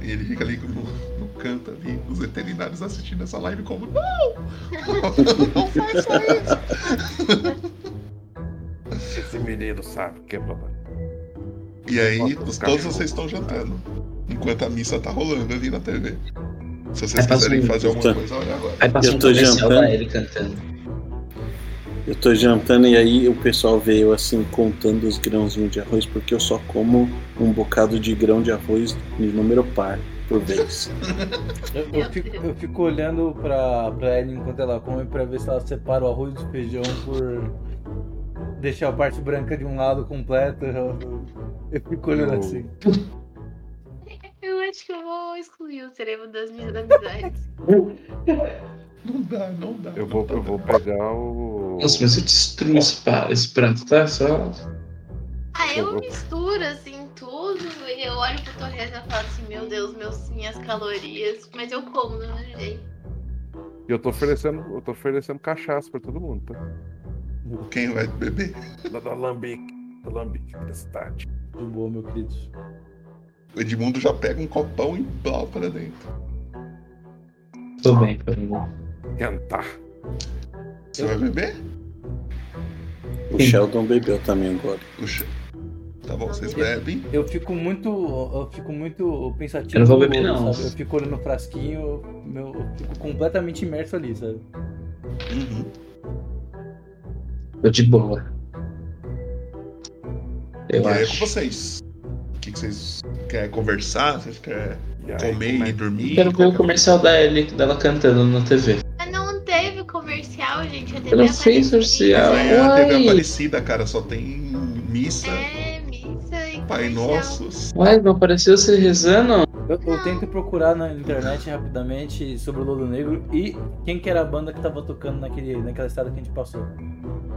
A: E ele fica ali no, no canto ali, os veterinários assistindo essa live como Não! Não faça isso!
D: Esse menino sabe que é babado.
A: E aí,
D: Bota o
A: os- todos
D: cachorro.
A: vocês estão jantando. Enquanto a missa tá rolando ali na TV. Se vocês
F: Aí passa
A: quiserem
F: um-
A: fazer alguma
E: tá.
A: coisa, olha agora.
F: Aí passa
E: Eu
F: um
E: tô
F: comercial
E: jantando.
F: da ele cantando.
E: Eu tô jantando e aí o pessoal veio assim contando os grãozinhos de arroz, porque eu só como um bocado de grão de arroz de número par por vez.
C: Eu, eu fico, eu fico olhando pra, pra ela enquanto ela come pra ver se ela separa o arroz do feijão por deixar a parte branca de um lado completa. Eu, eu fico olhando
D: Eu-
C: assim.
B: Eu acho que eu vou excluir o cerebro das minhas
F: Tá.
B: amizades.
A: Não dá, não dá.
D: Eu vou, eu vou pegar o.
F: Nossa, mas eu destruí esse, pa- esse prato, tá? Só.
B: Ah, eu misturo assim tudo e eu olho pro Torres e falo assim, meu Deus, meus, minhas calorias, mas eu como né, do mesmo jeito.
D: E eu tô oferecendo, eu tô oferecendo cachaça pra todo mundo, tá?
A: Quem vai beber?
D: Da, da Lambique, da Lambique, da cidade.
C: De boa, meu querido.
A: O Edmundo já pega um copão e plau pra dentro.
F: Tô bem, tô bem.
D: Cantar.
A: Você vai beber?
E: O Sheldon bebeu também agora.
A: Puxa. Tá bom, vocês bebem.
C: Eu fico muito. Eu fico muito pensativo.
F: Eu não vou beber,
C: sabe?
F: não.
C: Eu fico olhando o frasquinho, eu- meu, eu fico completamente imerso ali, sabe?
A: Uhum.
F: Tô de boa. Eu
A: E aí é com
F: acho.
A: vocês. O que, que vocês querem conversar? Vocês querem
D: E aí,
A: comer e
D: começa.
A: dormir?
F: Quero ver o
A: Qualquer
F: comercial da Ellie, dela cantando na TV.
B: Mas não teve comercial, gente. A TV
F: Eu não fiz
B: aparecia.
A: coisa.
F: comercial.
A: Amanhã teve
F: Ai.
A: Aparecida, cara. Só tem missa,
B: É, missa e
A: Pai
B: comercial.
A: Nosso.
F: Ué, não apareceu você rezando?
C: Eu, eu tento procurar na internet rapidamente sobre o Lodo Negro e quem que era a banda que tava tocando naquele, naquela estrada que a gente passou.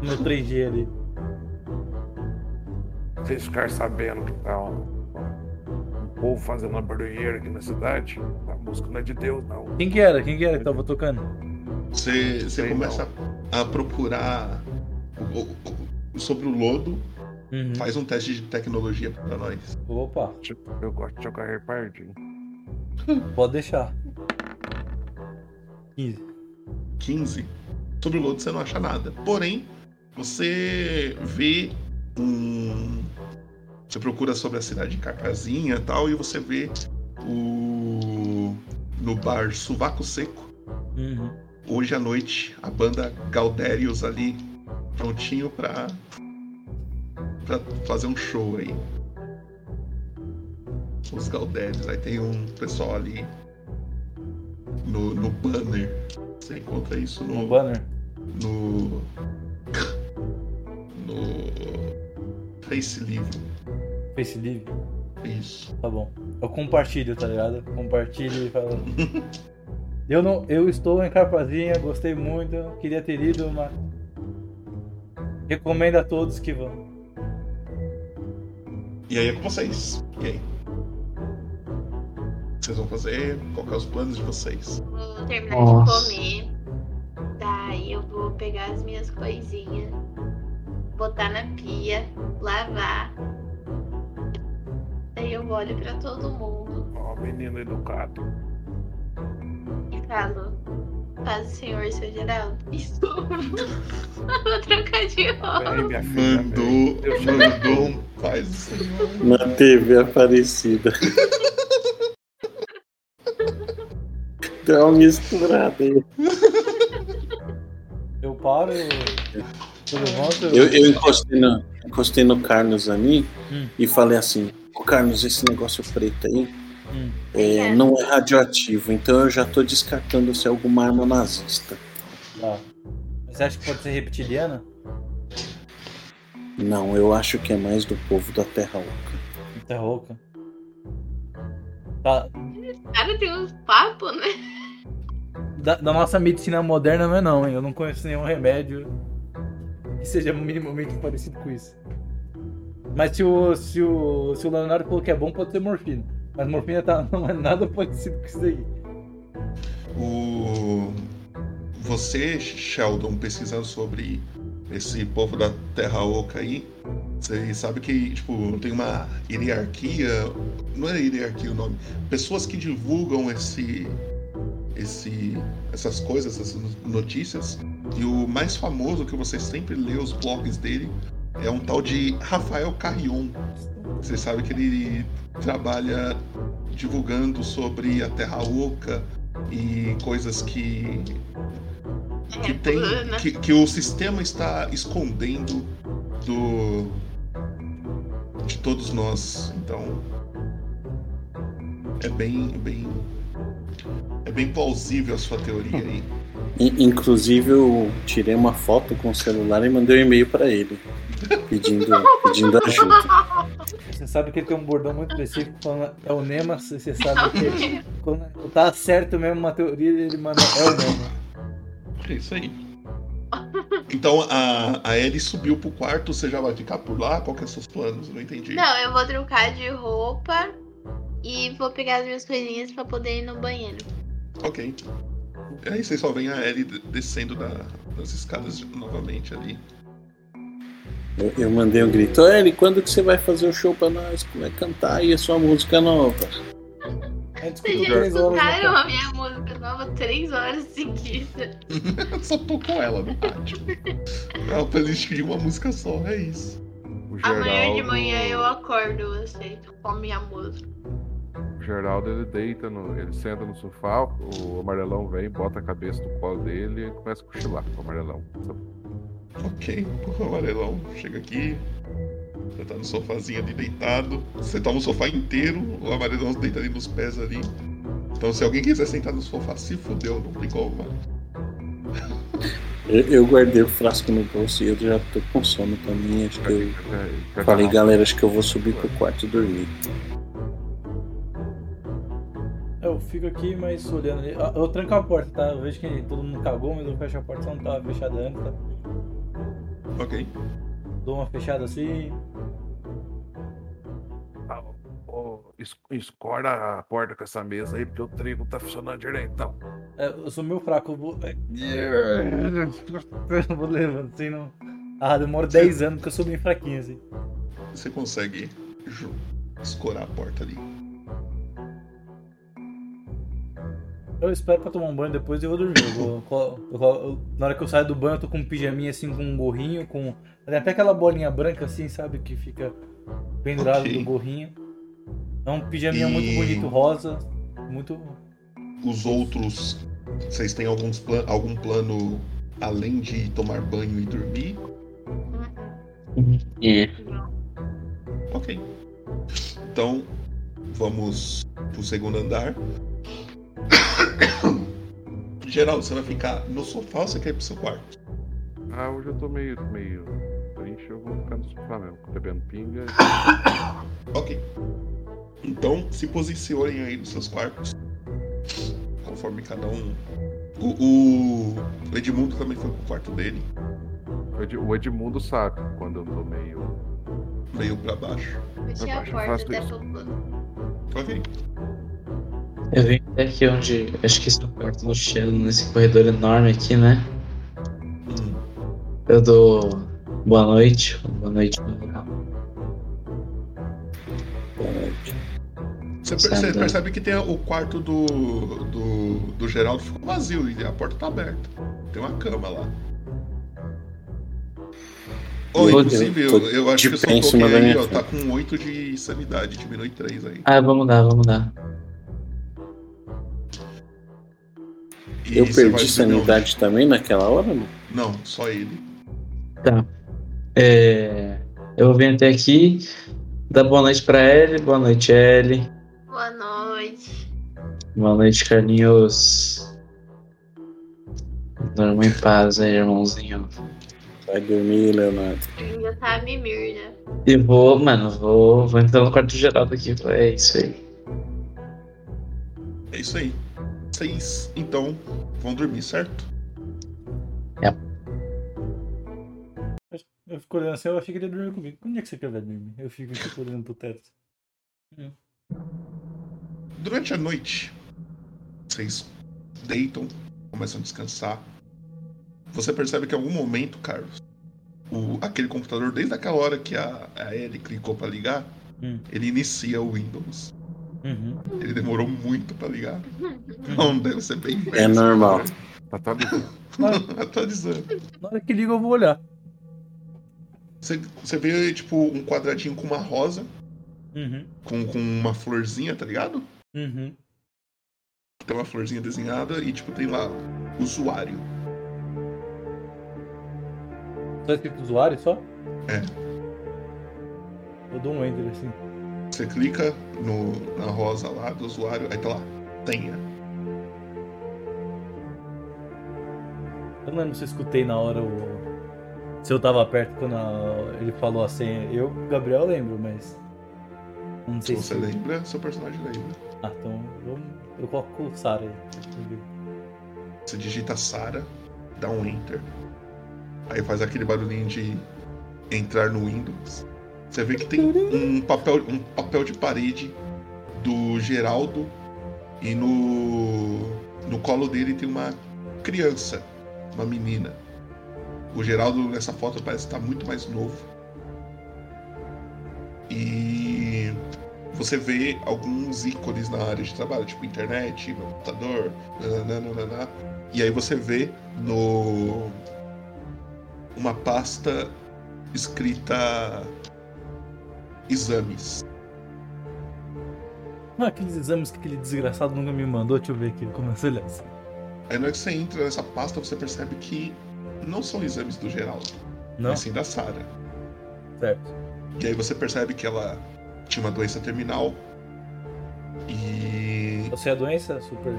C: No 3G ali.
D: Vocês ficarem sabendo que tá um, um povo fazendo uma barulheira aqui na cidade. A música não é de Deus, não.
C: Quem que era? Quem que era que tava tocando?
A: Você, você
D: Sei
A: começa a, a procurar o- o- o- sobre o lodo,
C: Uhum.
A: faz um teste de tecnologia pra nós.
C: Opa,
D: Tipo, Eu gosto de jogar repardinho.
C: pode deixar. 15.
A: 15. Sobre o lodo você não acha nada. Porém, você vê um. Você procura sobre a cidade de Carcazinha e tal, e você vê o. No bar Suvaco Seco,
C: Uhum.
A: hoje à noite, a banda Galdérios ali, prontinho pra. pra fazer um show aí. Os Galdérios. Aí tem um pessoal ali. No, no banner. Você encontra isso
C: No banner.
A: no. No. Face livro.
C: Face Live.
A: Isso.
C: Tá bom. Eu compartilho, tá ligado? Compartilho e falo. Eu não. Eu estou em Carpazinha, gostei muito, queria ter ido, mas. Recomendo a todos que vão.
A: E aí é com vocês. E aí? Vocês vão fazer? Qual que é os planos de vocês?
B: Vou terminar
F: Nossa.
B: de comer. Daí eu vou pegar as minhas coisinhas, botar na pia, lavar. Daí eu olho pra todo mundo
D: Ó, menino educado.
B: e falo: Paz do Senhor, seu Geraldo. Isso. vou trocar de
D: Vem,
B: roupa.
D: minha filha, vem.
A: Mandou. Mandou um paz do Senhor.
E: Na TV Aparecida. Dá uma misturada aí.
C: Eu paro, eu. eu levanto,
E: Eu, eu encostei, no, encostei no Carlos ali
C: Hum.
E: e falei assim: Ô Carlos, esse negócio preto aí
C: Hum.
E: é, não é radioativo, então eu já tô descartando se é alguma arma nazista.
C: Tá. Você acha que pode ser reptiliana?
E: Não, eu acho que é mais do povo da Terra Oca.
C: Tá rouca. Tá.
B: O cara tem uns papos, né?
C: da, da nossa medicina moderna não é não, hein? Eu não conheço nenhum remédio que seja minimamente parecido com isso. Mas se o, se o, se o Leonardo falou que é bom, pode ser morfina. Mas morfina tá, não é nada parecido com isso daí.
A: O... Você, Sheldon, pesquisando sobre esse povo da Terra Oca aí, você sabe que tipo, tem uma hierarquia. Não é hierarquia o nome. Pessoas que divulgam esse, esse, essas coisas, essas notícias. E o mais famoso que você sempre lê os blogs dele é um tal de Rafael Carrion. Você sabe que ele trabalha divulgando sobre a Terra Oca e coisas que
B: É,
A: que, tem,
B: plana.
A: que, que o sistema está escondendo do de todos nós. Então é bem bem é bem plausível a sua teoria aí.
E: I- Inclusive eu tirei uma foto com o celular e mandei um e-mail pra ele pedindo, pedindo ajuda.
C: Você sabe que ele tem um bordão muito específico falando é o Nema, você você sabe que quando tá certo mesmo uma teoria, ele manda é o Nema.
A: É isso aí. Então a, a Ellie subiu pro quarto, você já vai ficar por lá? Qual que é seus planos? Eu Não entendi.
B: Não, eu vou trocar de roupa e vou pegar as minhas coisinhas pra poder ir no banheiro.
A: Ok. E aí vocês só veem a Ellie de- descendo da- das escadas de- novamente ali.
E: Eu, eu mandei um grito, "Ô, Eli, quando que você vai fazer um show pra nós? Vai cantar aí a sua música nova.
C: Antes que
B: Vocês
C: eu
B: já
C: É, três horas né, da
B: escutaram
C: tarde.
B: a minha música nova três horas seguidas.
A: só tocou ela no pátio. É uma playlist de uma música só, é isso.
D: O Geraldo,
B: Amanhã de manhã eu acordo, você com a minha música.
D: O Geraldo ele deita, no, ele senta no sofá, o amarelão vem, bota a cabeça no colo dele e começa a cochilar com o amarelão. Então,
A: Ok, o amarelão chega aqui. Você tá no sofazinho ali deitado. Você tá no sofá inteiro, o amarelão deita ali nos pés ali. Então se alguém quiser sentar no sofá, se fudeu, não tem como. mano.
E: Eu, eu guardei o frasco no bolso e eu já tô com sono também. Acho que eu
D: Eu
E: falei, galera, acho que eu vou subir pro quarto e dormir.
C: Eu fico aqui, mas olhando ali. Ah, Eu tranco a porta, tá? Eu vejo que todo mundo cagou, mas eu fecho a porta, só não tava fechada antes, tá?
A: Ok.
C: Dou uma fechada assim.
D: Escora a porta com essa mesa aí, porque o trigo tá funcionando direitão.
C: É, eu sou meio fraco, eu vou. Eu vou levando, assim não. Ah, demora 10 anos porque eu sou bem fraquinho, assim.
A: Você consegue ju- escorar a porta ali.
C: Eu espero pra tomar um banho depois e eu vou dormir. Eu vou- eu colo- eu colo- eu- na hora que eu saio do banho, eu tô com um pijaminha assim, com um gorrinho, com. Tem até aquela bolinha branca assim, sabe? Que fica pendurado
A: Ok.
C: do gorrinho. É um pijaminha
A: E-
C: muito bonito, rosa. Muito.
A: Os outros, vocês têm alguns plan- algum plano além de tomar banho e dormir?
F: É.
A: Ok. Então, vamos pro segundo andar. Geraldo, você vai ficar no sofá ou você quer ir pro seu quarto?
D: Ah, hoje eu tô meio, meio triste, eu vou ficar no sofá mesmo, bebendo pinga.
A: Ok. Então, se posicionem aí nos seus quartos. Conforme cada um. O, o Edmundo também foi pro quarto dele,
D: O Ed- O Edmundo sabe quando eu tô meio.
A: meio pra baixo.
B: Fechei
D: Eu
B: a
D: já
B: porta
D: faço
B: até
D: isso.
B: pro plano.
A: Ok.
F: Eu vim até aqui onde. Acho que esse é o quarto do Sheldon, nesse corredor enorme aqui, né?
A: Hum,
F: Eu dou boa noite. Boa noite, no geral.
E: Boa noite.
A: Você
E: Tá
F: Sabe,
A: percebe,
F: né?
A: percebe que tem o quarto do, do, do Geraldo ficou vazio e a porta tá aberta. Tem uma cama lá. Ô,
E: Meu
A: inclusive,
E: Deus,
A: eu,
E: tô
A: eu acho
E: de
A: que eu
E: pé em
A: só
E: cima da
A: toquei aí,
E: minha
A: ó. Tá com 8 de sanidade, diminui 3 aí.
F: Ah, vamos dar, vamos dar.
A: E
E: Eu
A: você vai subir onde?
E: perdi sanidade também naquela hora, mano?
A: Não, só ele.
F: É, eu vim até aqui. Dar boa noite pra Ellie. Boa noite, Ellie.
B: Boa noite.
F: Boa noite, Carlinhos. Dorma em paz aí, irmãozinho.
E: Vai dormir, Leonardo.
B: Ainda tá a mimir, né?
F: E vou, mano, vou, vou entrar no quarto geral daqui. É isso aí.
A: É isso aí. Vocês, então, vão dormir, certo?
C: Eu fico olhando assim, eu achei que ele ia dormir comigo. Onde é que você quer dormir? Eu fico tipo, olhando pro teto.
A: Durante a noite, vocês deitam, começam a descansar. Você percebe que em algum momento, Carlos, o- aquele computador, desde aquela hora que a, a Ellie clicou pra ligar,
C: Hum.
A: ele inicia o Windows.
C: Uhum.
A: Ele demorou muito pra ligar. Não, deve ser bem
E: É normal.
D: Tá atualizando.
A: Atualizando.
C: Na hora que liga, eu vou olhar.
A: Você, você vê, tipo, um quadradinho com uma rosa,
C: Uhum.
A: com, com uma florzinha, tá ligado?
C: Uhum.
A: Tem uma florzinha desenhada e, tipo, tem lá usuário.
C: Só escrito usuário só?
A: É.
C: Eu dou um enter assim.
A: Você clica no, na rosa lá do usuário, aí tá lá, tenha.
C: Eu não lembro se eu escutei na hora o. Se eu tava perto quando a- ele falou a senha. Eu, Gabriel, lembro, mas. Não
A: Se
C: sei
A: você
C: se.
A: lembra, seu personagem lembra.
C: Ah, então eu, eu coloco o Sara aí.
A: Você digita Sara, dá um enter. Aí faz aquele barulhinho de entrar no Windows. Você vê que tem um papel, um papel de parede do Geraldo e no no colo dele tem uma criança, uma menina. O Geraldo nessa foto parece estar muito mais novo. E você vê alguns ícones na área de trabalho, tipo internet, meu computador, nananana. E aí você vê no uma pasta escrita exames.
C: Ah, aqueles exames que aquele desgraçado nunca me mandou, deixa eu ver aqui, começa a olhar assim.
A: Aí na hora que você entra nessa pasta, você percebe que não são exames do Geraldo,
C: Não?
A: mas sim da Sara.
C: Certo.
A: E aí você percebe que ela tinha uma doença terminal e
C: Eu sei a é doença, super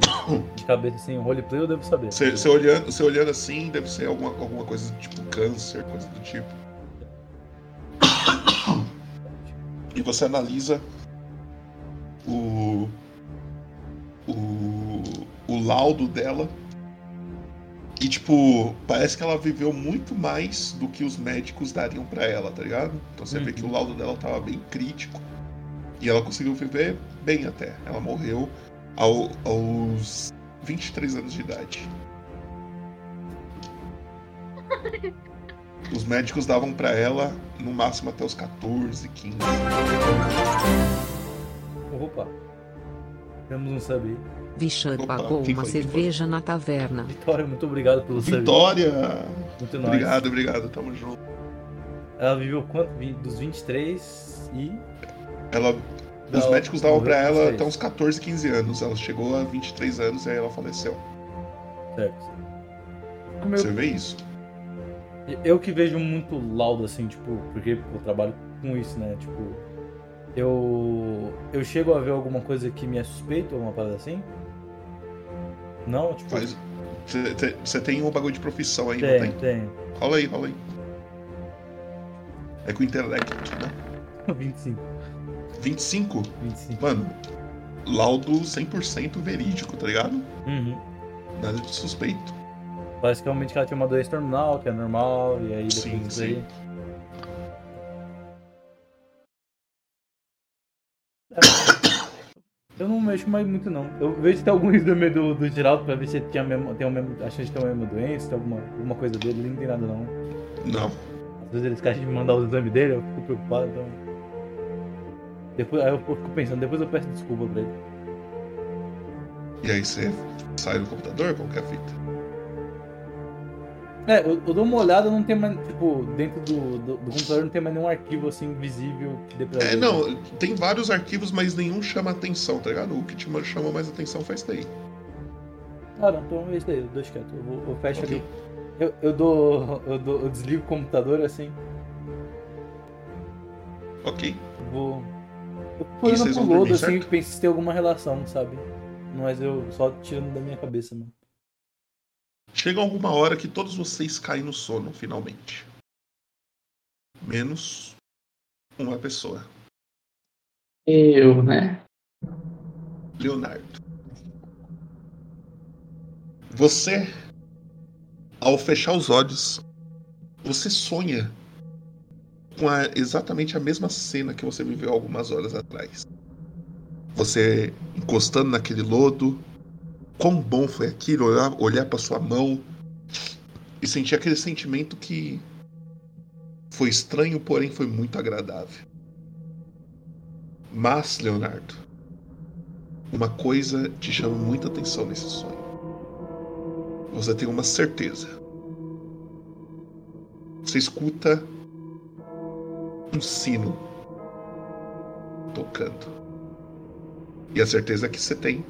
C: de cabeça assim, o roleplay eu devo saber.
A: Você, você olhando, você olhando assim, deve ser alguma, alguma coisa tipo câncer, coisa do tipo. E você analisa o, o, o laudo dela. E, tipo, parece que ela viveu muito mais do que os médicos dariam pra ela, tá ligado? Então você vê
C: Uhum.
A: que o laudo dela tava bem crítico. E ela conseguiu viver bem até. Ela morreu ao- aos 23 anos de idade. Os médicos davam pra ela no máximo até os 14, 15.
C: Opa. Temos um saber.
G: Vichan
A: Opa,
G: pagou
A: quem
G: uma
A: foi? Quem foi?
G: cerveja na taverna.
C: Vitória, muito obrigado pelo saber.
A: Vitória!
C: Muito nóis.
A: Obrigado, obrigado, tamo junto.
C: Ela viveu quanto? Vi- Dos 23 e.
A: Ela, os
C: Não,
A: médicos davam pra
C: morreu com
A: ela
C: 16.
A: até uns 14, 15 anos. Ela chegou a 23 anos e aí ela faleceu.
C: Certo.
A: Você vê isso?
C: Eu que vejo muito laudo, assim, tipo, porque eu trabalho com isso, né? Tipo, eu. Eu chego a ver alguma coisa que me é suspeito, alguma parada assim? Não? Tipo,
A: Faz- Você- você- Você tem um bagulho de profissão aí, não
C: tem,
A: tem?
C: tem.
A: Rola aí, rola aí. É com intelecto, né?
C: 25,
A: 25?
C: 25.
A: Mano, laudo 100% verídico, tá ligado?
C: Uhum.
A: Nada de suspeito.
C: Parece que realmente que ela tinha uma doença terminal, que é normal, e aí depois
A: Sim,
C: disso aí. É. Eu não mexo mais muito não. Eu vejo se tem algum exame do, do Geraldo pra ver se ele tinha mesmo, tem o mesmo, a chance de ter uma mesma doença, tem alguma, alguma coisa dele, ele não tem nada não.
A: Não.
C: Às vezes eles esquecem de me mandar os exames dele, eu fico preocupado, então. Depois, aí eu fico pensando, depois eu peço desculpa pra ele.
A: E aí você sai do computador, qualquer fita.
C: É, eu, eu dou uma olhada, não tem mais, tipo, dentro do, do, do computador não tem mais nenhum arquivo assim visível que dê pra
A: É,
C: ver.
A: não, tem vários arquivos, mas nenhum chama atenção, tá ligado? O que te chama mais atenção faz daí.
C: Ah, não, então é isso daí, eu deixo quieto. Eu, vou, eu fecho
A: Ok.
C: ali. Eu, eu dou. Eu dou. Eu desligo o computador assim.
A: Ok.
C: Vou. Eu fico
A: E vocês
C: olhando pro
A: vão dormir,
C: lodo assim
A: certo?
C: e penso se tem alguma relação, sabe? Mas eu só tirando da minha cabeça, mano.
A: Chega alguma hora que todos vocês caem no sono, finalmente. Menos uma pessoa.
F: Eu, né?
A: Leonardo. Você, ao fechar os olhos, você sonha com a- exatamente a mesma cena que você viveu algumas horas atrás. Você encostando naquele lodo, quão bom foi aquilo, olhar, olhar para sua mão e sentir aquele sentimento que foi estranho, porém foi muito agradável. Mas, Leonardo, uma coisa te chama muita atenção nesse sonho. Você tem uma certeza. Você escuta um sino tocando. E a certeza que você tem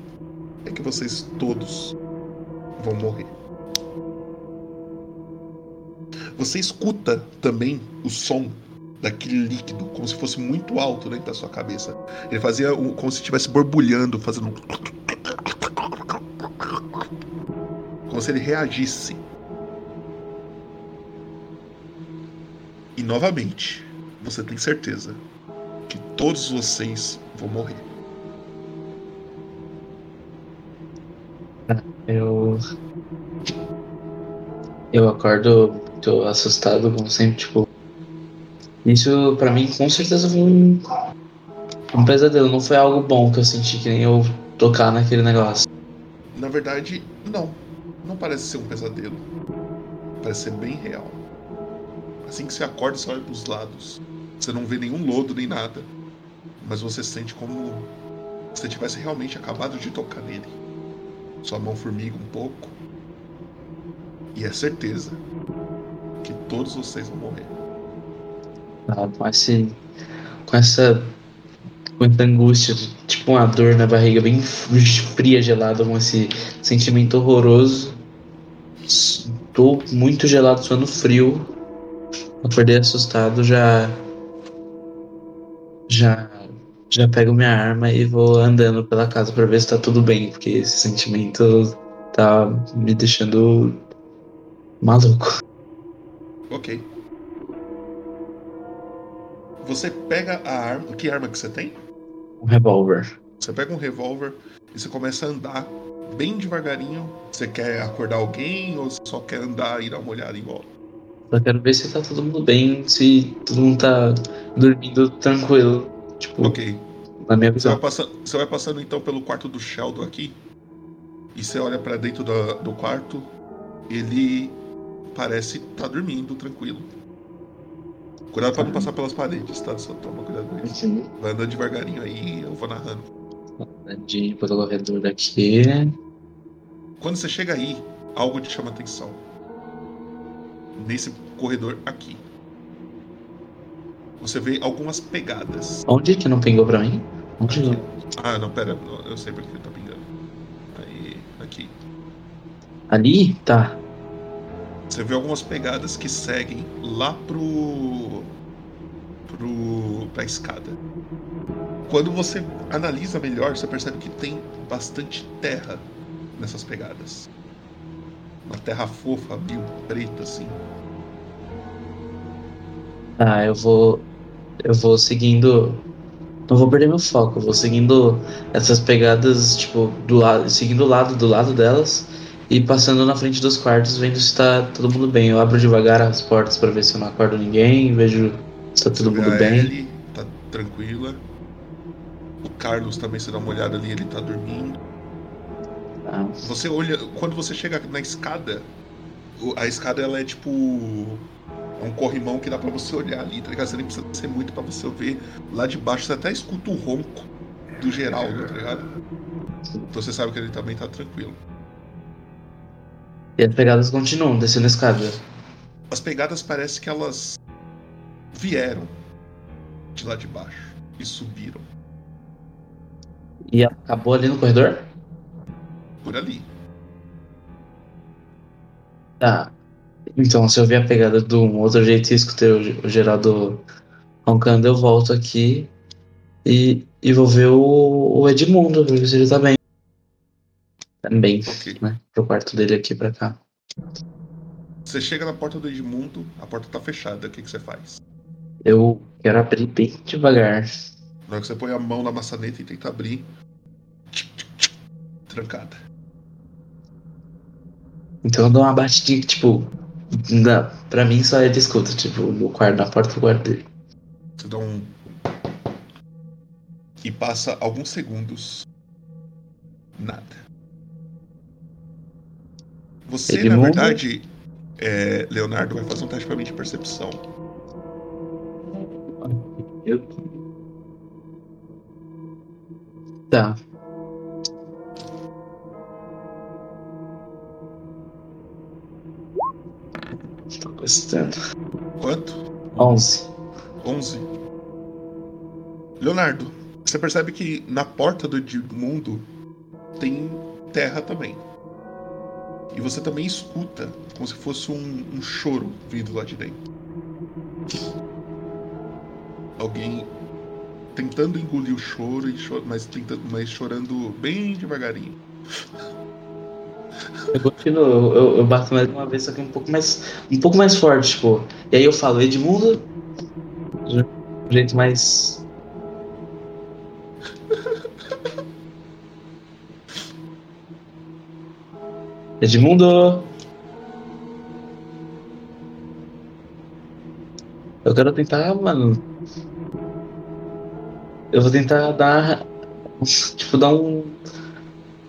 A: é que vocês todos vão morrer. Você escuta também o som daquele líquido, como se fosse muito alto dentro da sua cabeça. Ele fazia um- como se estivesse borbulhando, fazendo. um Como se ele reagisse. E novamente, você tem certeza que todos vocês vão morrer.
F: Eu. Eu acordo, tô assustado, como sempre, tipo. Isso pra mim com certeza foi um. Um pesadelo, não foi algo bom que eu senti, que nem eu tocar naquele negócio.
A: Na verdade, não. Não parece ser um pesadelo. Parece ser bem real. Assim que você acorda, você olha para os lados. Você não vê nenhum lodo nem nada. Mas você sente como se você tivesse realmente acabado de tocar nele. Sua mão formiga um pouco. E é certeza que todos vocês vão morrer.
F: tá? Com, esse, com essa. Com essa angústia, tipo uma dor na barriga, bem fria, gelada, com esse sentimento horroroso. Tô muito gelado, suando frio. Acordei assustado, já. Já. Já pego minha arma e vou andando pela casa pra ver se tá tudo bem, porque esse sentimento tá me deixando maluco.
A: Ok. Você pega a arma. Que arma que você tem?
F: Um revólver.
A: Você pega um revólver e você começa a andar bem devagarinho. Você quer acordar alguém ou você só quer andar e dar uma olhada em volta?
F: Só quero ver se tá todo mundo bem, se todo mundo tá dormindo tranquilo. Tipo,
A: Ok.
F: na minha
A: Você vai,
F: visão.
A: passando, você vai passando então pelo quarto do Sheldon aqui. E você olha pra dentro da- do quarto. Ele parece estar tá dormindo tranquilo. Cuidado pra não passar pelas paredes, tá? Só toma cuidado com isso. Vai andando devagarinho aí eu vou narrando.
F: Andinho pelo corredor daqui.
A: Quando você chega aí, algo te chama atenção. Nesse corredor aqui. Você vê algumas pegadas.
F: Onde que não pingou pra mim? Onde
A: Aqui.
F: não?
A: Ah, não, pera. não, Eu sei porque ele tá pingando. Aí, aqui.
F: Ali? Tá.
A: Você vê algumas pegadas que seguem lá pro. pro. pra escada. Quando você analisa melhor, você percebe que tem bastante terra nessas pegadas. Uma terra fofa, meio preta assim.
F: Tá, eu vou. Eu vou seguindo. Não vou perder meu foco, eu vou seguindo essas pegadas, tipo, do lado. Seguindo o lado do lado delas e passando na frente dos quartos, vendo se tá todo mundo bem. Eu abro devagar as portas pra ver se eu não acordo ninguém, vejo se tá todo
A: Vê
F: mundo
A: a
F: bem.
A: Ellie, tá tranquila. O Carlos também, você dá uma olhada ali, ele tá dormindo.
F: Tá.
A: Você olha, quando você chega na escada, o- a escada ela é tipo é um corrimão que dá pra você olhar ali, tá ligado? Você nem precisa ser muito pra você ver lá de baixo, você até escuta o ronco do Geraldo, tá ligado? Então você sabe que ele também tá tranquilo.
F: E as pegadas continuam descendo a escada.
A: As pegadas parece que elas vieram de lá de baixo e subiram
F: E acabou ali no corredor?
A: por ali.
F: Tá. Então, se eu ver a pegada de um outro jeito e escutei o, o Geraldo roncando, eu volto aqui e, e vou ver o, o Edmundo, pra ver se ele tá bem. Também,
A: Ok.
F: né? Pro quarto dele aqui pra cá.
A: Você chega na porta do Edmundo, a porta tá fechada, o que, que você faz?
F: Eu quero abrir bem devagar.
A: Na hora que você põe a mão na maçaneta e tenta abrir. tchic, tchic, tchic, Trancada.
F: Então eu dou uma batidinha que, tipo, na, pra mim só ele escuta, tipo, no quarto, na porta do quarto dele.
A: Você dá um. E passa alguns segundos. Nada. Você,
F: Ele
A: na
F: muda.
A: verdade, é, Leonardo, vai fazer um teste pra mim de percepção.
F: Tá. Tô gostando.
A: Quanto?
F: 11.
A: 11. Leonardo, você percebe que na porta do Edmundo tem terra também. E você também escuta como se fosse um, um choro vindo lá de dentro. Alguém tentando engolir o choro, e cho- mas, tentando, mas chorando bem devagarinho.
F: Eu continuo, eu, eu- eu bato mais uma vez, só que um pouco mais. Um pouco mais forte, tipo. E aí eu falo, Edmundo. De um jeito mais. Edmundo! Eu quero tentar, mano. Eu vou tentar dar. Tipo, dar um.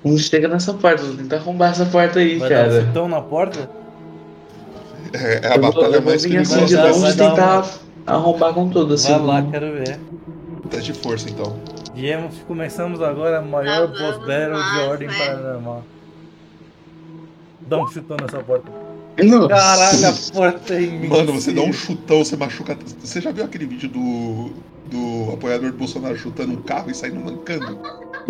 F: Um chega nessa porta, vou tentar arrombar essa porta aí,
C: Vai dar
F: cara.
C: um chutão na porta?
A: É, é a
F: Eu vou-
A: batalha
F: eu vou
A: mais
F: vir assim
A: perigosa
F: de
C: vai
F: longe
C: dar
F: tentar arrombar com tudo, assim.
C: Vai lá, quero ver.
A: Teste de força, então.
C: Viemos, começamos agora a maior
B: Tá bom,
C: boss battle de
B: nossa,
C: ordem
B: é.
C: paranormal. Dá um chutão nessa porta.
F: Nossa.
C: Caraca, a porta é
A: Mano, você dá um
C: imensa.
A: chutão, você machuca. Você já viu aquele vídeo do, do apoiador do Bolsonaro chutando um carro e saindo mancando?
B: Ah,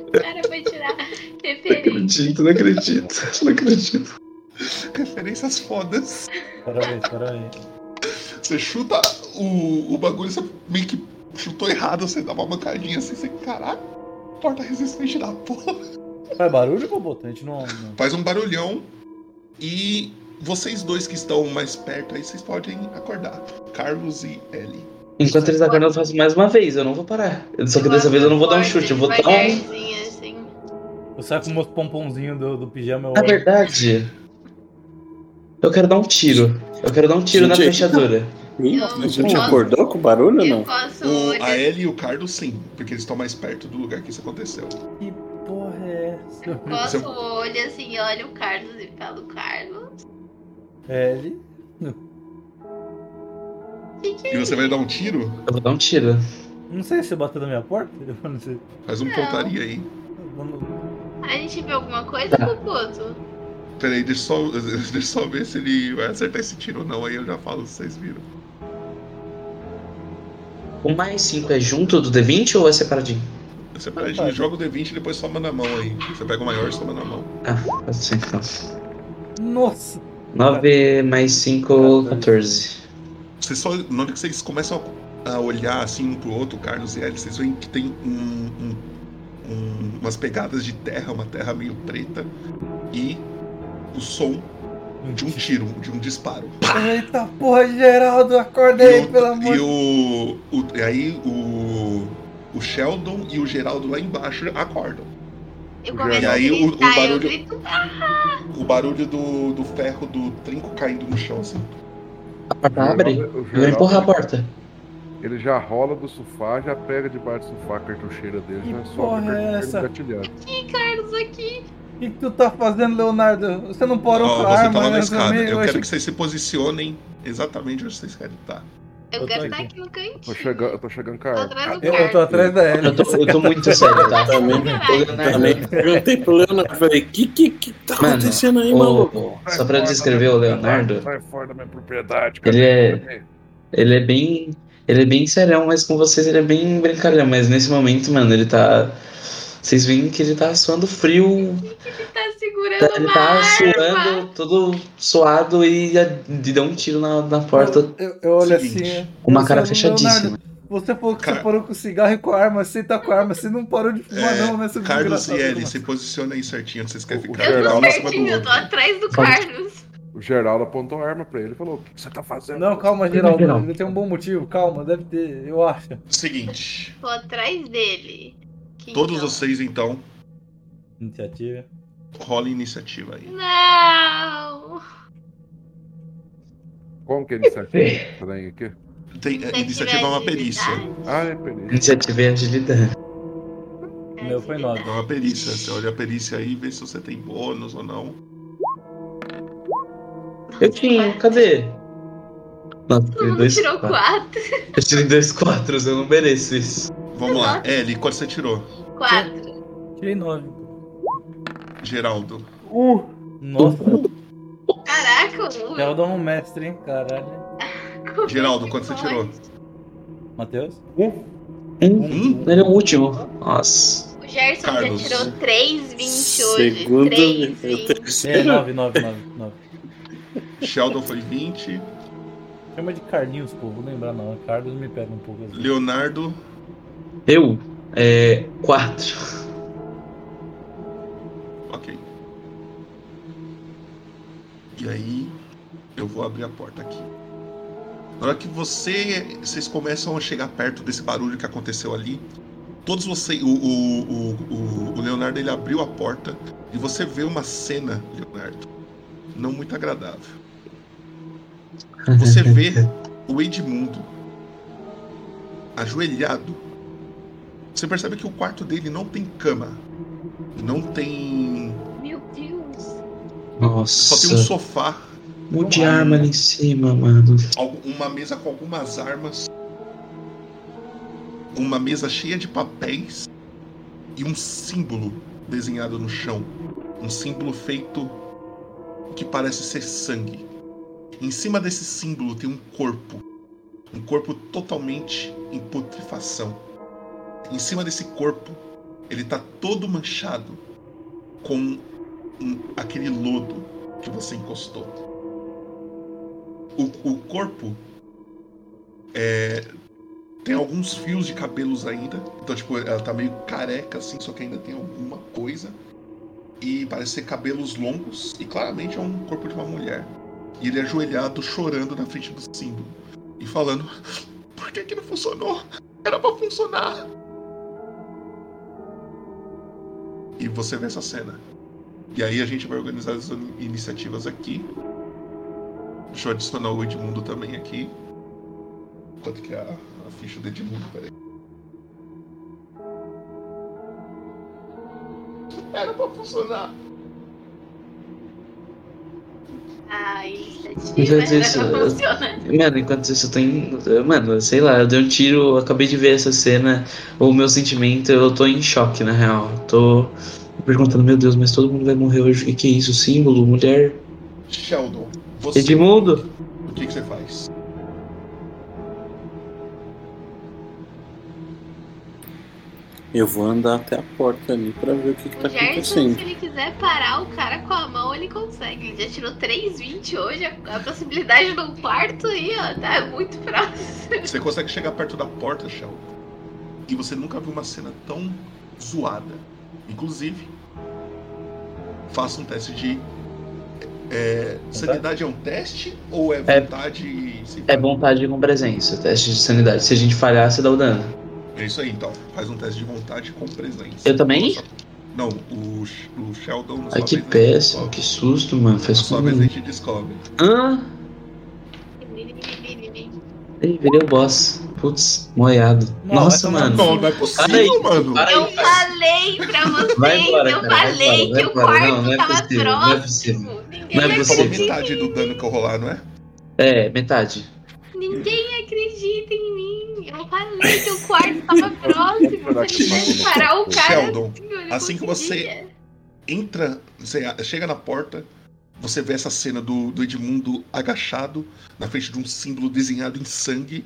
B: O cara foi tirar
F: Não
B: referência.
F: acredito, não acredito, não acredito.
A: Referências fodas.
C: Parabéns, parabéns.
A: Você chuta o, o bagulho, você meio que chutou errado, você dá uma mancadinha assim, você. Caraca, porta resistente da porra.
C: Faz barulho, Boboto? A gente não. não-
A: Faz um barulhão e vocês dois que estão mais perto aí, vocês podem acordar. Carlos e Ellie.
F: Enquanto eles acordam, eu faço mais uma vez, eu não vou parar. Só que dessa vez eu não vou dar um chute, eu vou dar um.
B: Devagarzinho, assim.
C: Eu saio com o meu pomponzinho do, do pijama. Eu
F: Na
C: olho.
F: É verdade, eu quero dar um tiro. Eu quero dar um tiro na
E: Gente,
F: fechadura.
E: Ih,
B: Eu-
E: a gente
B: eu-
E: acordou com barulho ou
B: Eu
E: não?
B: posso
A: O, a
B: olhar.
A: Ellie e o Carlos sim, porque eles estão mais perto do lugar que isso aconteceu.
C: Que porra é essa?
B: Coço o olho assim, olha o Carlos e falo, Carlos,
C: L.
B: que que é
A: E você vai dar um tiro?
F: Eu vou dar um tiro.
C: Não sei se você bateu na minha porta. Eu não sei.
A: Faz um
B: Não.
A: pontaria aí.
C: Vamos-
B: A gente viu alguma coisa,
F: Tá.
B: Cucuto?
A: Peraí, deixa eu só, deixa eu só ver se ele vai acertar esse tiro ou não, aí eu já falo se vocês viram.
F: O mais 5 é junto do D20 ou é separadinho?
A: Você pega, a gente joga o D20 e depois toma na mão aí. Você pega o maior e toma na mão.
F: Ah, pode ser então.
C: Nossa!
F: 9 mais 5, 14.
A: Vocês só, na hora que vocês começam a olhar assim um pro outro, Carlos e Ellie, vocês veem que tem um- um- um- umas pegadas de terra, uma terra meio preta, e o som de um tiro, de um disparo.
C: Eita porra, Geraldo, acorda aí, pelo amor
A: e
C: de
A: o, o- e aí o, o Sheldon e o Geraldo lá embaixo acordam.
B: Eu
D: E
B: começo a
A: aí o- o
B: gritar, eu
A: barulho-
B: grito,
A: O barulho do, do ferro do trinco caindo no chão, assim.
F: A porta abre?
D: Geraldo- o
F: Eu vou
D: Geraldo,
F: empurrar a porta.
D: um- Ele já rola do sofá, já pega debaixo do sofá a cartucheira dele,
C: Que
D: já
C: porra é
D: sobe a
C: essa?
D: cartucheira gatilhada.
B: Carlos aqui.
C: O que, que tu tá fazendo, Leonardo? Você não parou
A: Ó,
C: com a
A: você
C: arma,
A: tá lá na
C: né?
A: escada.
C: também?
A: Eu
C: achei
A: quero que vocês se posicionem exatamente onde vocês querem tá? estar.
C: Eu
B: Eu
C: tô
B: quero estar
C: aqui.
B: aqui no
D: Tô
B: cantinho.
D: chegando, eu tô chegando com a
B: Tô
D: arma.
B: Tá atrás do
C: Eu, eu tô
B: Carlos.
C: atrás da L.
F: Eu tô, eu tô muito sério, tá?
E: Também,
F: né?
E: também perguntei pro Leonardo, falei, que que, que tá
F: Mano,
E: acontecendo aí, maluco?
F: O-
D: Sai
F: só pra
D: fora da
F: descrever
D: minha
F: o
D: propriedade,
F: Leonardo,
D: Sai fora da minha propriedade,
F: Ele é-
D: cara.
F: ele é bem. Ele é bem serão, mas com vocês ele é bem brincalhão. Mas nesse momento, mano, ele tá. Vocês veem que ele tá suando frio.
B: Tá segurando
F: Ele
B: uma
F: tá
B: arma.
F: suando, todo suado e a- de dá um tiro na, na porta
C: Eu, eu olho
A: Seguinte,
C: assim.
F: com uma
C: eu
F: cara
C: falo,
F: fechadíssima.
C: Leonardo, Você falou que
A: Cara-
C: você parou com cigarro e com arma, você tá com arma, você não parou de fumar,
A: É,
C: não, né? seu
A: Carlos e
C: desgraçado,
A: Ellie,
C: mas-
A: se posicionem aí certinho onde vocês querem
D: O-
A: ficar.
D: o
B: Eu
A: Cada
B: tô
A: um em cima do
B: Tá certinho, eu tô
A: outro.
B: atrás do
F: Fala.
B: Carlos.
D: O Geraldo apontou a arma pra ele e falou: O que você tá fazendo?
C: Não, calma,
F: Calma,
C: Geraldo.
F: Geraldo.
C: Ele tem um bom motivo, calma, deve ter, eu acho.
A: Seguinte.
B: Tô atrás dele. Que
A: Todos
B: então-
A: vocês, então,
C: Iniciativa.
A: Rola iniciativa aí.
B: Não!
D: Como que é a iniciativa estranha aqui?
A: Tem, a
B: Tem
A: iniciativa é uma perícia.
D: Ah, é perícia.
F: Iniciativa e agilidade.
C: O meu foi nove.
A: É uma perícia. Você olha a perícia aí e vê se você tem bônus ou não.
F: Eu tinha, cadê? Nossa,
B: Todo
F: tirei
B: mundo
F: dois
B: tirou
F: quatro.
B: quatro.
F: Eu tirei dois quatro, eu não mereço isso.
A: Vamos lá. Ellie, quanto você tirou?
B: Quatro.
C: Tirei 9.
A: Geraldo.
C: Nossa,
B: Caraca, o
C: já rodou um mestre, hein? Caralho.
B: Como
A: Geraldo,
B: que
A: quanto você
B: pode?
A: tirou?
C: Matheus? Uhum.
F: Hum,
A: Um?
F: Ele é o último. Nossa.
B: O Gerson
A: Carlos.
B: já tirou 3,20 hoje.
E: Segundo,
B: Três,
E: eu
B: vinte.
C: É,
E: terceiro.
C: 9, 9, 9, 9.
A: Sheldon foi 20.
C: Chama de Carlinhos, pô, vou lembrar não. Carlos me pega um pouco. às vezes.
A: Leonardo,
F: Eu? É. Quatro.
A: ok. E aí, eu vou abrir a porta aqui. Na hora que você, vocês começam a chegar perto desse barulho que aconteceu ali, todos vocês, o, o, o- o- o Leonardo ele abriu a porta e você vê uma cena, Leonardo, não muito agradável. Você vê o Edmundo ajoelhado. Você percebe que o quarto dele não tem cama. Não tem.
B: Meu Deus.
F: Nossa.
A: Só tem um sofá,
F: Um de arma ali em cima, mano.
A: algu- uma mesa com algumas armas, uma mesa cheia de papéis e um símbolo desenhado no chão. Um símbolo feito que parece ser sangue. Em cima desse símbolo tem um corpo. Um corpo totalmente em putrefação. Em cima desse corpo, ele tá todo manchado com um- aquele lodo que você encostou. O, o corpo é, tem alguns fios de cabelos ainda. Então, tipo, ela tá meio careca, assim, só que ainda tem alguma coisa. E parece ser cabelos longos. E claramente é um corpo de uma mulher. E ele é ajoelhado, chorando na frente do símbolo. E falando: Por que, que não funcionou? Era pra funcionar. E você vê essa cena. E aí a gente vai organizar as in- iniciativas aqui. Deixa eu adicionar o Edmundo também aqui. Quanto que é a, a ficha do Edmundo? Peraí. Era pra funcionar.
B: Ai, tá
F: Então,
B: iniciativa
F: isso-
B: era pra funcionar.
F: Mano, enquanto isso eu tô em. Mano, sei lá, eu dei um tiro, eu acabei de ver essa cena, o meu sentimento, eu tô em choque, na real. Eu Tô me perguntando, meu Deus, mas todo mundo vai morrer hoje. O que, que é isso? Símbolo, mulher?
A: Sheldon, você.
F: Edmundo?
A: O que, que você faz?
E: Eu vou andar até a porta ali pra ver o que, que tá
B: O Gerson,
E: acontecendo.
B: se ele quiser parar o cara com a mão, ele consegue. Ele já tirou 3,20 hoje. A, a possibilidade de um quarto aí, ó, tá muito próximo.
A: Você consegue chegar perto da porta, Sheldon. E você nunca viu uma cena tão zoada. Inclusive, faça um teste de. É, sanidade é um teste ou é
F: É-
A: vontade? sim,
F: É vontade com presença, teste de sanidade. Se a gente falhar, você dá o dano.
A: É isso aí, então. Faz um teste de vontade com presença.
F: Eu também?
A: Não, o, Sh- o Sheldon na
F: Ai,
A: sua vez a
F: que
A: gente
F: péssimo,
A: descobre.
F: que susto, mano.
A: Na
F: Faz
A: sua
F: com.
A: vez a gente descobre.
F: Hã? Ih, virei o boss. Putz, moiado.
C: Não,
F: Nossa,
C: vai tomar
F: mano.
A: Não, não é possível, mano.
F: Para
B: Eu
F: aí.
B: falei pra vocês,
F: Vai embora,
B: eu
F: cara, vai
B: falei
F: embora,
B: que o
F: vai embora.
B: quarto
F: Não, não é
B: tava
F: possível, não é
B: próximo.
F: possível.
B: Ninguém
F: Não é
A: Ele falou
F: possível.
B: acredita,
A: metade do dano que eu rolar, não é?
F: É, metade.
B: ninguém acredita em mim. Eu falei que o quarto tava próximo. Se ele quisesse parar o cara.
A: Sheldon,
B: ele
A: assim que você-
B: conseguia.
A: entra, você chega na porta, você vê essa cena do, do Edmundo agachado, na frente de um símbolo desenhado em sangue.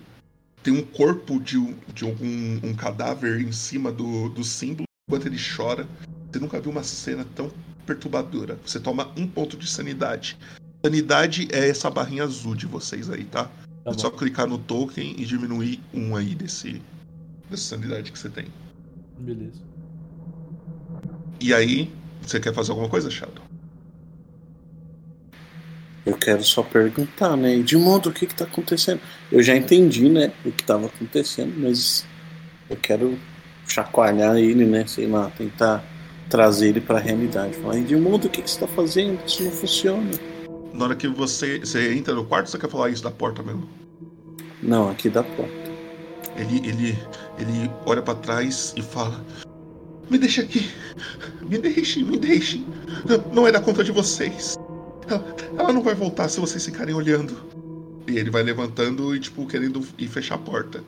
A: Tem um corpo de, um, de um, um cadáver em cima do, do símbolo, enquanto ele chora. Você nunca viu uma cena tão perturbadora. Você toma um ponto de sanidade. Sanidade é essa barrinha azul de vocês aí, tá? é
C: Tá
A: só
C: bom.
A: clicar no token e diminuir um aí desse, dessa sanidade que você tem.
C: Beleza.
A: E aí, você quer fazer alguma coisa, Shadow?
E: Eu quero só perguntar, né? Edmundo, o que que tá acontecendo? Eu já entendi, né? O que tava acontecendo, mas eu quero chacoalhar ele, né? Sei lá, tentar trazer ele para a realidade. Falar, Edmundo, o que, que você está fazendo? Isso não funciona.
A: Na hora que você, você entra no quarto, você quer falar isso da porta mesmo?
E: Não, aqui dá porta.
A: Ele, ele, ele olha pra trás e fala: Me deixa aqui, me deixem, me deixem. Não- Não é da conta de vocês. Ela, ela não vai voltar se vocês ficarem olhando. E ele vai levantando e, tipo, querendo ir fechar a porta.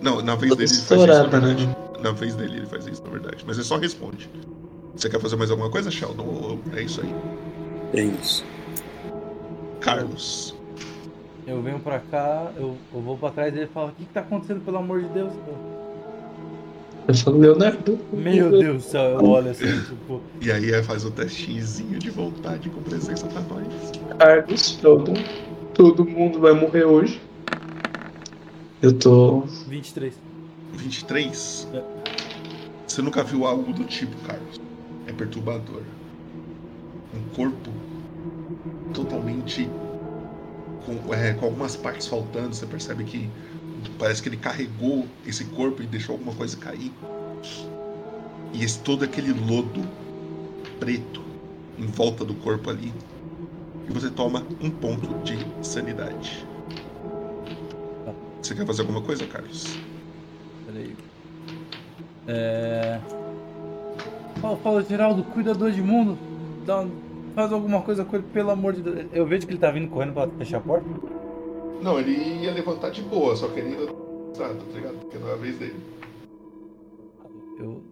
A: Não, na vez
F: Toda
A: dele ele faz isso, na
F: estourada, né?
A: verdade. Na vez dele ele faz isso, na verdade. Mas ele só responde. Você quer fazer mais alguma coisa, Sheldon? Ou- ou- É isso aí.
E: É isso.
A: Carlos.
C: Eu venho pra cá, eu, eu vou pra trás dele e falo, o que, que tá acontecendo, pelo amor de Deus? cara?"
F: Eu falo, Leonardo.
C: Meu
F: Uhum.
C: Deus do céu, eu olho assim, tipo,
A: E aí é, faz o testinho de vontade com presença pra nós.
F: Argos, Frodo. Todo mundo vai morrer hoje. Eu tô.
C: É, 23.
A: 23. Você nunca viu algo do tipo, Carlos. É perturbador. Um corpo totalmente com, é, com algumas partes faltando. Você percebe que parece que ele carregou esse corpo e deixou alguma coisa cair. E esse, todo aquele lodo preto em volta do corpo ali. E você toma um ponto de sanidade. Você quer fazer alguma coisa, Carlos?
C: Peraí. É. Fala, fala, Geraldo, cuida do Edmundo. Dá um- Faz alguma coisa com ele, pelo amor de Deus. Eu vejo que ele tá vindo correndo pra fechar a porta.
A: Não, ele ia levantar de boa, só que ele ainda tá, tá ligado? Porque não é a vez dele.
C: Eu.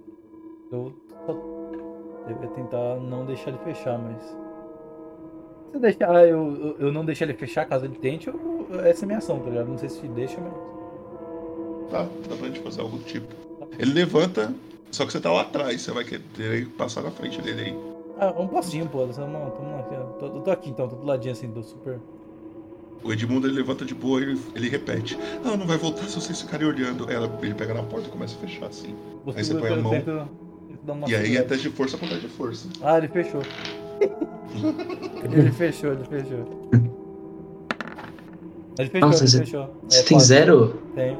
C: Eu. Só... Eu ia tentar não deixar ele fechar, mas. Se eu deixar. ah, Eu, eu, eu não deixar ele fechar caso ele tente, eu- essa é minha ação, tá ligado? Não sei se deixa, mas.
A: Tá, dá pra gente fazer algo do tipo. Ele levanta, só que você tá lá atrás, você vai querer passar na frente dele aí.
C: Ah, um passinho, pô. Essa mão, tamo lá aqui, ó. Tô- Eu tô aqui então, tô do ladinho assim, do super.
A: O Edmundo ele levanta de boa e ele, ele repete: Ah, não vai voltar se vocês ficarem olhando. Ela, ele pega na porta e começa a fechar assim. Aí você põe a
C: eu
A: mão.
C: tento- tento dar uma
A: e aí é
C: segurada.
A: teste de força contra de força.
C: Ah, ele fechou. ele fechou, ele fechou. Ele fechou,
F: Nossa,
C: ele
F: você-
C: fechou.
F: Você
C: É,
F: tem
C: quatro.
F: zero?
C: Tem.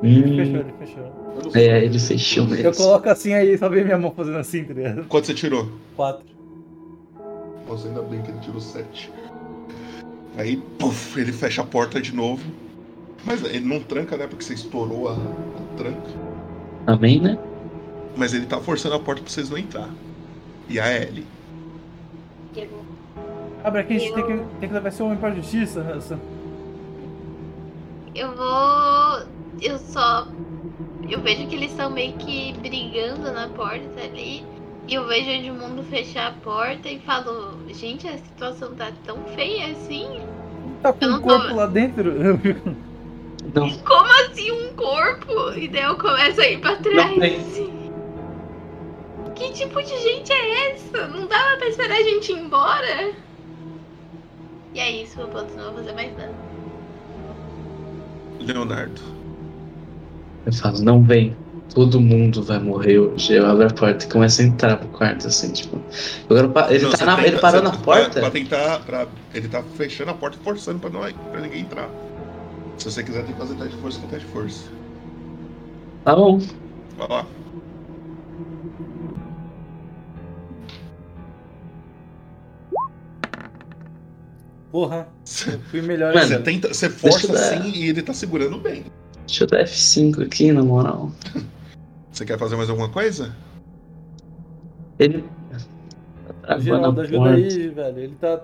C: Ele fechou,
F: Hum,
C: ele fechou.
A: Eu não sei.
F: é, ele fechou mesmo.
C: Eu coloco assim aí, só vê minha mão fazendo assim, tá ligado?
A: Quanto você tirou?
C: Quatro.
A: Nossa, ainda bem que ele tirou 7. Aí, puf, ele fecha a porta de novo. Mas ele não tranca, né? Porque você estourou a- a tranca.
F: Amém, né?
A: Mas ele tá forçando a porta pra vocês não entrar. E a Ellie.
B: Eu-
C: Abre aqui, a gente tem que, tem que levar esse homem pra justiça. Essa.
B: Eu vou. Eu só. Eu vejo que eles estão meio que brigando na porta ali. E eu vejo o Edmundo fechar a porta e falo: Gente, a situação tá tão feia assim?
C: Tá com
B: Eu
C: um
B: não tô-
C: corpo lá dentro. Eu fico-
F: Não,
B: Como assim um corpo? E daí eu começo a ir pra
F: tem.
B: trás. Que tipo de gente é essa? Não dava pra esperar a gente ir embora? E é isso, meu ponto, não vou fazer mais nada.
A: Leonardo.
F: eu falo, não vem. Todo mundo vai morrer hoje. Eu abro a porta e começo a entrar pro quarto, assim, tipo. Eu quero pa- ele,
A: Não,
F: tá
A: você
F: na-
A: tenta-
F: ele parou
A: você-
F: na
A: pra-
F: porta?
A: Pra tentar. pra- ele tá fechando a porta e forçando pra, não, pra ninguém entrar. Se você quiser, tem que fazer teste de força com teste de força.
F: Tá bom.
A: Vai lá.
C: Porra, eu
A: Você
C: fui melhor
F: Mano,
C: ainda.
A: tenta, você força
F: eu dar.
A: assim e ele tá segurando bem.
F: Deixa eu dar F5 aqui, na moral.
A: Você quer fazer mais alguma coisa?
F: Ele. Tá travando a
C: Geraldo, ajuda
F: porta.
C: aí, velho. Ele tá.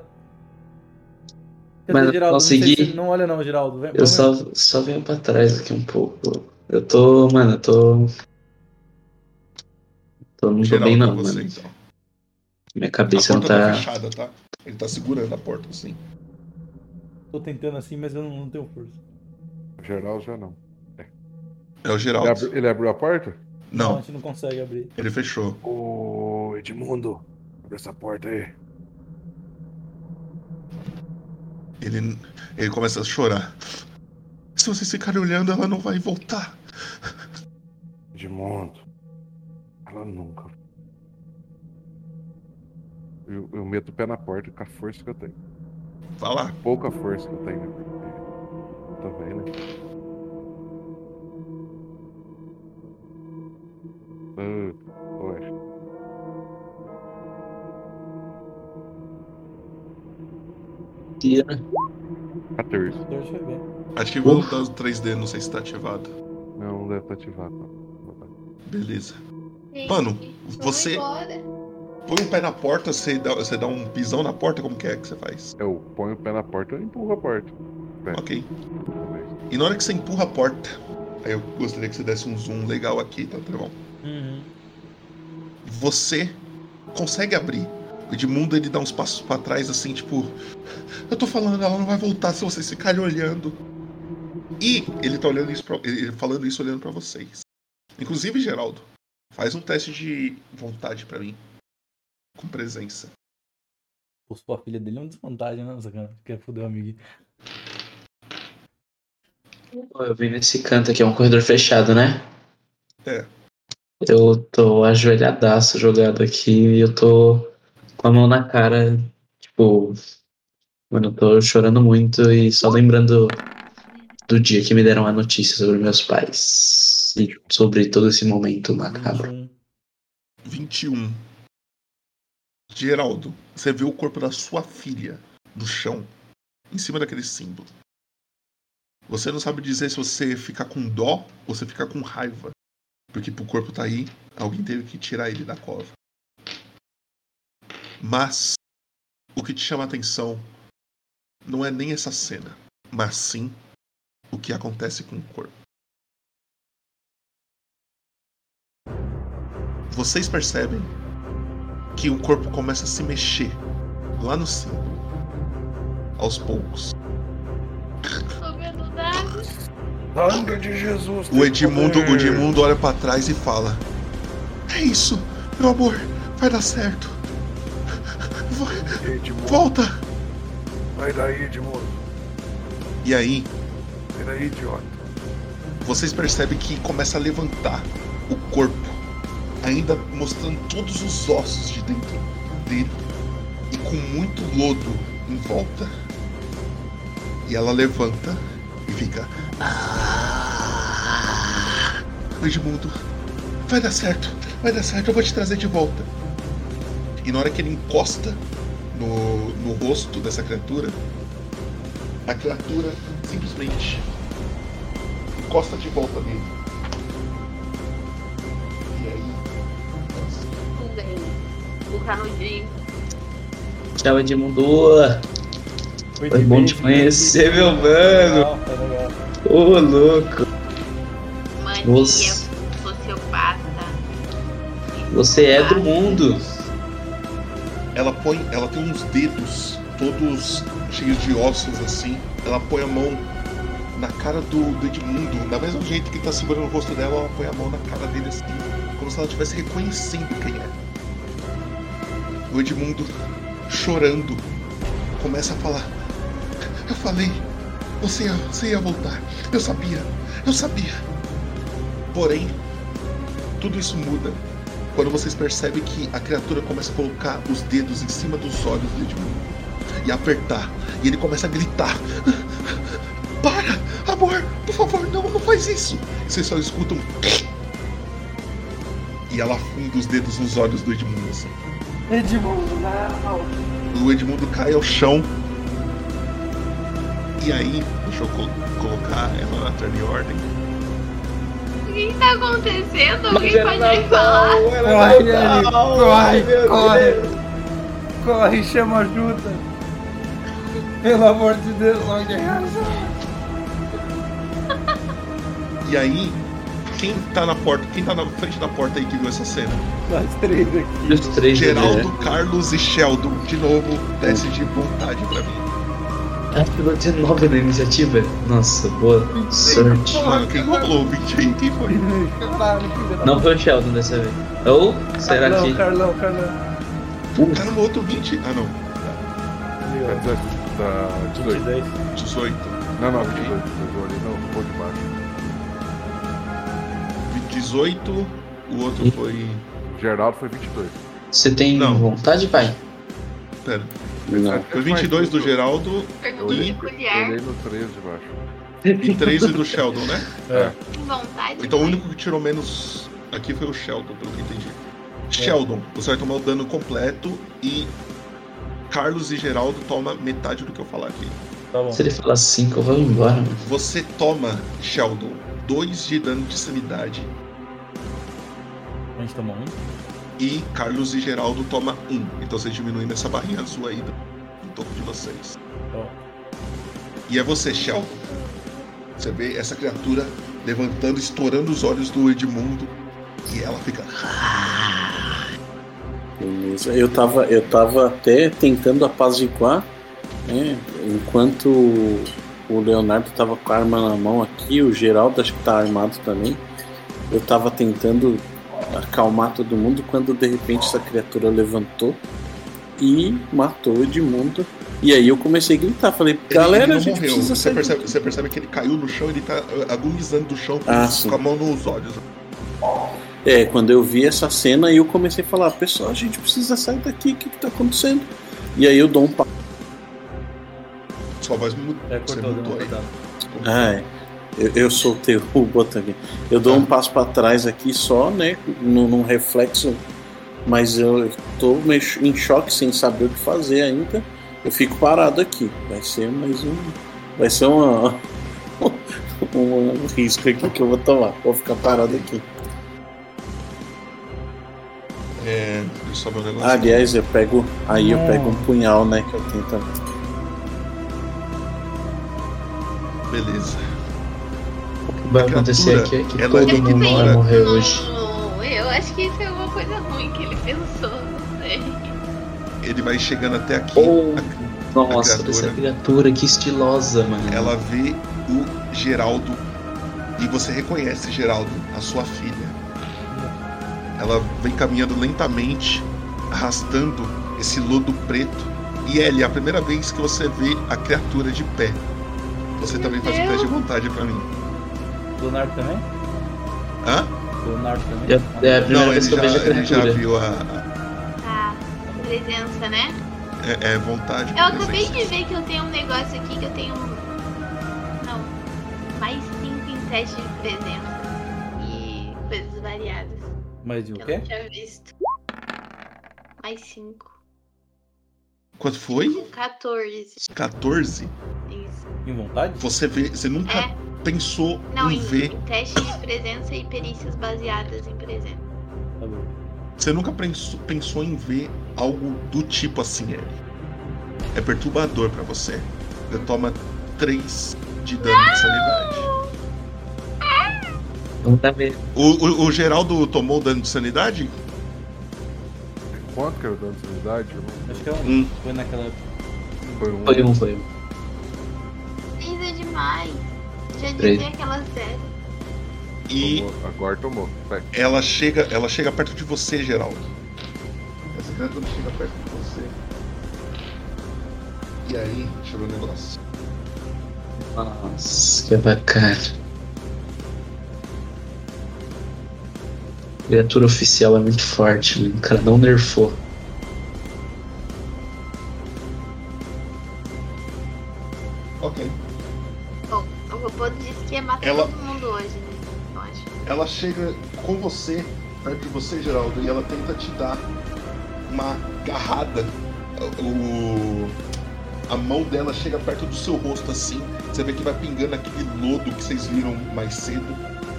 F: Mas eu
C: Geraldo, não sei
F: consegui.
C: se- Não olha não, Geraldo. Vem,
F: Eu
C: vamos-
F: só, só venho pra trás aqui um pouco. Eu tô, mano, eu tô. tô não tô
A: Geraldo,
F: bem,
A: pra
F: não,
A: você,
F: mano.
A: então.
F: Minha
A: A
F: cabeça não
A: porta tá...
F: tá.
A: fechada, tá? Ele tá segurando a porta assim.
C: Tô tentando assim, mas eu não, não tenho força.
D: Geral já não.
A: É o
D: Ele,
A: Geraldo.
D: abri- ele abriu a porta?
C: Então, a
A: Não,
C: gente não consegue abrir.
A: ele fechou.
D: Ô, Edmundo, abre essa porta aí.
A: Ele, ele começa a chorar. Se vocês ficarem olhando, ela não vai voltar.
D: Edmundo. Ela nunca. Eu, eu meto o pé na porta com a força que eu tenho.
A: Vai lá.
D: Pouca força que eu tenho, né? Também, né? Ah, poxa.
F: inteira.
D: 14.
C: Deixa eu ver.
A: Ativou o dado 3D, não sei se tá ativado.
D: Não, não deve estar ativado. não.
A: Beleza.
B: Gente,
A: Mano,
B: vamos
A: você-
B: embora.
A: Põe o pé na porta, você dá, você dá um pisão na porta, como que é que você faz?
D: Eu ponho o pé na porta e empurro a porta.
A: Ok. E na hora que você empurra a porta, aí eu gostaria que você desse um zoom legal aqui, tá, Trevão? Você consegue abrir. O Edmundo ele dá uns passos pra trás, assim, tipo. Eu tô falando, ela não vai voltar se vocês ficarem olhando. E ele tá olhando isso pra, ele falando isso olhando pra vocês. Inclusive, Geraldo, faz um teste de vontade pra mim. Com presença.
C: Pô, pô, a filha dele é uma desvantagem, né? Sacana? Quer foder o amiguinho.
F: Eu vim nesse canto aqui, é um corredor fechado, né?
A: É.
F: Eu tô ajoelhadaço jogado aqui e eu tô com a mão na cara, tipo. Mano, eu tô chorando muito e só lembrando do dia que me deram a notícia sobre meus pais. E sobre todo esse momento macabro.
C: 21.
A: 21. Geraldo, você vê o corpo da sua filha no chão, em cima daquele símbolo. Você não sabe dizer se você fica com dó ou se fica com raiva. Porque pro corpo tá aí, alguém teve que tirar ele da cova. Mas o que te chama a atenção não é nem essa cena, mas sim o que acontece com o corpo. vocês percebem que o corpo começa a se mexer lá no símbolo, aos poucos.
B: Comendo nada.
D: Sangue de Jesus!
A: O Edmundo, o Edmundo olha pra trás e fala: É isso, meu amor, vai dar certo. Vo-
D: Edmundo,
A: Volta!
D: sai daí, Edmundo.
A: E aí,
D: Sai daí, idiota.
A: vocês percebem que começa a levantar o corpo, ainda mostrando todos os ossos de dentro dele e com muito lodo em volta. E ela levanta e fica. "Ah, Edmundo, vai dar certo, vai dar certo, eu vou te trazer de volta. E na hora que ele encosta no, no rosto dessa criatura, a criatura simplesmente encosta de volta nele. E aí. é nossa,
B: Fundei. O canudinho.
F: Tchau, Edmundo!
C: Foi
F: Foi bom te conhecer, meu mano!
C: Legal, um. tá legal.
F: Ô, louco!
B: Mania. é um
F: Nossa.
B: Sociopata.
F: Você é do mundo!
A: Ela põe. Ela tem uns dedos todos cheios de ossos assim. Ela põe a mão na cara do, do Edmundo. Da mesmo jeito que tá segurando o rosto dela, ela põe a mão na cara dele assim. Como se ela estivesse reconhecendo quem é. O Edmundo, chorando, começa a falar. Eu falei, você ia, você ia voltar. Eu sabia, eu sabia. Porém, tudo isso muda quando vocês percebem que a criatura começa a colocar os dedos em cima dos olhos do Edmundo e apertar. E ele começa a gritar: "Ah, Para, amor, por favor, não, não faz isso. Vocês só escutam. E ela afunda os dedos nos olhos do Edmundo. assim.
C: Edmundo, não!
A: O Edmundo cai ao chão. E aí, deixa eu co- colocar ela na turn em ordem.
B: O que que tá acontecendo? Alguém
F: Mas era
B: pode me falar?
C: Corre, Nelly! Corre, corre! Corre, chama ajuda! Pelo amor de Deus, logo de
A: E aí, quem tá na porta, quem tá na frente da porta aí que viu essa cena?
C: Nós três aqui.
F: Os três né?
A: Geraldo, Carlos e Sheldon. De novo, teste de vontade pra mim.
F: Ah, pegou 19 na iniciativa? Nossa, boa sorte.
A: Mano, quem rolou o 20 aí? Quem foi?
C: Caralho, filho da-
F: Não foi o Sheldon dessa vez. Ou será
C: Carlão,
F: que.
C: Carlão, Carlão.
A: Caramba, outro 20. Ah, não.
D: É
C: Ali,
D: dez- Tá,
C: ó.
D: 18.
C: 22.
A: 18.
D: Não, não, 22. 22 eu olhei, não, vou de baixo.
A: 18. O outro foi.
D: Geraldo foi 22.
F: Você tem
A: Não.
F: vontade, pai?
A: Pera.
E: Não.
A: Foi 22 do Geraldo
D: Eu
B: Pergunta
D: olhei, eu
B: peculiar.
D: olhei no 13 de baixo.
A: e 13 do Sheldon, né?
B: Vontade.
A: Então o único que tirou menos aqui foi o Sheldon, pelo que eu entendi. Sheldon, você vai tomar o dano completo e Carlos e Geraldo toma metade do que eu falar aqui.
C: Tá bom.
F: Se ele falar 5, eu vou embora, mano.
A: Você toma, Sheldon, 2 de dano de sanidade.
C: A gente tomou um.
A: E Carlos e Geraldo toma 1. Um. Então vocês diminuindo essa barrinha azul aí do- em torno de vocês.
C: Bom.
A: E é você, Shell. Você vê essa criatura levantando, estourando os olhos do Edmundo. E ela fica.
E: Beleza. Eu tava, eu tava até tentando apaziguar, né? Enquanto o Leonardo tava com a arma na mão aqui, o Geraldo acho que tá armado também. Eu tava tentando acalmar todo mundo quando de repente essa criatura levantou e matou o Edmundo. E aí eu comecei a gritar, falei,
A: Ele-
E: galera,
A: ele não
E: a gente
A: morreu.
E: precisa
A: Você
E: sair.
A: percebe, você percebe que ele caiu no chão, ele tá eh, agonizando do chão com,
E: Ah, sim.
A: com a mão nos olhos.
E: É, quando eu vi essa cena, eu comecei a falar, pessoal, a gente precisa sair daqui, o que, que tá acontecendo? E aí eu dou um passo.
A: Sua voz mudou.
C: É,
A: Você
C: cortou, deu
A: mudou
C: uma
A: aí.
C: cortada.
E: Ah, é. eu, eu soltei o botão aqui. Eu dou um passo para trás aqui só, né? Num, num reflexo, mas eu tô meio cho- em choque sem saber o que fazer ainda. Eu fico parado aqui. Vai ser mais um. Vai ser uma. um risco aqui que eu vou tomar. Vou ficar parado aqui.
A: É, deixa eu só ver um negócio.
E: Ah, aliás, eu pego. Aí eu
C: Não.
E: pego um punhal, né? Que eu tenho também.
A: Beleza.
F: O que vai acontecer aqui é que
A: Ela-
F: todo
B: Ele
F: mundo
B: tem-
F: vai morrer
B: Não,
F: hoje.
B: Eu acho que isso é uma coisa ruim que ele pensou, não sei.
A: Ele vai chegando até aqui.
E: Oh.
F: Ou.
A: a
F: Nossa,
A: criatura.
F: essa criatura que estilosa, mano.
A: Ela vê o Geraldo. E você reconhece, Geraldo, a sua filha. Ela vem caminhando lentamente, arrastando esse lodo preto. E Ellie, é a primeira vez que você vê a criatura de pé. Você
B: Meu
A: também faz um
B: Deus.
A: teste de vontade pra mim.
C: Leonardo também?
A: Hã?
C: Leonardo também? Ah,
F: É- é a primeira
A: Não, ele
F: vez que eu
A: já,
F: vejo a
A: ele já
F: criatura.
A: viu a, a-
B: Tá, presença, né?
A: é, é vontade.
B: Eu acabei
A: presença.
B: de ver que eu tenho um negócio aqui que eu tenho. um- Não. Mais cinco em teste de presença. E coisas variadas.
C: Mas de
B: Que
C: o
B: eu
C: quê?
B: não tinha visto. Mais cinco.
A: Quanto foi?
B: 14.
A: 14?
B: Isso.
C: Em vontade?
A: Você vê, você nunca
B: É.
A: pensou
B: Não,
A: em
B: em,
A: ver
B: em teste de presença e perícias baseadas em presença.
C: Tá bom.
A: Você nunca pensou, pensou em ver algo do tipo assim, Ellie. É perturbador pra você. Você toma 3 de dano de sanidade.
F: Não tá vendo.
A: O, o- o Geraldo tomou dano de sanidade?
D: Quanto que era o dano de sanidade, irmão?
C: Acho que é um.
A: Hum.
C: Foi naquela época.
D: Foi um.
F: Foi um, foi um.
B: Isso é demais. Já
F: Três.
B: dizia aquela série.
A: E
D: Tomou. Agora tomou. Vai.
A: ela chega, ela chega perto de você, Geraldo. Essa criatura chega perto de você. E aí, deixa eu ver o negócio.
F: Nossa, que bacana. Criatura oficial é muito forte, mano. O cara não nerfou.
A: Ok.
B: Bom, o robô disse que ia matar
A: Ela-
B: todo mundo hoje, né? Eu acho.
A: Ela chega com você, perto de você, Geraldo, e ela tenta te dar uma agarrada. O... A mão dela chega perto do seu rosto assim. Você vê que vai pingando aquele lodo que vocês viram mais cedo.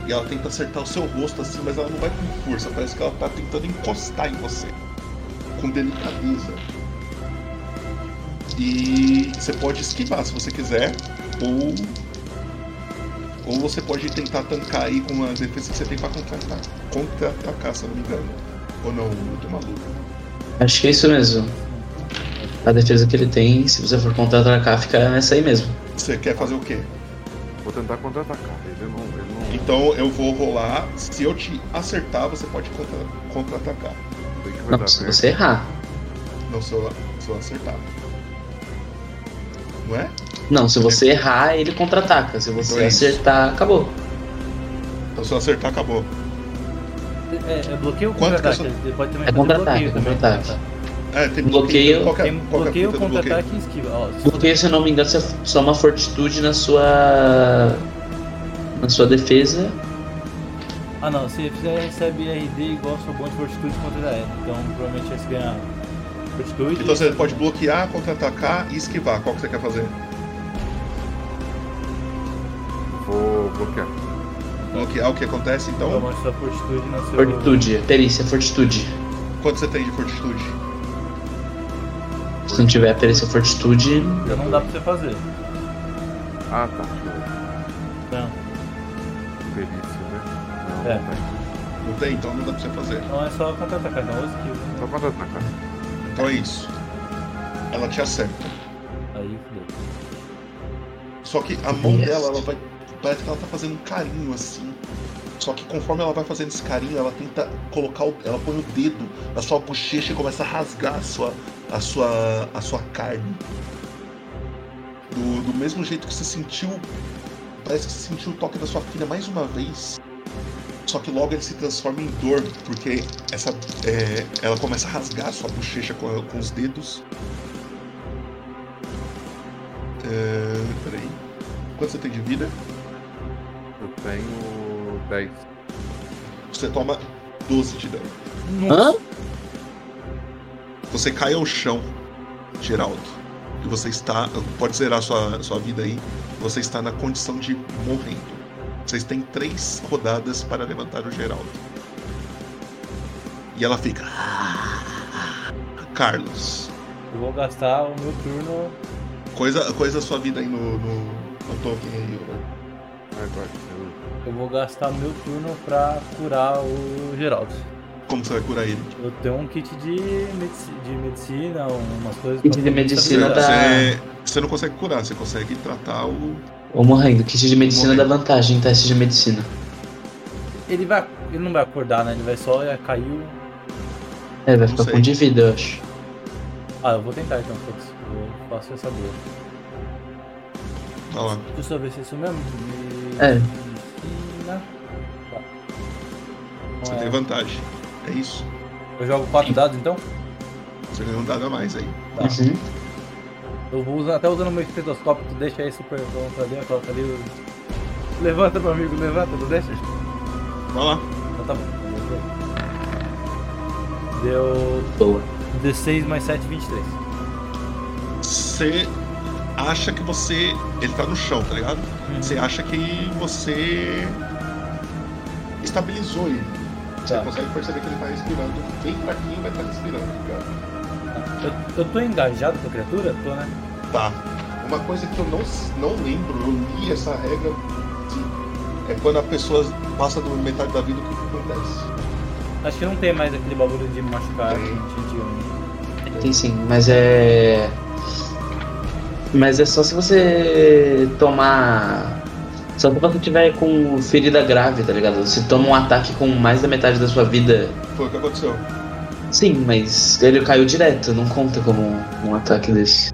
A: E ela tenta acertar o seu rosto assim, mas ela não vai com força. Parece que ela tá tentando encostar em você. Com delicadeza. E você pode esquivar se você quiser. Ou ou você pode tentar tancar aí com as defesas que você tem pra contra-atacar, contra-atacar, se eu não me engano. Ou não, eu tô maluco.
F: Acho que é isso mesmo. A defesa que ele tem, se você for contra atacar, fica nessa aí mesmo.
A: Você quer fazer o quê?
D: Vou tentar contra-atacar. Ele não. Ele não
A: Então eu vou rolar. Se eu te acertar, você pode contra- contra-atacar.
D: sei que vai
F: Não,
D: dar
F: se
A: né?
D: merda.
F: você errar.
A: não, se eu, se eu acertar. Não é?
F: Não, se você errar, ele contra-ataca. Se você
A: Então é isso.
F: acertar, acabou.
A: Então se eu acertar, acabou.
C: É, é bloqueio ou
A: Quanto que
C: contra-ataque? Ele pode também
F: É
C: fazer
F: contra-ataque,
C: bloqueio também.
F: contra-ataque.
A: É, tem
F: Bloqueio.
A: Qualquer,
C: Tem
A: qualquer
C: bloqueio,
A: fita do bloqueio.
C: contra-ataque e esquiva. Ó, se-
F: Porque, se eu não me engano, você soma fortitude na sua. na sua defesa.
C: Ah não, se você recebe RD igual ao seu bom de fortitude contra a L. Então provavelmente vai se ganhar Fortitude.
A: Então você pode bloquear, contra-atacar e esquivar. Qual que você quer fazer?
D: Vou bloquear.
A: Bloquear o que acontece
C: Então
A: então?
C: mostra sua fortitude na sua.
F: Fortitude, perícia, fortitude.
A: Quanto você tem de fortitude?
F: Se não tiver perícia, fortitude,
C: Já não dá pra você fazer.
D: Ah, tá. Deixa
C: Não.
D: eu- Perícia, né? Não,
C: É.
D: tá.
A: Não tem? Então não dá pra você fazer.
C: Então né? é só contra-atacar, não usa que.
D: Só para atacar.
A: Então é isso. Ela te acerta.
C: Aí, fudeu.
A: Só que a mão
F: Yes.
A: dela, ela vai. Parece que ela tá fazendo um carinho assim. Só que conforme ela vai fazendo esse carinho, ela tenta colocar o. Ela põe o dedo na sua bochecha e começa a rasgar a sua. a sua. a sua carne. Do, do mesmo jeito que você sentiu. Parece que você sentiu o toque da sua filha mais uma vez. Só que logo ele se transforma em dor, porque essa, é, ela começa a rasgar a sua bochecha com, a- com os dedos. É, peraí. Quanto você tem de vida?
D: Eu tenho 10.
A: Você toma 12 de dano.
E: Hã?
A: Você cai ao chão, Geraldo. E você está. Pode zerar sua, sua vida aí. Você está na condição de morrendo. Vocês têm três rodadas para levantar o Geraldo. E ela fica. Carlos,
C: Eu vou gastar o meu turno.
A: coisa, coisa a sua vida aí no, no, no token aí, né? ó.
D: Agora, eu...
C: Eu vou gastar o meu turno pra curar o Geraldo.
A: Como você vai curar ele?
C: Eu tenho um kit de, medici- de medicina, umas coisas.
F: Kit de
C: pra-
F: medicina tá-
C: pra-
F: da-
A: Você, tá- você não consegue curar, você consegue tratar o.
F: vou morrendo. Kit de medicina
A: Morrendo.
F: dá vantagem, teste de medicina.
C: Ele vai. Ele não vai acordar, né? Ele vai só é, caiu.
F: É,
A: Não
F: vai ficar
A: sei.
F: com de vida, eu acho.
C: Ah, eu vou tentar então, foda-se. Eu faço essa boa.
A: Olha tá lá.
C: Deixa eu só ver se é isso mesmo. De-
F: É.
C: Medicina. Tá.
A: Você
C: Não é.
A: tem vantagem. É isso.
C: Eu jogo 4 dados então?
A: Você ganhou um dado a mais aí.
C: Tá.
F: Uhum.
C: Eu vou usar, até usando o meu estetoscópio, tu deixa aí super bom pra dentro, coloca ali. o- Levanta, meu amigo, levanta, tu deixa?
A: Vai lá.
C: Então tá bom. Deu
F: Boa.
C: 16 mais 7, 23.
A: Você acha que você. Ele tá no chão, tá ligado? Você acha que você. Estabilizou ele. Você
C: Tá.
A: consegue perceber que ele tá respirando. Bem fraquinho, mas tá respirando, tá ligado?
C: Eu, eu tô engajado com a criatura? Tô, né?
A: Tá. Uma coisa que eu não, s- não lembro, eu li essa regra. de- É quando a pessoa passa do metade da vida, o que, que acontece?
C: Acho que não tem mais aquele bagulho de machucar a
A: Tem.
C: gente antigamente.
F: Tem sim, mas é. Mas é só se você tomar. Só se você tiver com ferida grave, tá ligado? Se toma um ataque com mais da metade da sua vida.
A: Foi o que aconteceu.
F: Sim, mas ele caiu direto, não conta como um ataque desse.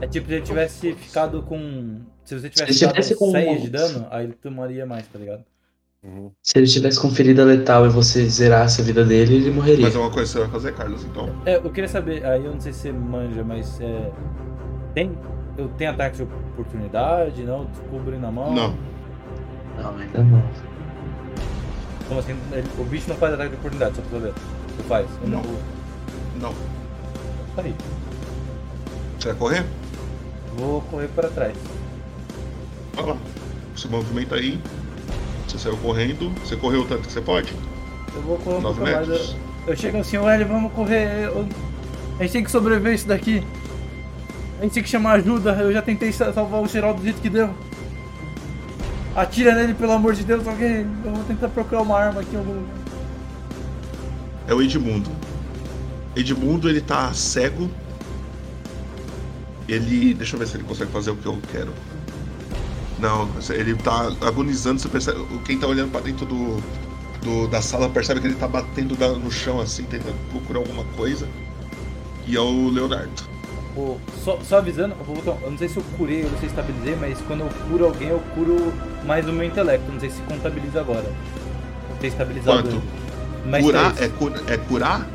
C: É tipo se ele tivesse ficado com. Se você tivesse
F: ele tivesse
C: ficado
F: com-
C: com 6 de dano, aí ele tomaria mais, tá ligado?
D: Uhum.
F: Se ele tivesse com ferida letal e você zerasse a vida dele, ele morreria.
A: Mas é uma coisa que você vai fazer, Carlos, então.
C: É, eu queria saber, aí eu não sei se você manja, mas é, tem, eu tenho ataque de oportunidade, não? Descobre na mão?
A: Não.
F: Não, ainda não.
C: Como assim? Ele- o bicho não faz ataque de oportunidade, só pra saber. Não faz. Eu
A: Não. Não.
C: Tá aí.
A: Você vai correr?
C: Vou correr pra trás.
A: Vai lá. Se movimenta aí. Você saiu correndo. Você correu o tanto que você pode?
C: Eu vou correr um
A: 9
C: pouco mais.
A: metros.
C: Eu, eu chego assim, olha, vamos correr. eu- a gente tem que sobreviver a isso daqui. A gente tem que chamar ajuda. Eu já tentei sa- salvar o Geraldo do jeito que deu. Atira nele, pelo amor de Deus, alguém. Eu vou tentar procurar uma arma aqui em algum lugar.
A: É o Edmundo. Edmundo, ele tá cego. Ele. Deixa eu ver se ele consegue fazer o que eu quero. Não, ele tá agonizando. Você percebe. Quem tá olhando pra dentro do, do- da sala percebe que ele tá batendo da- no chão assim, tentando procurar alguma coisa. E é o Leonardo.
C: Pô, só, só avisando, eu, vou botar- um, eu não sei se eu curei ou se eu estabilizei, mas quando eu curo alguém, eu curo mais o meu intelecto. Não sei se contabiliza agora. Vou ter estabilizado.
A: Quanto?
C: ele. Mais
A: Curar é,
C: três.
A: cura- é curar?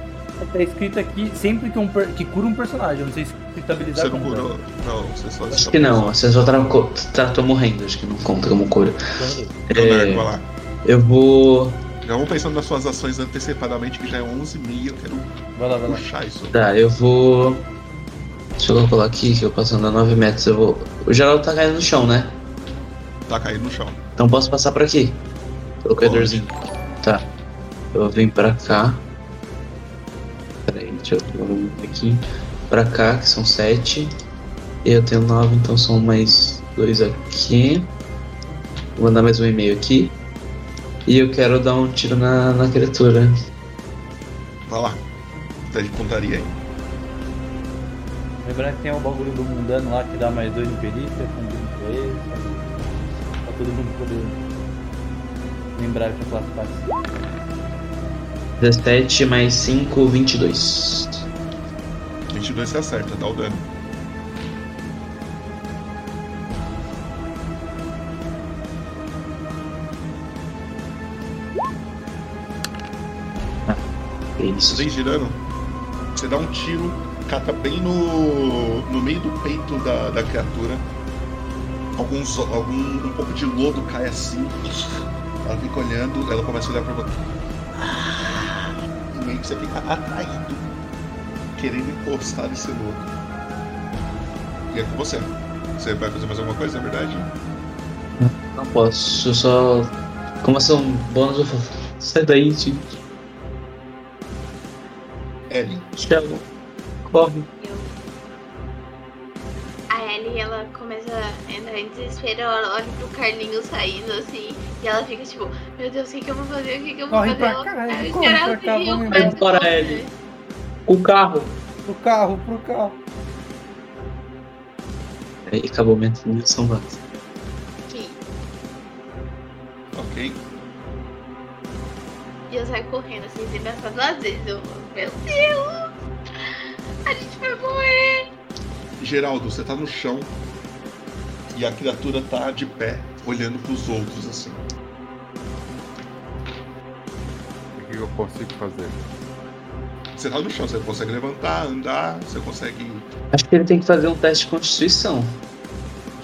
C: Tá escrito aqui sempre que, um per- que cura um personagem. Eu não sei se estabilizar
A: Você não
C: conta.
A: curou? Não, você só.
F: Acho que não, você só tratou, tratou morrendo, acho que não conta como cura.
C: Então,
A: Leonardo,
F: É.
A: vai lá.
F: Eu vou.
A: Já vamos pensando nas suas ações antecipadamente, que já é 11h30. Eu quero
C: Vai lá, vai lá.
A: puxar isso.
F: Tá, eu vou. Deixa eu calcular aqui que eu posso andar 9 metros. Eu vou. O Geraldo tá caindo no chão, né?
A: Tá caindo no chão.
F: Então posso passar por aqui. Pelo corredorzinho. Tá. Eu vim pra cá. Peraí, deixa eu ver aqui. Pra cá, que são sete. Eu tenho nove, então são mais dois aqui. Vou mandar mais um e-mail aqui. E eu quero dar um tiro na, na criatura.
A: Vai lá. Tá de pontaria aí.
C: Lembrando que tem o bagulho do mundano lá que dá mais dois no perícia, com um pra ele, pra- pra Tá todo mundo poder lembrar que a classe faz.
F: 17 mais 5, 22.
A: 22 você acerta, dá o dano.
F: É isso.
A: Você vem girando, você dá um tiro, cata bem no, no meio do peito da, da criatura. Alguns, algum, um pouco de lodo cai assim. Ela fica olhando, ela começa a olhar pra você. E meio que você fica atraído, querendo encostar nesse lodo. E é com você. Você vai fazer mais alguma coisa, na verdade?
F: Não posso, eu só. Como é um bônus, eu falo. Sai daí, tio.
A: Ellie.
F: Thiago. Corre.
B: A Ellie, ela começa a entrar em desespero, ela olha pro Carlinho saindo assim, e ela fica tipo, meu Deus, o que, que eu vou fazer? O que, que eu vou
C: Corre
B: fazer?
C: pra
B: Ela
C: cá,
B: fica
C: Ellie, corre pra
B: desesperada,
C: cá,
B: assim, eu
C: vamos
B: começo a
F: embora,
B: correr.
F: Ellie. O carro.
C: Pro carro, pro carro.
F: Aí acabou minha ação básica.
B: Aqui.
A: Ok.
B: E eu saio correndo assim, sem pensar duas vezes. Eu, meu Deus! A gente vai morrer!
A: Geraldo, você tá no chão e a criatura tá de pé, olhando pros outros assim.
D: O que eu consigo fazer?
A: Você tá no chão, você consegue levantar, andar, você consegue.
F: Acho que ele tem que fazer um teste de constituição.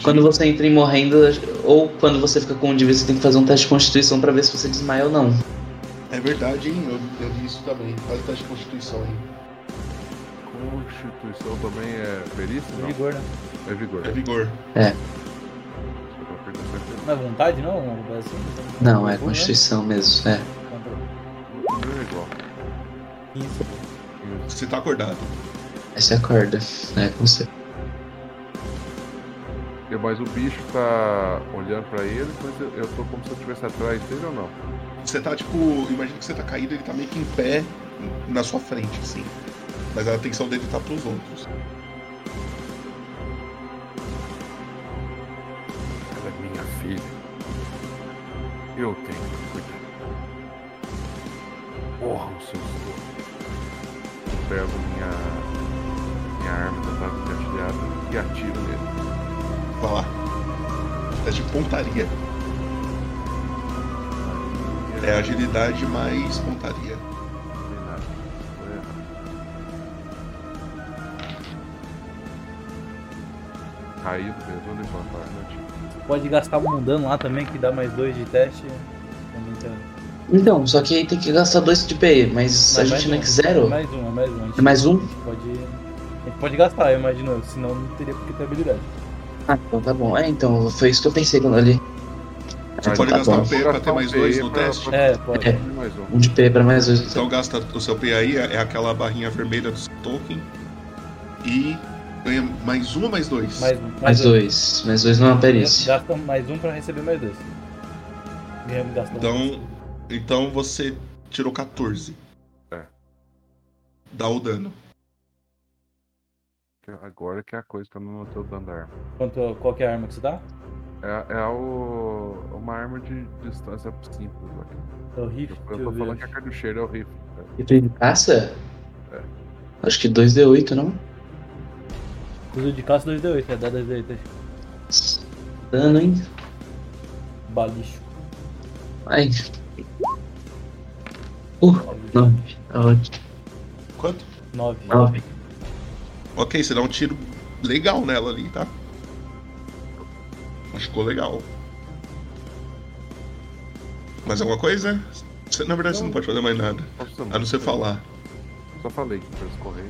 F: Quando você entra em morrendo, ou quando você fica com um de vez, você tem que fazer um teste de constituição pra ver se você desmaia ou não.
A: É verdade, hein? Eu, eu vi isso também. Faz o teste de constituição aí.
D: Constituição também é perícia? Não,
C: Vigor, né?
D: é vigor.
A: É vigor.
D: Só pra perder certeza.
C: Não é vontade, não? Uma coisa assim?
F: Não, é
C: Vigor, né?
F: constituição mesmo, é.
C: Contra
D: Não é igual.
C: 15.
A: Você tá acordado.
F: Aí você acorda, né? Com você.
D: E- É, Mas o bicho tá olhando pra ele, mas eu, eu tô como se eu estivesse atrás dele ou não?
A: Você tá tipo. Imagina que você tá caído, ele tá meio que em pé na sua frente, assim. Mas a atenção dele tá pros outros.
D: Ela é minha filha. Eu tenho que cuidar. Porra, os seus dois. Eu pego minha, minha arma da tava encaixilhada e atiro nele.
A: Vai lá. É de pontaria. É agilidade mais pontaria.
D: Não tem nada. Vou errar. Caído mesmo, vou levantar, né, tio?
C: Pode gastar o mundano lá também, que dá mais dois de teste. Também tá-
F: Então, só que aí tem que gastar dois de PE, mas a
C: Mas mais
F: gente não é
C: um.
F: que zero.
C: Mais um, é mais um. A gente
F: É mais um?
C: Pode... A gente pode gastar, eu imagino. Senão não teria porque ter habilidade.
F: Ah, então tá bom. É, então, foi isso que eu pensei quando ali.
A: Você
F: Ah,
A: pode
F: tá
A: gastar
F: bom.
A: um P pra um ter mais dois no
D: Pra-
A: teste.
C: É, pode.
F: É.
D: Mais um.
F: Um de PE pra mais dois.
A: Então gasta o seu P aí, é aquela barrinha vermelha do seu token. E ganha mais um ou mais dois?
C: Mais um.
F: Mais dois. Mais dois não é uma perícia.
C: Gasta mais um pra receber mais dois. Ganhamos gastando.
A: Então- Então você tirou 14.
D: É.
A: Dá o dano.
D: Agora que é a coisa que eu não notei o dano da arma.
C: Quanto, qual que é a arma que você dá?
D: É, é o, uma arma de distância simples. Né?
C: É o rifle.
D: Eu,
C: deixa
D: eu
C: eu
D: tô
C: ver.
D: falando que a carducheira é o rifle. né?
F: E tu caça?
D: É.
F: Acho que 2D8, não?
C: Uso de caça 2D8, é dá 2D8. aí.
F: Dano, hein?
C: Balístico.
F: Ai. Uh, 9. Tá ótimo.
A: Quanto?
C: 9.
F: 9.
A: Ok, você dá um tiro legal nela ali, tá? Machucou legal. Mais alguma coisa? Você- Na verdade, você não pode fazer mais nada,
D: Nossa,
A: a Ah, não ser falar.
D: Só falei que pelos correios.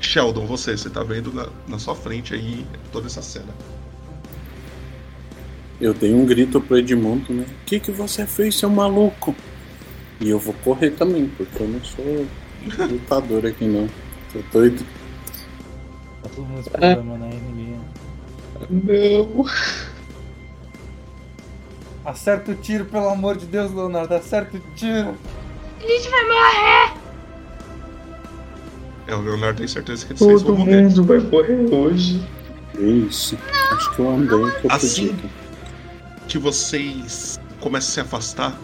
A: Sheldon, você, você tá vendo na, na sua frente aí toda essa cena.
E: Eu dei um grito pro Edmundo, né? O que, que você fez, seu maluco? E eu vou correr também, porque eu não sou lutador aqui não. Tô doido.
C: Tá todo mundo se programando aí, ninguém.
F: Não.
C: Acerta o tiro, pelo amor de Deus, Leonardo, acerta o tiro.
B: A gente vai morrer!
A: É, o Leonardo tem certeza que vocês
F: Todo
A: vão morrer.
F: mundo vai morrer hoje.
E: É Isso. Acho que eu andei um que eu
A: Assim?
E: podia.
A: Que vocês começam a se afastar,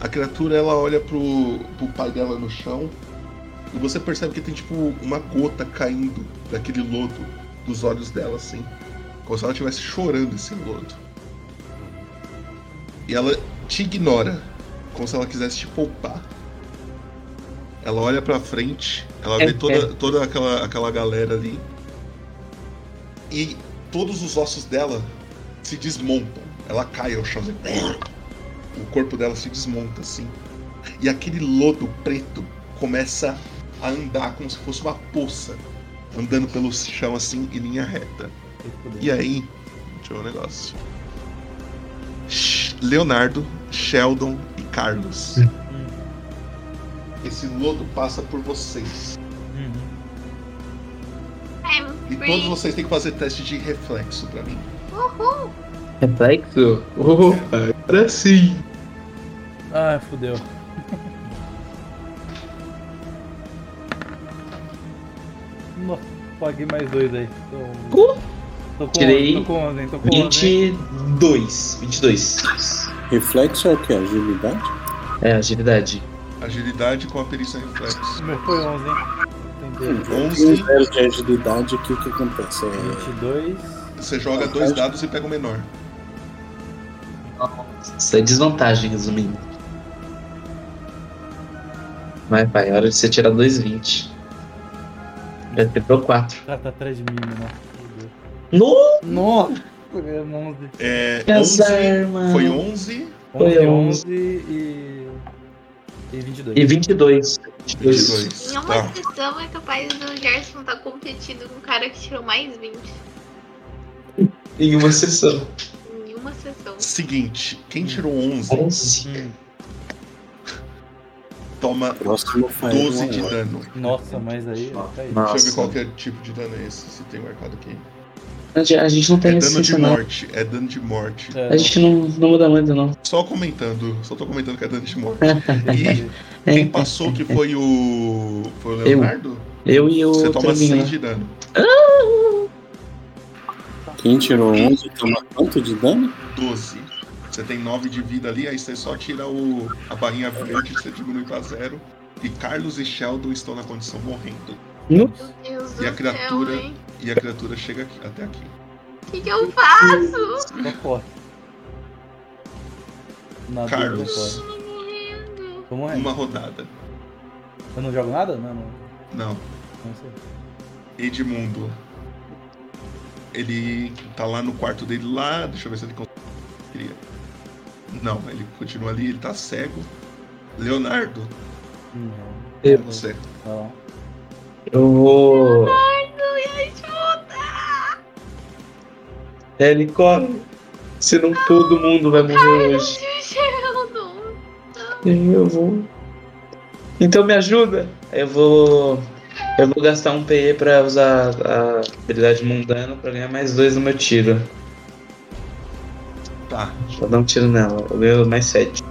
A: a criatura ela olha pro, pro pai dela no chão e você percebe que tem tipo uma gota caindo daquele lodo dos olhos dela assim. Como se ela estivesse chorando esse lodo. E ela te ignora, como se ela quisesse te poupar. Ela olha pra frente, ela
F: É,
A: vê
F: é.
A: toda, toda aquela, aquela galera ali. E todos os ossos dela se desmontam. Ela cai ao chão. assim, O corpo dela se desmonta assim. E aquele lodo preto começa a andar como se fosse uma poça. Andando pelo chão assim em linha reta. E aí, deixa eu ver um negócio. Sh- Leonardo, Sheldon e Carlos. Esse lodo passa por vocês.
C: Uhum.
B: I'm
A: E todos
B: free!
A: vocês têm que fazer teste de reflexo pra mim.
B: Uhul!
F: Reflexo? Uh. Opa, agora sim.
C: Ah, fudeu. Nossa, paguei mais dois aí. Tô, tô com
F: Tirei
C: 11, tô com 11, hein, tô com 11. hein.
F: 22. 22.
E: Reflexo é o que? Agilidade?
F: É, agilidade.
A: Agilidade com a perícia reflexo.
C: O meu foi 11, hein? Entendeu?
E: Eu
A: 11.
E: tenho zero de agilidade, o que que acontece? É,
C: 22.
A: Você joga dois dados e pega o menor.
F: Isso é desvantagem, resumindo. Vai, pai, é hora de você tirar 2,20. Já tirou 4.
C: O cara tá atrás de mim, mano.
F: No!
C: Nossa! é 11.
A: É,
F: Essa
A: 11.
F: arma.
A: Foi 11.
F: Foi
C: 11,
F: 11.
C: 11 e. E
A: um.
C: 22.
F: E 22. 22.
A: 22.
B: Nenhuma
A: Tá.
B: inscrição é capaz do Gerson tá competindo com o cara que tirou mais 20.
F: Em uma sessão.
B: Nenhuma sessão.
A: Seguinte, quem tirou 11
F: Uhum. 11.
C: Hum,
A: toma
E: Próximo faz
A: 12
E: uma
A: de
E: hora.
A: dano.
C: Nossa, mas aí. ó, tá aí.
F: Nossa.
A: Deixa eu ver qual que é o tipo de dano é esse, se tem marcado aqui.
F: A gente- A gente não
A: É
F: tem
A: dano de
F: resistência, não.
A: morte, é dano de morte.
C: É,
F: A gente não, não muda muito, não.
A: Só comentando, só tô comentando que é dano de morte.
C: entendi.
F: É,
A: Quem passou que foi o. Foi o
F: Eu.
A: Leonardo?
F: Eu e o
A: Você toma 6
F: Trevinho. né?
A: de dano.
E: Quem tirou 11 toma quanto de dano?
A: 12. Você tem 9 de vida ali, aí você só tira o, a barrinha verde, você diminui pra zero. E Carlos e Sheldon estão na condição morrendo.
B: Meu Deus do
A: E a criatura-
B: céu, hein?
A: E a criatura chega aqui- até aqui.
B: O que, que eu faço?
C: Só corre. Na dúvida,
A: Carlos,
C: corre. Tô morrendo.
A: uma rodada.
C: é? Eu não jogo nada? Não, não.
A: Não.
C: não sei.
A: Edmundo. Ele tá lá no quarto dele lá, deixa eu ver se ele conseguiria. Não, ele continua ali, ele tá cego. Leonardo,
C: Hum, Não. tá
A: é
F: Eu,
A: você.
C: Não.
F: eu vou.
B: Ai, gente,
F: Ele corre. Senão todo mundo vai morrer hoje.
B: o Sheldon.
F: Eu vou. Então me ajuda. Eu vou. Eu vou gastar um PE pra usar a habilidade mundana pra ganhar mais dois no meu tiro.
A: Tá.
F: Só dar um tiro nela. Eu ganho mais sete.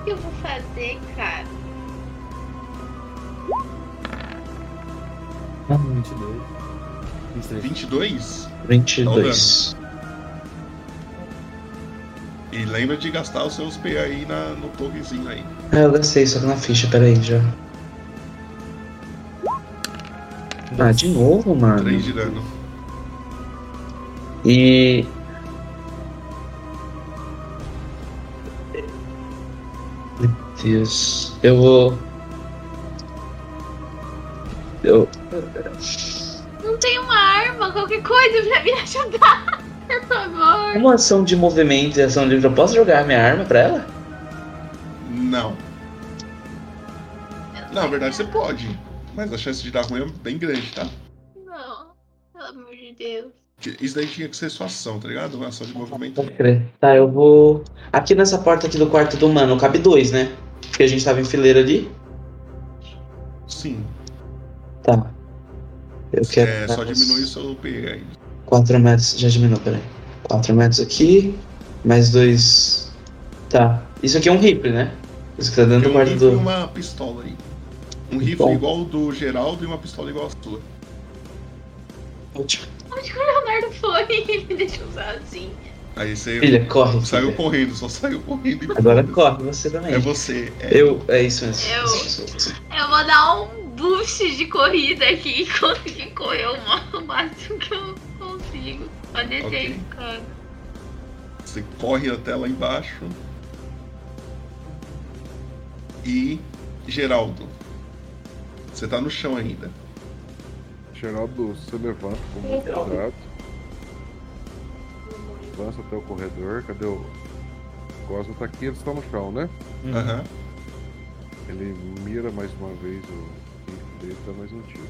B: O que eu vou fazer, cara?
C: Ah, 22. 23.
A: 22?
F: 22.
A: E lembra de gastar os seus PA aí na, no torrezinho aí.
F: Ah, eu gastei, só que na ficha, peraí já. Ah, de novo, mano.
A: 3 de dano.
F: E. Meu Deus. Eu vou. Eu.
B: Não tem uma arma, qualquer coisa pra me ajudar. Por favor.
F: Como ação de movimento e ação livre, eu posso jogar minha arma pra ela?
A: Não. Não, na verdade você pode. Mas a chance de dar ruim é bem grande, tá?
B: Não, pelo amor de Deus.
A: Isso daí tinha que ser sua ação, tá ligado? Uma ação de movimento.
F: Pode crer. Tá, eu vou. Aqui nessa porta aqui do quarto do mano, cabe dois, né? Porque a gente tava em fileira ali.
A: Sim.
F: Tá. Eu quero.
A: É, só
F: dar uns
A: diminui o seu PE aí.
F: Quatro metros. Já diminuiu, peraí. Quatro metros aqui. Mais dois. Tá. Isso aqui é um rifle, né? Isso que tá dentro
A: Tem
F: do
A: um
F: quarto
A: rifle e
F: do.
A: uma pistola aí. Um rifle
F: Bom.
A: igual o do Geraldo e uma pistola igual a sua.
B: Onde que o Leonardo foi? Ele deixou usar assim.
A: Aí você
F: Filha, corre.
A: saiu
F: filha.
A: correndo, só saiu correndo. e
F: Agora
A: foda-se.
F: corre, você também.
A: É você. É.
F: Eu. É isso mesmo.
B: Eu.
F: Isso, isso, isso.
B: Eu vou dar um boost de corrida aqui e conseguir correr o ma- o máximo que eu consigo. Só descer
A: Ok.
B: cara.
A: Você corre até lá embaixo. E Geraldo. Você tá no chão ainda.
D: Geraldo se levanta com muito cuidado. Avança até o corredor. Cadê o. Gosma tá aqui, eles estão no chão, né?
F: Hum.
A: Aham.
D: Ele mira mais uma vez o rifle dele e dá mais um tiro.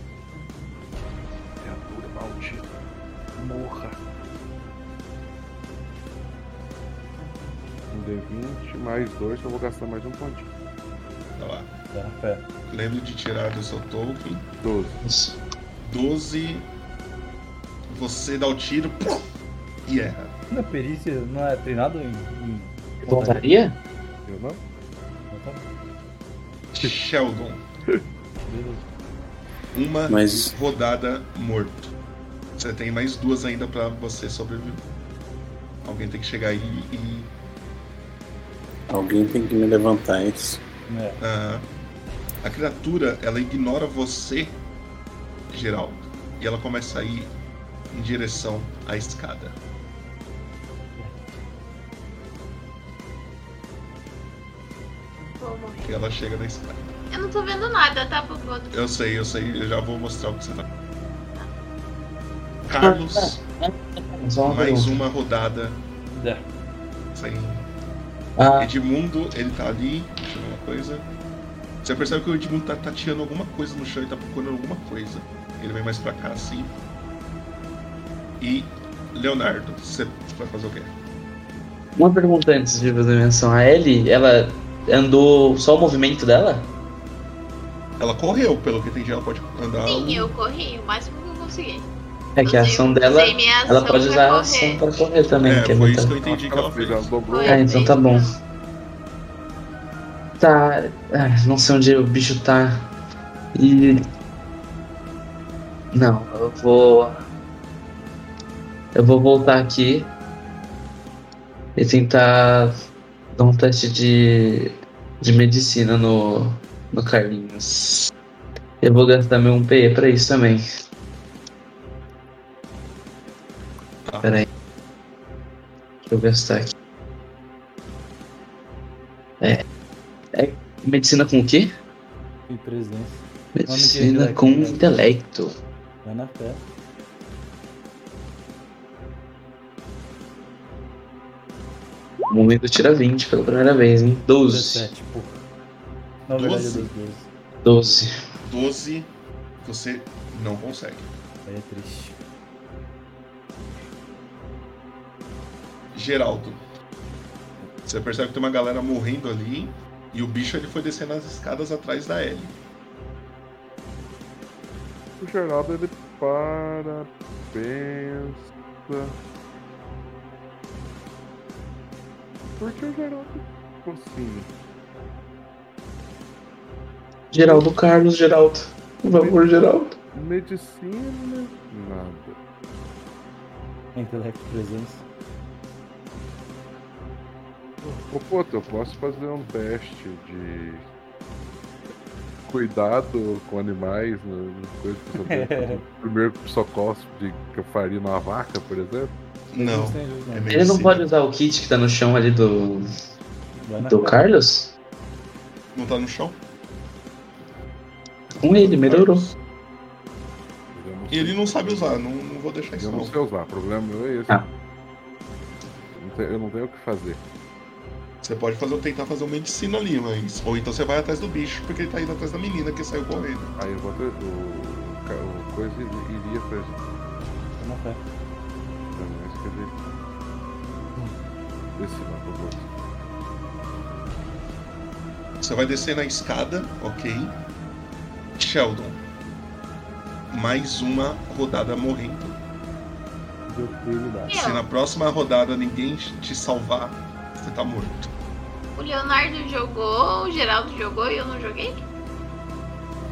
D: Criatura maldita. Morra. Um D20 mais dois, eu vou gastar mais um pontinho.
A: Tá lá.
C: Tá, pera.
A: Lembro de tirar do seu token.
D: 12.
F: Isso.
A: 12. Você dá o tiro. pum, E erra.
C: Na perícia não é treinado em. em contagem?
F: Voltaria?
D: Eu não?
C: Então tá bom,
A: Sheldon.
C: beleza.
A: Uma
E: Mas-
A: rodada morto. Você tem mais duas ainda pra você sobreviver. Alguém tem que chegar aí e.
E: Alguém tem que me levantar isso.
C: É,
A: Aham. A criatura, ela ignora você, Geraldo. E ela começa a ir em direção à escada.
B: Vou morrer.
A: E ela chega na escada.
B: Eu não tô vendo nada, tá, Bugou?
A: Eu sei, eu sei, eu já vou mostrar o que você tá. Carlos,
F: Só uma
A: mais
F: pergunta.
A: uma rodada
C: É.
A: sem. um.
F: Ah,
A: Edmundo, ele tá ali, puxando alguma coisa. Você percebe que o Edmundo tá tateando alguma coisa no chão e tá procurando alguma coisa. Ele vem mais pra cá assim. E Leonardo, você vai fazer o quê?
F: uma pergunta antes de fazer menção. A Ellie, ela andou só o movimento dela?
A: Ela correu, pelo que entendi, ela pode andar. um-
B: Sim, eu corri o máximo que eu consegui.
F: Então. É que a ação dela. Ela pode usar a ação pra correr também,
A: É,
F: que é
A: foi
F: muita-
A: isso que eu entendi que ela fez.
D: Ela dobrou.
B: Foi.
F: Ah, então tá bom. Tá. ah, não sei onde o bicho tá. E. Não, eu vou. Eu vou voltar aqui. E tentar dar um teste de. de medicina no. no Carlinhos. Eu vou gastar meu 1PE pra isso também.
A: Tá.
F: Pera aí. Deixa eu gastar aqui. Medicina com o quê?
C: Em presença.
F: Medicina com intelecto.
C: Vai na fé.
F: O momento tira 20 pela primeira vez, hein? 12.
C: 17, porra. Na verdade é
A: Doze?
C: 12. 12.
F: 12.
A: 12, você não consegue.
C: Aí é triste.
A: Geraldo, você percebe que tem uma galera morrendo ali e o bicho ele foi descendo as escadas atrás da Ellie.
D: O Geraldo ele para, pensa. Por que o Geraldo ficou assim?
F: Geraldo Carlos, Geraldo. Por favor, Geraldo.
D: Medicina? Nada.
C: Intelecto presença.
D: Ô Poto, eu posso fazer um teste de cuidado com animais, né? coisa pra saber. Primeiro socorro de, que eu faria numa vaca, por exemplo.
A: Não.
C: Sem juízo,
A: É
C: não.
F: Ele não
A: medicina.
F: pode usar o kit que tá no chão ali do.
C: Vai na
F: do
C: fé.
F: Carlos?
A: Não tá no chão?
F: Com ele, melhorou.
D: Eu não
A: E
D: sei-
A: ele não sabe usar, não, não vou deixar isso
D: Eu não
A: não.
D: sei usar, o problema meu é esse.
F: Ah.
D: tenho- eu não tenho o que fazer.
A: Você pode fazer, tentar fazer uma medicina ali, mas. Ou então você vai atrás do bicho, porque ele tá indo atrás da menina que saiu correndo.
D: Aí eu vou atrás do. O, ca- o coisa ir- iria atrás do.
C: Não vai.
D: Mas quer ver? Esse lá, por favor.
A: Você vai descer na escada, ok? Sheldon. Mais uma rodada morrendo.
C: Deu coelho da.
A: Se na próxima rodada ninguém te salvar, você tá morto.
B: O Leonardo jogou, o Geraldo jogou e eu não joguei?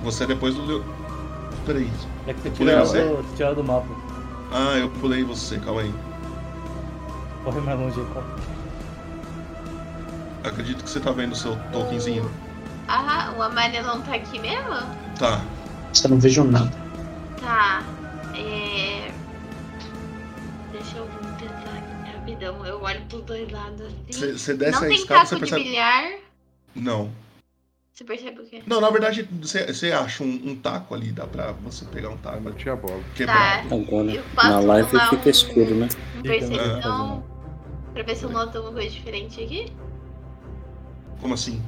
A: Você é depois do. Leo- Peraí.
C: É que você
A: Pulei
C: tirou,
A: você?
C: você tirou do mapa.
A: Ah, eu pulei você, calma aí.
C: Corre mais longe aí, corre.
A: Acredito que você tá vendo o seu tokenzinho.
B: Ah, o Amália não tá aqui mesmo?
A: Tá.
F: Só não vejo nada.
B: Tá. É. Deixa eu tentar aqui rapidão. Eu olho pros dois lados assim.
A: Você você desce
B: não
A: a
B: tem
A: escada,
B: taco
A: você
B: de
A: percebe.
B: bilhar.
A: Não.
B: Você percebe o quê?
A: Não, na verdade, você você acha um, um taco ali, dá pra você pegar um
D: Ah,
A: taco,
D: não tinha bola.
A: quebrar.
E: Agora,
B: Eu posso
E: na live
B: rolar
E: fica
B: um-
E: escuro, né?
A: Ah,
C: Fica,
B: Uma
A: tá
C: né? não vai fazer
B: percepção.
C: nada.
B: então, Pra ver se eu noto alguma coisa diferente aqui.
A: Como assim?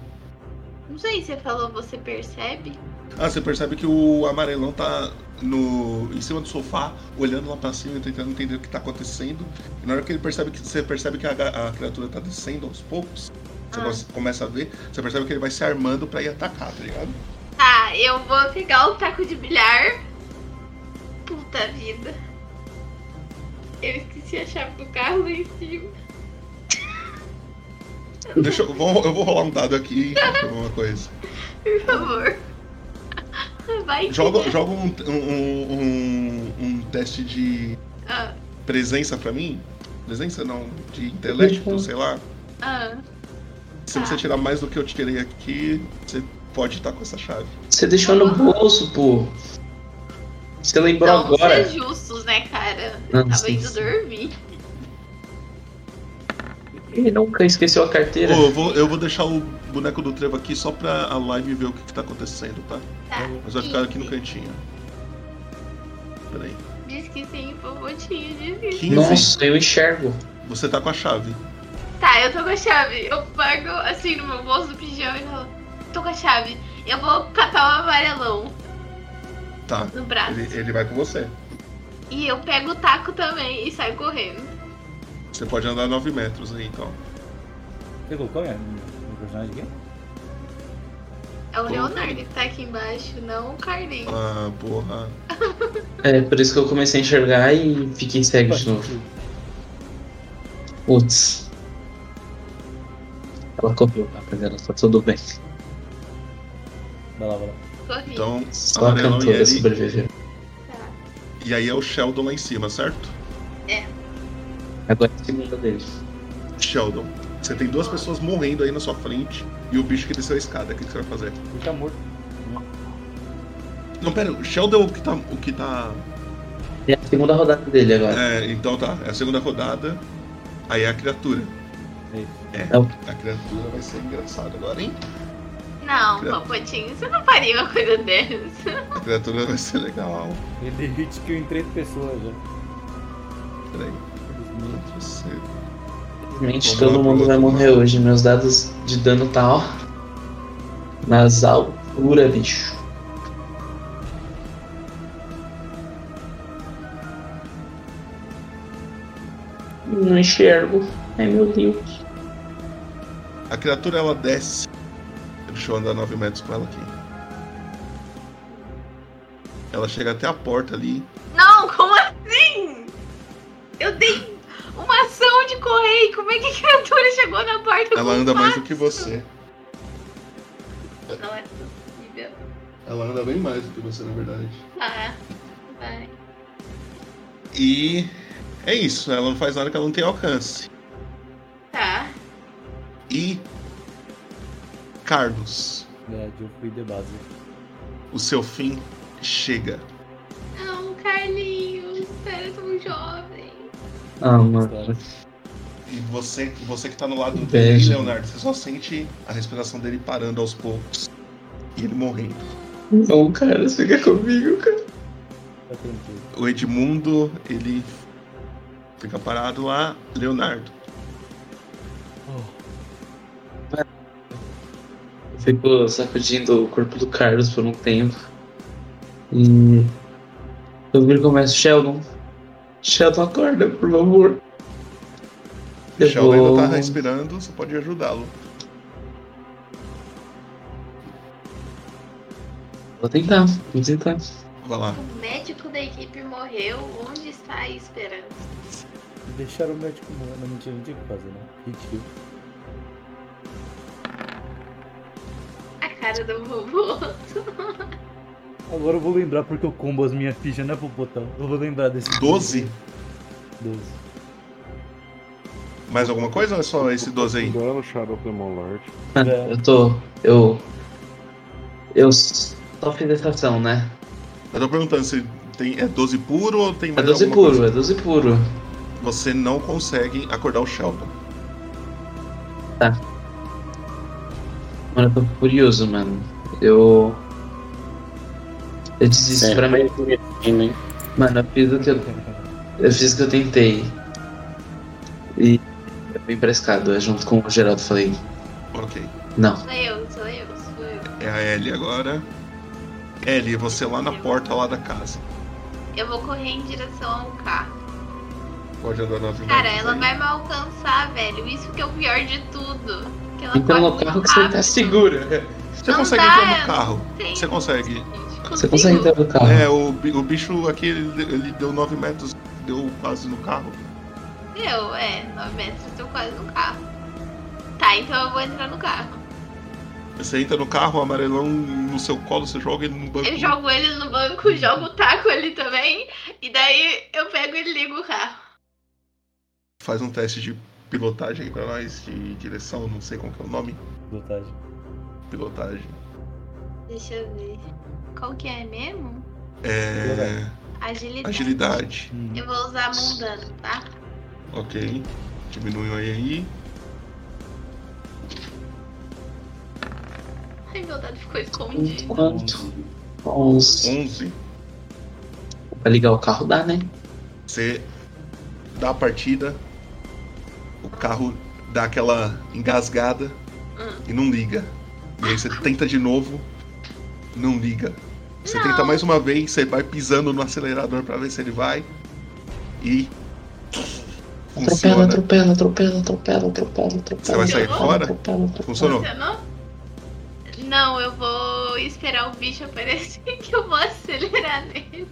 B: Não sei se você falou, você percebe?
A: Ah, você percebe que o amarelão tá no, em cima do sofá, olhando lá pra cima, tentando entender o que tá acontecendo. E na hora que ele percebe que você percebe que a, ga- a criatura tá descendo aos poucos, você
B: Ah.
A: come- começa a ver, você percebe que ele vai se armando pra ir atacar, tá ligado?
B: Tá, eu vou pegar o taco de bilhar. Puta vida. Eu esqueci a chave do carro lá em cima.
A: Deixa eu, vou, eu vou rolar um dado aqui pra alguma coisa.
B: Por favor. Vai. que- é.
A: Joga, joga um, um, um, um teste de
B: Ah,
A: presença pra mim. Presença não, de intelecto, sei lá.
B: ah.
A: Se você tirar mais do que eu tirei aqui, você pode estar com essa chave.
F: Você deixou no bolso, pô. Você lembrou
B: Então, vamos
F: agora?
B: ser justos, né, cara?
A: Ah,
F: Não,
B: Tava
F: sim,
B: indo
F: sim.
B: dormir.
F: Ele nunca esqueceu a carteira.
A: Ô, eu, vou, eu vou deixar o boneco do trevo aqui só pra a live ver o que, que tá acontecendo, tá?
B: Tá.
A: Mas vai ficar aqui no
B: Ih,
A: cantinho. Peraí.
B: Diz que sim, popotinho, diz que sim.
A: 15.
F: Nossa, eu enxergo.
A: Você tá com a chave.
B: Tá, eu tô com a chave. Eu pego assim no meu bolso do pijama e falo: Tô com a chave. Eu vou catar o amarelão
A: Tá.
B: no braço.
A: Ele, ele vai com você.
B: E eu pego o taco também e saio correndo.
A: Você pode andar 9 metros aí, então.
C: Você colocou minha- meu personagem aqui?
B: É o Leonardo que tá aqui embaixo, não o Carlinhos.
A: Ah, porra.
F: É, por isso que eu comecei a enxergar e fiquei cego de novo. Putz. Ela correu, rapaziada, tá tudo bem.
C: Vai lá, vai lá.
B: Corri.
A: Então,
F: Só a
A: amarelão e
F: cantora
A: ele.
F: sobreviveu.
A: E aí é o Sheldon lá em cima, certo?
F: Agora é a segunda dele.
A: Sheldon. Você tem duas pessoas morrendo aí na sua frente e o bicho que desceu a escada. O que que você vai fazer?
C: Ele tá morto.
A: Não, pera, o Sheldon é o que tá. O que tá...
F: É a segunda rodada dele agora.
A: É, então tá, é a segunda rodada. Aí é a criatura.
C: É isso.
A: É.
F: Não.
A: A criatura vai ser engraçada agora, hein?
B: Não,
A: é.
B: Popotinho, você não faria uma coisa dessa.
A: A criatura vai ser legal.
C: Ele deu hit kill em três pessoas já.
A: Peraí.
C: Infelizmente.
A: Você...
F: Infelizmente
A: É, Vamos lá
F: todo
A: pro
F: mundo vai
A: outro
F: morrer
A: lado.
F: hoje. Meus dados de dano tá, ó. Nas alturas, bicho. Não enxergo. Ai meu Deus.
A: A criatura ela desce. Deixa eu andar 9 metros com ela aqui. Ela chega até a porta ali.
B: Não, como assim? Eu dei uma ação de correr. Como é que a criatura chegou na porta
A: Ela
B: com
A: anda mais do
B: passo?
A: que você.
B: Não é possível.
A: Ela anda bem mais do que você, na verdade.
B: Tá. Vai.
A: E é isso. Ela não faz nada que ela não tem alcance.
B: Tá.
A: E. Carlos,
C: Verdade, eu fui É, de base.
A: o seu fim chega.
B: Não, Carlinhos, você é tão jovem.
F: Ah, mano.
A: E você, você que tá no lado dele,
F: Inveja.
A: Leonardo, você só sente a respiração dele parando aos poucos. E ele morrendo.
F: Não, cara, fica comigo, cara.
C: Tá tranquilo.
A: O Edmundo, ele fica parado lá. Leonardo,
F: Ficou sacudindo o corpo do Carlos por um tempo. E. Eu viro e começo, Sheldon. Sheldon, acorda, por favor.
A: O
F: Eu
A: Sheldon
F: vou-
A: ainda tá respirando, você pode ajudá-lo.
F: Vou tentar, vou tentar.
A: Vai lá.
B: O médico da equipe morreu. Onde está a esperança?
C: Deixar o médico morrer, não, mentira, não tinha o que fazer, né? Ridículo.
B: A cara do vovô.
C: Agora eu vou lembrar porque eu combo as minhas fichas, né, Popotão? Eu vou lembrar desse.
A: 12?
C: 12.
A: Mais alguma coisa ou é só esse 12 aí?
D: Dando Shadow of the Moon Lord.
F: Mano,
C: É.
F: Ah, eu tô. Eu. Eu s- só fiz essa ação, né?
A: Eu tô perguntando se tem, é 12 puro ou tem
F: É
A: mais
F: 12
A: alguma
F: puro,
A: coisa?
F: é 12 puro.
A: Você não consegue acordar o Sheldon.
F: Mano, eu tô curioso, mano. Eu. Eu desisto
E: Sempre.
F: pra mim.
E: É,
F: é
E: Hein?
F: Mano, eu fiz o que eu, eu fiz o que eu tentei. E é eu vim pra escada, eu junto com o Geraldo falei,
A: Ok.
F: não.
B: Sou eu, sou eu, sou eu.
A: É a Ellie agora. Ellie, você lá na porta lá da casa.
B: Eu vou correr em direção ao carro.
A: Pode andar nas
B: Cara,
A: imagens
B: ela
A: aí.
B: vai me alcançar, velho. Isso que é o pior de tudo. Que ela
F: Então
B: corre
F: no
B: muito
F: carro que você
A: Ah,
B: rápido.
F: tá segura.
A: Você
B: Não
A: consegue
B: dá,
A: entrar no
B: eu
A: carro.
B: Tem.
A: Você consegue.
F: Você consegue entrar no carro.
A: É, o, bi- o bicho aqui, ele, ele deu 9 metros, deu quase no carro.
B: Eu, é, 9 metros, eu tô quase no carro. Tá, então eu vou entrar no carro.
A: Você entra no carro, o amarelão no seu colo, você joga ele no banco.
B: Eu jogo ele no banco, jogo o taco ali também, e daí eu pego e ligo o carro.
A: Faz um teste de pilotagem aí pra nós, de direção, não sei como que é o nome.
C: Vantagem.
A: Pilotagem.
B: Deixa eu ver. Qual que é mesmo?
A: É.
B: Agilidade.
A: Agilidade.
C: Hum.
B: Eu vou usar mundano, tá?
A: Ok. Diminuiu aí aí.
B: Ai, meu dado ficou escondido.
F: Quanto? 11.
A: 11.
F: Pra ligar o carro dá, né?
A: Você dá a partida, o carro dá aquela engasgada
B: Ah.
A: e não liga. E aí você tenta de novo, não liga. Você
B: Não.
A: tenta mais uma vez, você vai pisando no acelerador pra ver se ele vai. E.
F: Atropela,
A: Funciona.
F: atropela, atropela, atropela, atropela, atropela.
A: né? Você vai
B: sair
F: atropela,
A: fora?
F: atropela, atropela.
A: Funcionou.
B: Funcionou? Não, eu vou esperar o bicho aparecer que eu vou acelerar nele,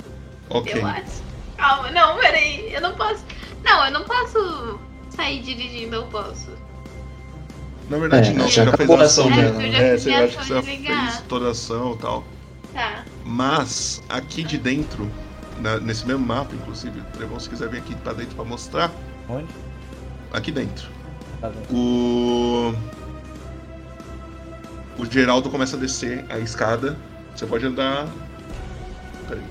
A: Ok.
B: eu acho. Calma, não, peraí. Eu não posso. Não, eu não posso sair dirigindo, eu posso.
A: Na verdade,
F: É,
A: não, você
F: já
A: já fez
F: acabou
A: a
F: a
A: ação
F: ação
A: dela.
F: dela,
B: né?
A: É, você
B: Eu já
A: acha
B: fiz
A: que
B: a ação
A: você já
B: de
A: fez
B: ligar.
A: toda a ação e tal.
B: Tá.
A: Mas aqui de dentro, na- nesse mesmo mapa, inclusive, Trevão, se quiser vir aqui pra dentro pra mostrar,
C: Onde?
A: aqui dentro.
C: Tá bem.
A: O. O Geraldo começa a descer a escada. Você pode andar. Peraí.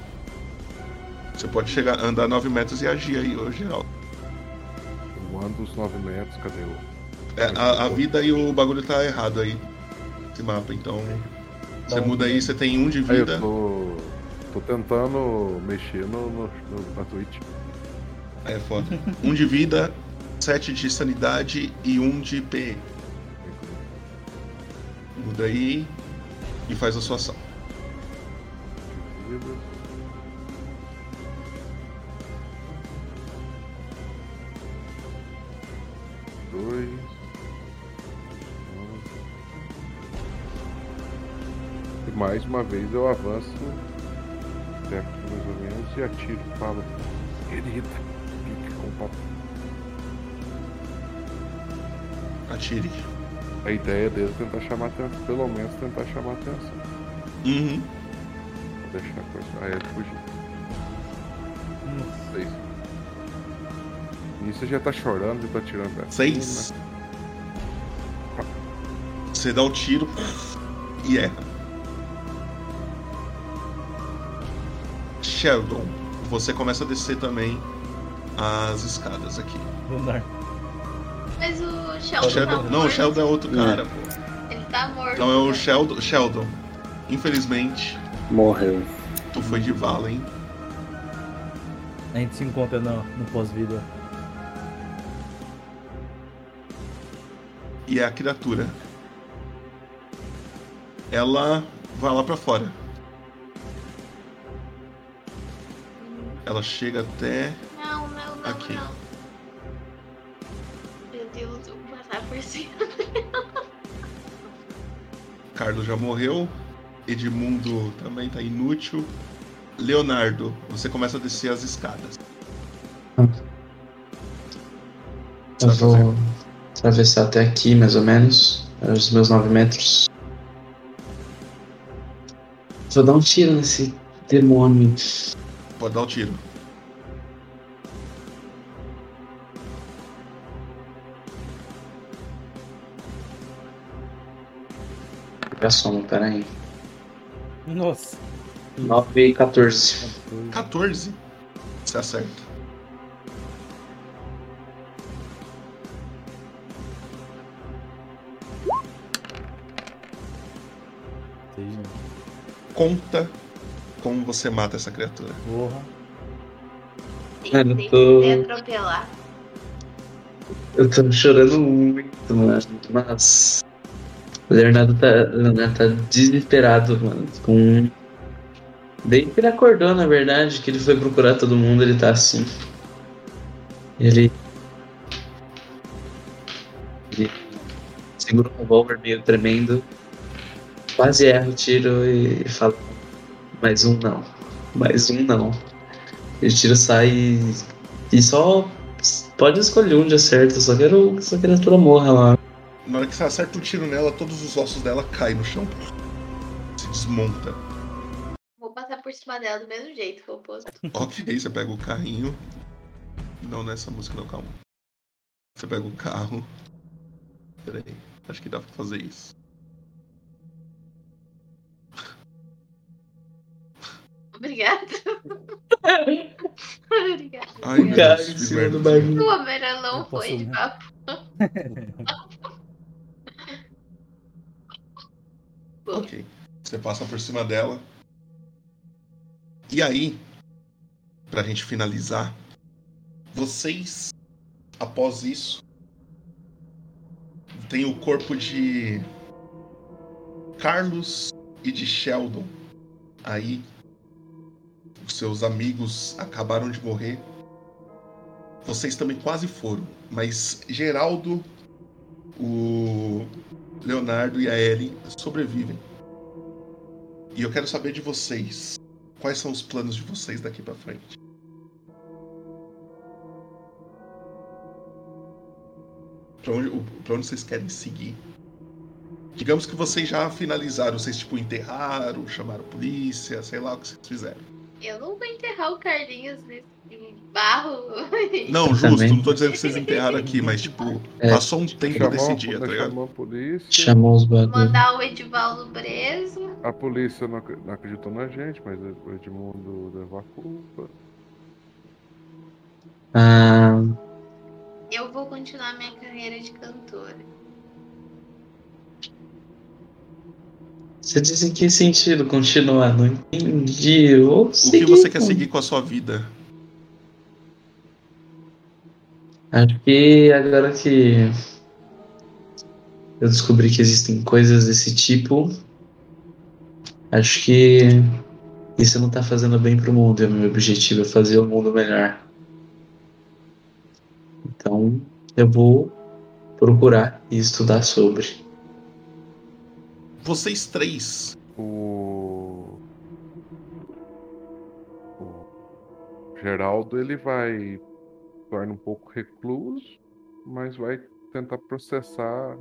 A: Você pode chegar, andar 9 metros e agir aí, ô Geraldo.
D: Eu ando os 9 metros, cadê o.
A: É, a, a vida e o bagulho tá errado aí. Esse mapa, então. Você
C: Tá.
A: muda aí, você tem um de
D: Aí eu
A: vida.
D: tô. Tô tentando mexer no, no, no, na Twitch. né,
A: É foda. Um de vida, 7 de sanidade e um de PE. Muda aí e faz a sua ação.
D: Dois. E mais uma vez eu avanço até aqui mais ou menos e atiro falo. Querida, fique com o papai.
A: Atire.
D: A ideia dele é tentar chamar atenção, pelo menos tentar chamar atenção.
A: Uhum.
D: Vou deixar a coisa. Ah, é, fugiu.
C: Nossa.
D: Seis. E você já tá chorando e tá tirando pra
A: Seis. Você dá o tiro e erra. Sheldon, você começa a descer também as escadas aqui.
C: Lunar.
B: Mas o
A: O
B: Sheldon.
A: Sheldon-
B: tá morto.
A: não, o Sheldon é outro
E: Não.
A: cara, pô.
B: Ele tá morto.
A: Não, é o Sheldon. Sheldon, infelizmente,
E: Morreu.
A: tu foi de vala, hein?
C: A gente se encontra no, no pós-vida.
A: e a criatura. Ela vai lá pra fora. Ela chega até.
B: Não, não, não,
A: Aqui.
B: não. Meu Deus, eu vou passar por cima.
A: Carlos já morreu. Edmundo também tá inútil. Leonardo, você começa a descer as escadas.
F: Eu
A: Sabe fazer?
F: vou atravessar até aqui, mais ou menos. Os meus 9 metros. Vou dar um tiro nesse demônio.
A: Pode dar o tiro.
F: Já soma, peraí.
C: Nossa.
F: 9 e 14.
A: 14. Você acerta.
C: Seja.
A: Conta como você mata essa criatura.
C: Porra.
F: Ah, eu
B: Tem
F: tô-
B: que me atropelar.
F: Eu tô chorando muito, mano. Mas. O Leonardo tá, Leonardo tá desesperado, mano. Com. um- Desde que ele acordou, na verdade, que ele foi procurar todo mundo, ele tá assim. Ele. Ele segura um revólver meio tremendo. Quase erra o tiro e fala: Mais um não, mais um não. E o tiro sai e- e só Pode escolher um de acerto, só quero que essa criatura morra lá.
A: Na hora que você acerta o tiro nela, todos os ossos dela caem no chão. Se desmonta.
B: Vou passar por cima dela do mesmo jeito que eu posso.
A: Ok, você pega o carrinho. Não nessa música não, calma. Você pega o carro. Peraí, acho que dá pra fazer isso.
B: Obrigada. Obrigada.
A: Ai, meu
F: Cara,
A: Deus,
F: em
A: que
F: cima do
A: merda.
F: bagulho.
B: O Homem-Aranha não
C: Eu
B: foi tá?
C: posso
B: de
C: ler?
B: papo.
A: Ok. Você passa por cima dela. E aí, pra gente finalizar, vocês, após isso, tem o corpo de Carlos e de Sheldon. Aí, os seus amigos acabaram de morrer. Vocês também quase foram, mas Geraldo, o Leonardo e a Ellen sobrevivem. E eu quero saber de vocês. Quais são os planos de vocês daqui pra frente? Pra onde, o- pra onde vocês querem seguir? Digamos que vocês já finalizaram, vocês tipo enterraram, chamaram a polícia, sei lá o que vocês fizeram.
B: Eu não vou enterrar o Carlinhos nesse barro.
A: Não, justo,
F: Também.
A: não tô dizendo que vocês enterraram aqui, mas tipo,
F: É.
A: passou um tempo
D: Chamou,
A: desse
D: a-
A: dia, tá ligado?
D: chamou a polícia.
F: Chamou os bagulhos.
B: Mandar o Edivaldo preso.
D: A polícia não, ac- não acreditou na gente, mas o Edmundo levou a culpa.
F: Ah,
B: Eu vou continuar minha carreira de cantora.
F: você disse em que sentido continuar? Não entendi. Eu vou
A: O que
F: seguir,
A: você quer
F: pô.
A: seguir com a sua vida?
F: Acho que agora que eu descobri que existem coisas desse tipo, acho que isso não tá fazendo bem pro mundo. E o meu objetivo é fazer o mundo melhor. Então eu vou procurar e estudar sobre.
A: Vocês três.
D: O. O Geraldo ele vai torna um pouco recluso, mas vai tentar processar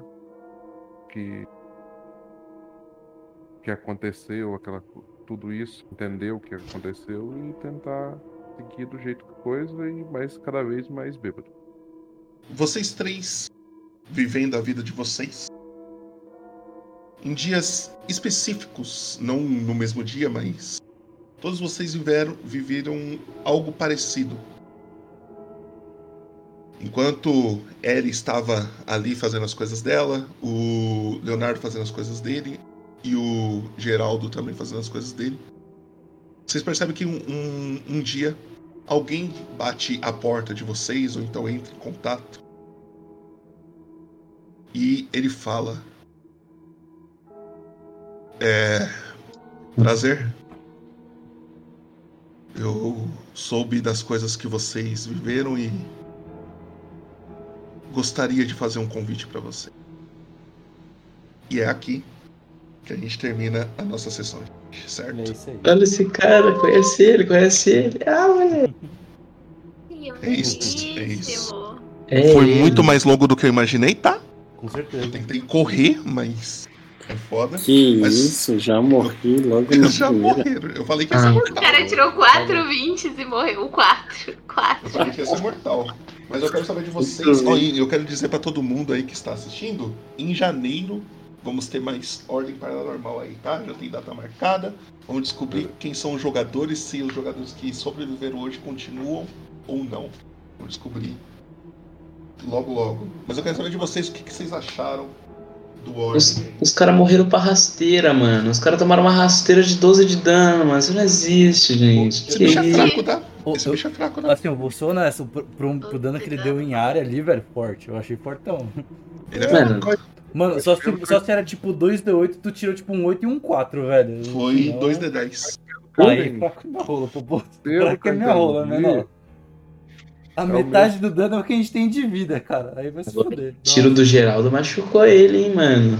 D: que que aconteceu, aquela co- tudo isso, entender o que aconteceu e tentar seguir do jeito que coisa e mais cada vez mais bêbado.
A: Vocês três vivendo a vida de vocês. Em dias específicos, não no mesmo dia, mas todos vocês viveram, viveram algo parecido. Enquanto Ellie estava ali fazendo as coisas dela, o Leonardo fazendo as coisas dele e o Geraldo também fazendo as coisas dele, vocês percebem que um- um- um dia alguém bate a porta de vocês ou então entra em contato e ele fala: É. Prazer. Eu soube das coisas que vocês viveram e. Gostaria de fazer um convite para você. E é aqui que a gente termina a nossa sessão, certo?
C: É isso aí.
F: Olha esse cara, conhece ele, conhece ele. Ah, moleque.
A: É isso, é isso.
F: É
A: Foi
F: ele.
A: muito mais longo do que eu imaginei, tá?
C: Com certeza.
A: Eu tentei correr, mas é foda.
E: Que
A: Mas-
E: isso, já morri logo na
A: Eles já
E: primeira.
A: morreram. Eu falei que ia
F: Ah.
A: ser
B: O
A: mortal.
B: cara tirou 4 20 e morreu. 4. 4.
A: Eu falei que ia ser mortal. Mas eu quero saber de vocês. Ó, e eu quero dizer pra todo mundo aí que está assistindo, em janeiro vamos ter mais ordem paranormal aí, tá? Já tem data marcada. Vamos
F: É.
A: descobrir quem são os jogadores, se os jogadores que sobreviveram hoje continuam ou não. Vamos descobrir logo logo. Mas eu quero saber de vocês o que, que vocês acharam do
F: Os,
A: ordem.
F: os caras morreram pra rasteira, mano. Os caras tomaram uma rasteira de 12 de dano, mano. Isso não existe, gente.
A: Esse
F: Que
A: bicho é
F: isso?
A: fraco, tá?
C: Ô,
A: Esse
C: eu-
A: bicho é fraco, né?
C: Assim, o Bolsonaro, essa- pro, pro- pro dano que ele deu em área ali, velho, forte. Eu achei fortão.
A: Ele é
F: Mano.
A: fraco.
C: Mano, só se, só se era tipo 2D8, tu tirou tipo um 8 e um 4, velho.
A: Foi
C: Então,
A: 2D10.
C: Aí, tá. fraco na rola, pô. pô.
D: Pelo
C: Fraco é
D: que eu
C: minha rola, né?
D: entendi,
C: não. A
D: o
C: metade do dano é o que a gente tem de vida, cara. Aí vai se
F: Agora,
C: foder.
F: Tiro do Geraldo machucou ele, hein, mano.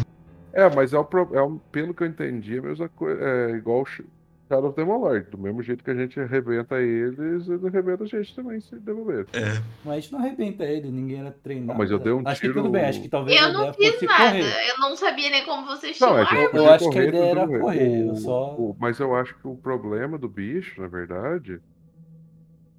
D: É, mas é o, pro- é o- pelo que eu entendi, é a mesma coisa. É igual o Sh- Shadow of the Lord. Do mesmo jeito que a gente arrebenta eles, eles arrebentam a gente também, se devolver.
A: É.
C: Mas a gente não arrebenta ele, ninguém era treinado.
D: Ah, mas eu dei um
C: acho que
D: tiro-
C: tudo bem, acho que talvez a
B: Eu
C: ideia
B: não
C: fosse
B: fiz nada.
C: correr.
B: Eu não sabia nem como vocês
D: Não,
B: tinham
D: é que
B: arma.
D: eu,
C: Eu acho que a
D: correr,
C: ideia
D: eles
C: era
D: devolver.
C: correr, eu
D: O-
C: só-
D: o- mas eu acho que o problema do bicho, na verdade,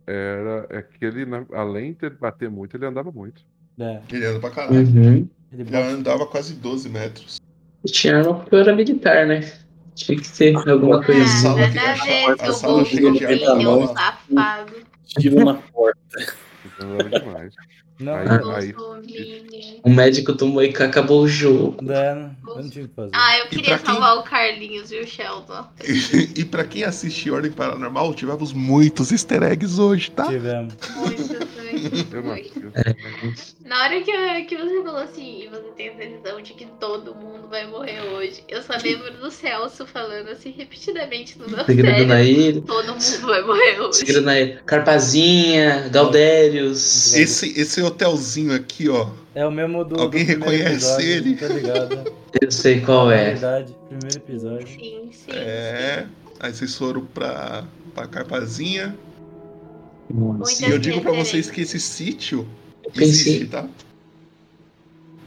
D: era é que ele, na- além de ele bater muito, ele andava muito.
C: É,
A: Ele anda pra caralho.
F: Uhum.
C: ele
A: Ele andava quase 12 metros.
F: E Tinha arma porque eu era militar, né? Tinha que ter alguma
B: Ah,
F: assim. coisinha.
A: sala
B: nada
A: fica
B: a ver,
A: chata, a
B: seu
A: sala
E: fica cheia de
B: bolsominion
E: arma.
B: safado.
E: Tiro na porta.
D: Ele andava demais.
C: Não,
D: Aí-
C: não,
D: aí-
B: Bolsominion.
F: O médico tomou e acabou o jogo.
C: não, eu não tive o que fazer.
B: Ah, eu
A: E
B: queria
A: pra quem-
B: salvar o Carlinhos, viu, Sheldon?
A: E, pra quem assiste Ordem Paranormal, tivemos muitos easter eggs hoje, tá?
C: Tivemos.
B: Muito,
D: Eu não
B: muito.
D: assisti.
B: Na hora que, eu- que você falou assim, e você tem a decisão de que todo mundo vai morrer hoje, eu só lembro do Celso falando assim repetidamente no meu
F: Segredo
B: cérebro.
F: na ilha.
B: Todo mundo vai morrer hoje.
F: Segredo na ilha. Carpazinha, Galdérios.
A: Esse, esse hotelzinho aqui, ó.
C: É o mesmo do.
A: Alguém
C: do primeiro
A: reconhece
C: episódio,
A: ele?
C: Tá ligado?
F: Eu sei qual
C: Na
F: é.
C: verdade, primeiro episódio.
B: Sim, sim.
A: É. Aí vocês foram pra, pra Carpazinha.
F: Nossa.
A: E eu digo pra vocês que esse sítio
F: Eu
A: existe,
F: pensei.
A: tá?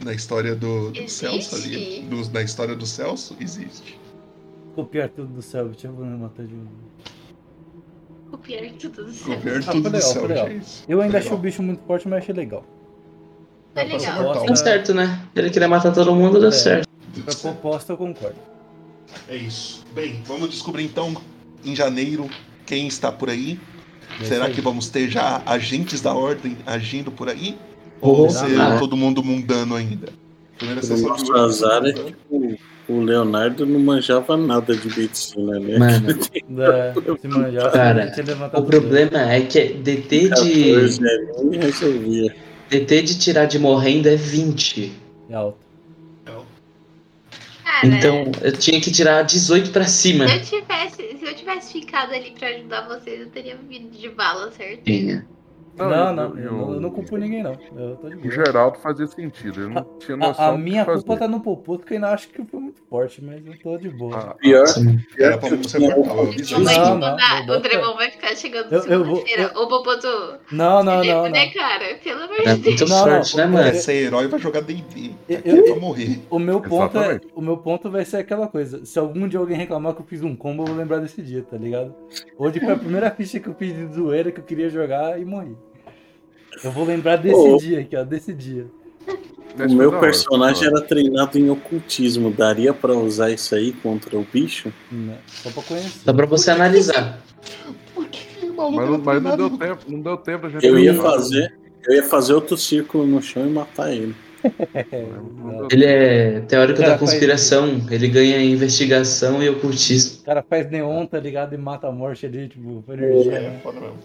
A: Na história do, do
B: Existe?
A: Celso ali. do- na história do Celso, existe.
C: Copiar tudo do céu, deixa eu matar de novo.
B: O pior de tudo do céu.
A: Governo
C: Ah,
A: tudo
C: foi
A: do
C: legal,
A: céu,
C: foi legal.
A: gente.
C: Eu ainda
A: Foi
C: achei o
A: legal.
C: bicho muito forte, mas achei legal.
B: Foi
C: Pra
B: legal.
C: proposta-
F: Deu certo, né? Ele queria matar todo mundo, deu
C: É.
F: certo.
C: Pra proposta eu concordo.
A: É isso. Bem, vamos descobrir então em janeiro quem está por aí.
C: É isso
A: Será
C: aí.
A: que vamos ter já agentes da ordem agindo por aí?
F: Ou
A: Ou ser
F: nada.
A: todo mundo mundano ainda? Primeira
E: O
A: sessão
E: nosso azar é
A: hoje.
E: que o, o Leonardo não manjava nada de medicina, né?
F: Mano,
C: É, se manjar,
F: Cara,
C: tinha levantado
F: o problema é que DT de,
E: 14 ali resolvia.
F: DT de tirar de morrendo é 20.
C: dedo. É alto.
B: Cara,
F: Então eu tinha que tirar 18 pra cima.
C: é.
B: se eu, tivesse, se eu tivesse ficado ali pra ajudar vocês, eu teria vivido de bala, certeza.
F: Tinha.
C: Não,
D: eu-
C: não,
D: eu-
C: eu, não- eu não culpo ninguém, não. Eu tô de
D: O
C: boa.
D: Geraldo fazia sentido, ele não tinha noção
C: É. A, a
D: do que
C: minha
D: fazer.
C: culpa tá no popoto, que eu ainda acho que foi muito forte, mas eu tô de boa.
D: Ah,
E: Pior
A: Era pra você mortal. eu
B: O
A: aviso
B: Dremon Tipo, vai
A: isso.
C: Não,
B: te mandar-
C: não,
B: o Dremon vai ficar chegando
C: Eu- eu vou-
B: segunda-feira. Ô, Bobotu,
C: Não, não,
B: você
C: não,
B: lembra,
C: não. É,
B: né, cara? Pelo amor
F: Era
B: de Deus.
F: É muito
C: Não,
F: forte,
C: não,
F: né, mano?
A: Esse herói vai jogar D&D.
C: É. Eu-
A: Aqui é pra
C: eu-
A: morrer.
C: O meu, ponto é,
D: Exatamente.
C: o meu ponto vai ser aquela coisa. Se algum dia alguém reclamar que eu fiz um combo, eu vou lembrar desse dia, tá ligado? Hoje foi a primeira ficha que eu fiz de zoeira que eu queria jogar e morri. Eu vou lembrar desse
E: Ô.
C: dia aqui, ó, desse dia.
D: mas
E: O
D: foi da
E: meu
D: hora,
E: personagem
D: foi da
E: era treinado em ocultismo. Daria pra usar isso aí contra o bicho?
C: Né? Só pra conhecer.
F: Só pra você analisar.
A: Por que o maluco era
D: hora. Mas, não- mas não
A: treinado
D: deu
A: no-
D: tempo, não deu tempo a gente.
E: Eu ia
D: falar.
E: fazer, eu ia fazer outro círculo no chão e matar ele.
C: É,
D: Não deu
F: Ele é teórico
C: Cara,
F: da conspiração, ele ganha investigação e ocultismo.
C: o cara faz neon, tá ligado? E mata a morte ali, tipo, energia.
A: É, foda mesmo.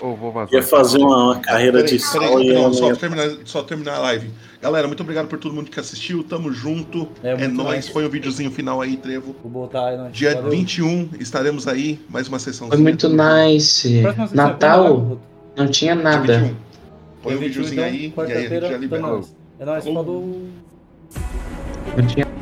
D: Ou vou vazar.
E: Ia fazer uma, uma carreira de
A: Peraí,
E: sal
A: peraí,
E: e
A: não,
E: ela
A: só
E: ia...
A: terminar, só terminar a live. Galera, muito obrigado por todo mundo que assistiu. Tamo junto.
C: É,
A: É,
C: muito
A: nóis.
C: mais.
A: Foi o videozinho final aí, Trevo.
C: Vou botar aí na
A: Dia
C: valeu.
A: 21 estaremos aí. Mais uma sessão.
F: Foi muito nice.
C: Próxima sessão, vamos
F: Natal
C: lá,
F: não tinha
A: Dia
F: nada.
A: 21. Põe o
C: Dia 21,
A: videozinho
C: então,
A: aí e aí a gente
C: quarta-feira,
A: já
C: tamo
A: libera.
C: nós. É nóis,
A: Falou.
C: falou.
F: Não tinha